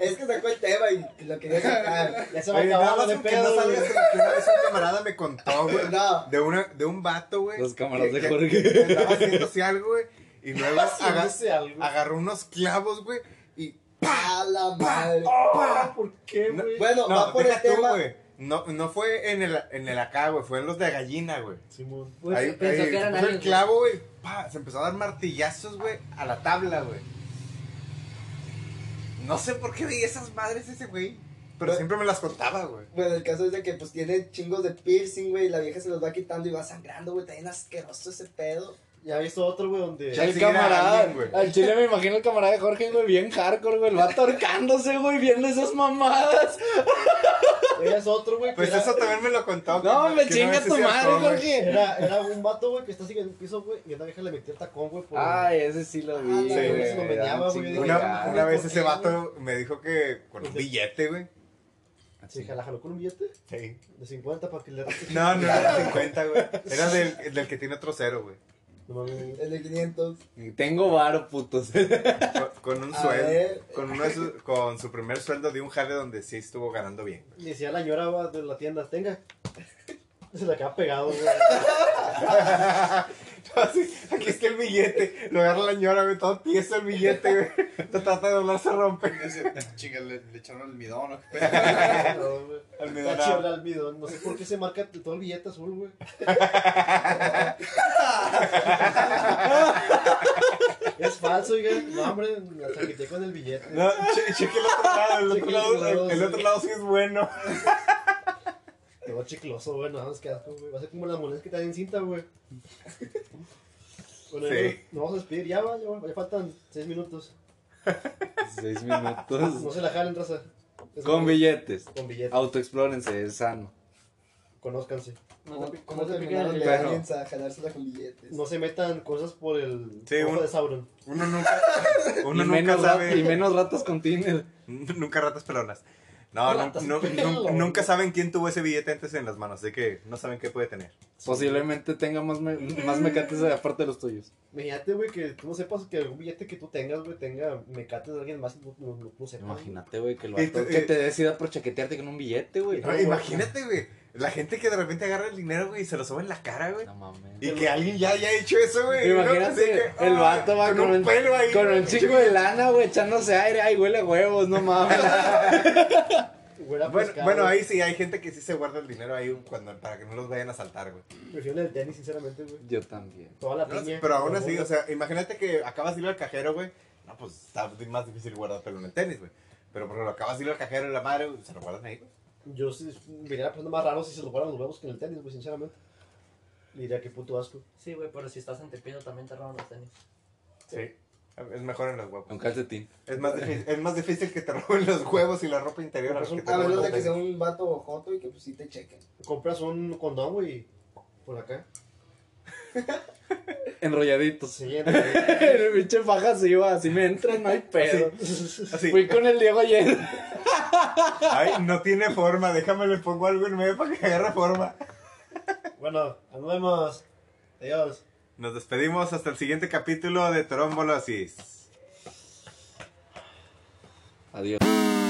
[SPEAKER 9] Es que sacó el tema y lo quería sacar.
[SPEAKER 5] Ya se va a
[SPEAKER 2] Oye, nada
[SPEAKER 5] acabar
[SPEAKER 2] más
[SPEAKER 5] de
[SPEAKER 2] con que no
[SPEAKER 5] pedo,
[SPEAKER 2] salgas
[SPEAKER 5] güey.
[SPEAKER 2] con lo que una vez un camarada me contó, güey.
[SPEAKER 9] No.
[SPEAKER 2] De, una, de un vato, güey.
[SPEAKER 7] Las cámaras
[SPEAKER 2] que-
[SPEAKER 7] de
[SPEAKER 2] que-
[SPEAKER 7] Jorge.
[SPEAKER 2] que Estaba haciéndose algo, güey. Y luego aga-
[SPEAKER 5] Haciéndose algo.
[SPEAKER 2] agarró unos clavos, güey. Y.
[SPEAKER 9] A la madre.
[SPEAKER 5] Ah, ¿Por qué,
[SPEAKER 2] No,
[SPEAKER 5] güey?
[SPEAKER 9] Bueno, va
[SPEAKER 2] No,
[SPEAKER 9] por el
[SPEAKER 2] deja tú,
[SPEAKER 9] tema.
[SPEAKER 2] güey. No, no fue en el, en el acá, güey. Fue en los de gallina, güey.
[SPEAKER 5] Simón.
[SPEAKER 1] Güey,
[SPEAKER 2] Ahí-
[SPEAKER 1] Pues, pensó
[SPEAKER 2] ahí
[SPEAKER 1] que
[SPEAKER 2] se
[SPEAKER 1] eran
[SPEAKER 2] puso
[SPEAKER 1] aliens.
[SPEAKER 2] el clavo, güey. pa, Se empezó a dar martillazos, güey, a la tabla, güey. No sé por qué veía esas madres ese güey. Pero
[SPEAKER 9] Güey.
[SPEAKER 2] siempre me las contaba, güey.
[SPEAKER 9] Bueno, el caso es de que pues tiene chingos de piercing, güey, y la vieja se los va quitando y va sangrando, güey, también asqueroso ese pedo.
[SPEAKER 5] Ya he visto otro, güey, donde.
[SPEAKER 2] Ya
[SPEAKER 7] El
[SPEAKER 2] sí era
[SPEAKER 7] camarada,
[SPEAKER 2] alien, güey.
[SPEAKER 7] al chile me imagino el camarada de Jorge, güey, bien hardcore, güey, el vato ahorcándose, güey, viendo esas mamadas.
[SPEAKER 5] Ella es otro, güey. que
[SPEAKER 2] Pues
[SPEAKER 5] era-
[SPEAKER 2] eso también me lo contó.
[SPEAKER 7] No,
[SPEAKER 2] que-
[SPEAKER 7] me
[SPEAKER 2] que
[SPEAKER 7] chinga
[SPEAKER 2] una vez
[SPEAKER 7] tu
[SPEAKER 2] se
[SPEAKER 7] madre,
[SPEAKER 2] hartó, güey.
[SPEAKER 7] Jorge.
[SPEAKER 5] Era, era un vato, güey, que está así en el piso, güey, y una vieja le metió el tacón, güey, por...
[SPEAKER 7] Ay, ese sí lo vi,
[SPEAKER 9] Ah,
[SPEAKER 7] güey. Ah,
[SPEAKER 9] la
[SPEAKER 5] güey,
[SPEAKER 7] era
[SPEAKER 4] pues,
[SPEAKER 5] se lo
[SPEAKER 7] un
[SPEAKER 5] meneaba, güey,
[SPEAKER 7] chingo
[SPEAKER 5] de
[SPEAKER 7] de
[SPEAKER 2] Una,
[SPEAKER 5] ya,
[SPEAKER 2] una vez
[SPEAKER 5] ¿por
[SPEAKER 2] ese
[SPEAKER 5] qué,
[SPEAKER 2] vato me dijo que con un billete, güey.
[SPEAKER 5] Sí, jala, jaló con un billete
[SPEAKER 2] Sí.
[SPEAKER 5] de 50 para que le rasque.
[SPEAKER 2] No, no era de 50, güey. Era del, del que tiene otro cero, güey.
[SPEAKER 5] No mames.
[SPEAKER 9] El de 500.
[SPEAKER 7] gato. Tengo varo, putos.
[SPEAKER 2] Con, con un
[SPEAKER 9] A
[SPEAKER 2] sueldo.
[SPEAKER 9] ver.
[SPEAKER 2] Con, uno de su, con su primer sueldo de un jale donde sí estuvo ganando bien.
[SPEAKER 5] Y decía la señora va de la tienda, tenga. Se la queda pegado, güey.
[SPEAKER 2] Así, aquí está el billete. Lo agarra la señora, güey. Todo tieso el billete, güey. Lo trata de doblar, se rompe.
[SPEAKER 4] Ese- Chinga, le, le echaron almidón. ¿o qué?
[SPEAKER 5] No, güey. Está chido el
[SPEAKER 2] Almidonado.
[SPEAKER 5] almidón. No sé por qué se marca todo el billete azul, güey. es falso, oiga. No, hombre, la chaqueteé con el billete.
[SPEAKER 2] No, che- cheque el otro lado. El
[SPEAKER 5] Cheque el
[SPEAKER 2] otro
[SPEAKER 5] otro
[SPEAKER 2] lado,
[SPEAKER 5] lado,
[SPEAKER 2] el, el otro
[SPEAKER 5] sí.
[SPEAKER 2] lado sí es bueno.
[SPEAKER 5] No, quedó chicloso, güey. No, es que asco, güey. Va a ser como las monedas que traen cinta, güey. Bueno,
[SPEAKER 2] Sí.
[SPEAKER 5] nos vamos a despedir ya, va. Ya, va, ya faltan 6 minutos.
[SPEAKER 3] Seis
[SPEAKER 5] No
[SPEAKER 3] minutos.
[SPEAKER 5] se la jalen, raza. Es
[SPEAKER 3] Con
[SPEAKER 5] muy-
[SPEAKER 3] billetes.
[SPEAKER 5] Con billetes.
[SPEAKER 3] Autoexplórense, es sano.
[SPEAKER 5] Conózcanse.
[SPEAKER 9] ¿Cómo,
[SPEAKER 5] ¿Cómo
[SPEAKER 9] cómo
[SPEAKER 5] te
[SPEAKER 9] terminaron
[SPEAKER 5] pican
[SPEAKER 9] de
[SPEAKER 5] el
[SPEAKER 3] perro?
[SPEAKER 9] aliens a jalársela con billetes?
[SPEAKER 5] No se metan cosas por el
[SPEAKER 2] Sí,
[SPEAKER 5] ojo
[SPEAKER 2] un-
[SPEAKER 5] de Sauron.
[SPEAKER 2] Uno nunca, uno
[SPEAKER 3] y,
[SPEAKER 2] nunca
[SPEAKER 3] menos ra-
[SPEAKER 2] sabe.
[SPEAKER 3] y menos ratas con Tinder.
[SPEAKER 2] Nunca ratas pelonas. No, nu-
[SPEAKER 5] Ratas
[SPEAKER 2] nu-
[SPEAKER 5] pelonas.
[SPEAKER 2] nunca- nunca saben quién tuvo ese billete antes en las manos, así que no saben qué puede tener.
[SPEAKER 3] Posiblemente tenga más, me- más mecates aparte de los tuyos.
[SPEAKER 5] Imagínate, güey, que tú no sepas que algún billete que tú tengas, güey, tenga mecates de alguien más y no, no, no, no sepas.
[SPEAKER 3] Imagínate, güey, que lo
[SPEAKER 2] Y tú-
[SPEAKER 3] que te decida por chaquetearte con un billete, güey.
[SPEAKER 2] No, imagínate, güey. La gente que de repente agarra el dinero, güey, y se lo sube en la cara, güey.
[SPEAKER 3] No mames.
[SPEAKER 2] Y que alguien ya haya hecho eso, güey. ¿no? Así
[SPEAKER 7] Imagínate,
[SPEAKER 2] que,
[SPEAKER 7] el
[SPEAKER 2] ah,
[SPEAKER 7] vato va con
[SPEAKER 2] un
[SPEAKER 7] un,
[SPEAKER 2] pelo ahí.
[SPEAKER 7] con
[SPEAKER 2] güey.
[SPEAKER 7] un chico de lana, güey, echándose aire. Ay, huele a huevos, no mames.
[SPEAKER 5] Huele a
[SPEAKER 2] Bueno,
[SPEAKER 5] pescado.
[SPEAKER 2] bueno, ahí sí, hay gente que sí se guarda el dinero ahí cuando, para que no los vayan a saltar, güey.
[SPEAKER 5] Prefiero el del tenis, sinceramente, güey.
[SPEAKER 3] Yo también.
[SPEAKER 5] Toda la
[SPEAKER 2] No,
[SPEAKER 5] piña.
[SPEAKER 2] pero aún
[SPEAKER 5] la
[SPEAKER 2] así,
[SPEAKER 5] bola.
[SPEAKER 2] o sea, imagínate que acabas de ir al cajero, güey. No, pues está más difícil guardar pelo en el tenis, güey. Pero por lo acabas de ir al cajero y la madre, güey, se lo guardan ahí, güey.
[SPEAKER 5] Yo sí vería pensando más raro si se lo guardan los huevos que en el tenis, güey, sinceramente. Le diría qué puto asco.
[SPEAKER 1] Sí, güey, pero si estás en Tepido también te roban los tenis.
[SPEAKER 2] Sí. Es mejor en los huevos.
[SPEAKER 3] Con calcetín.
[SPEAKER 2] Es más, difícil, es más difícil que te roben los huevos y la ropa interior. a que te
[SPEAKER 9] A
[SPEAKER 2] roben
[SPEAKER 9] menos
[SPEAKER 2] los
[SPEAKER 9] de que sea
[SPEAKER 2] tenis.
[SPEAKER 9] un vato joto y que pues sí te chequen.
[SPEAKER 5] Compras un condón, güey, por acá.
[SPEAKER 2] Pues
[SPEAKER 3] Enrolladitos.
[SPEAKER 5] Sí, en realidad.
[SPEAKER 7] El pinche faja se iba así, me entra, no hay pedo.
[SPEAKER 2] Así,
[SPEAKER 7] Fui con el Diego ayer.
[SPEAKER 2] Ay, no tiene forma, déjame le pongo algo en medio para que agarre forma.
[SPEAKER 5] bueno, nos vemos. Adiós.
[SPEAKER 2] Nos despedimos hasta el siguiente capítulo de Trombolosis.
[SPEAKER 3] Adiós.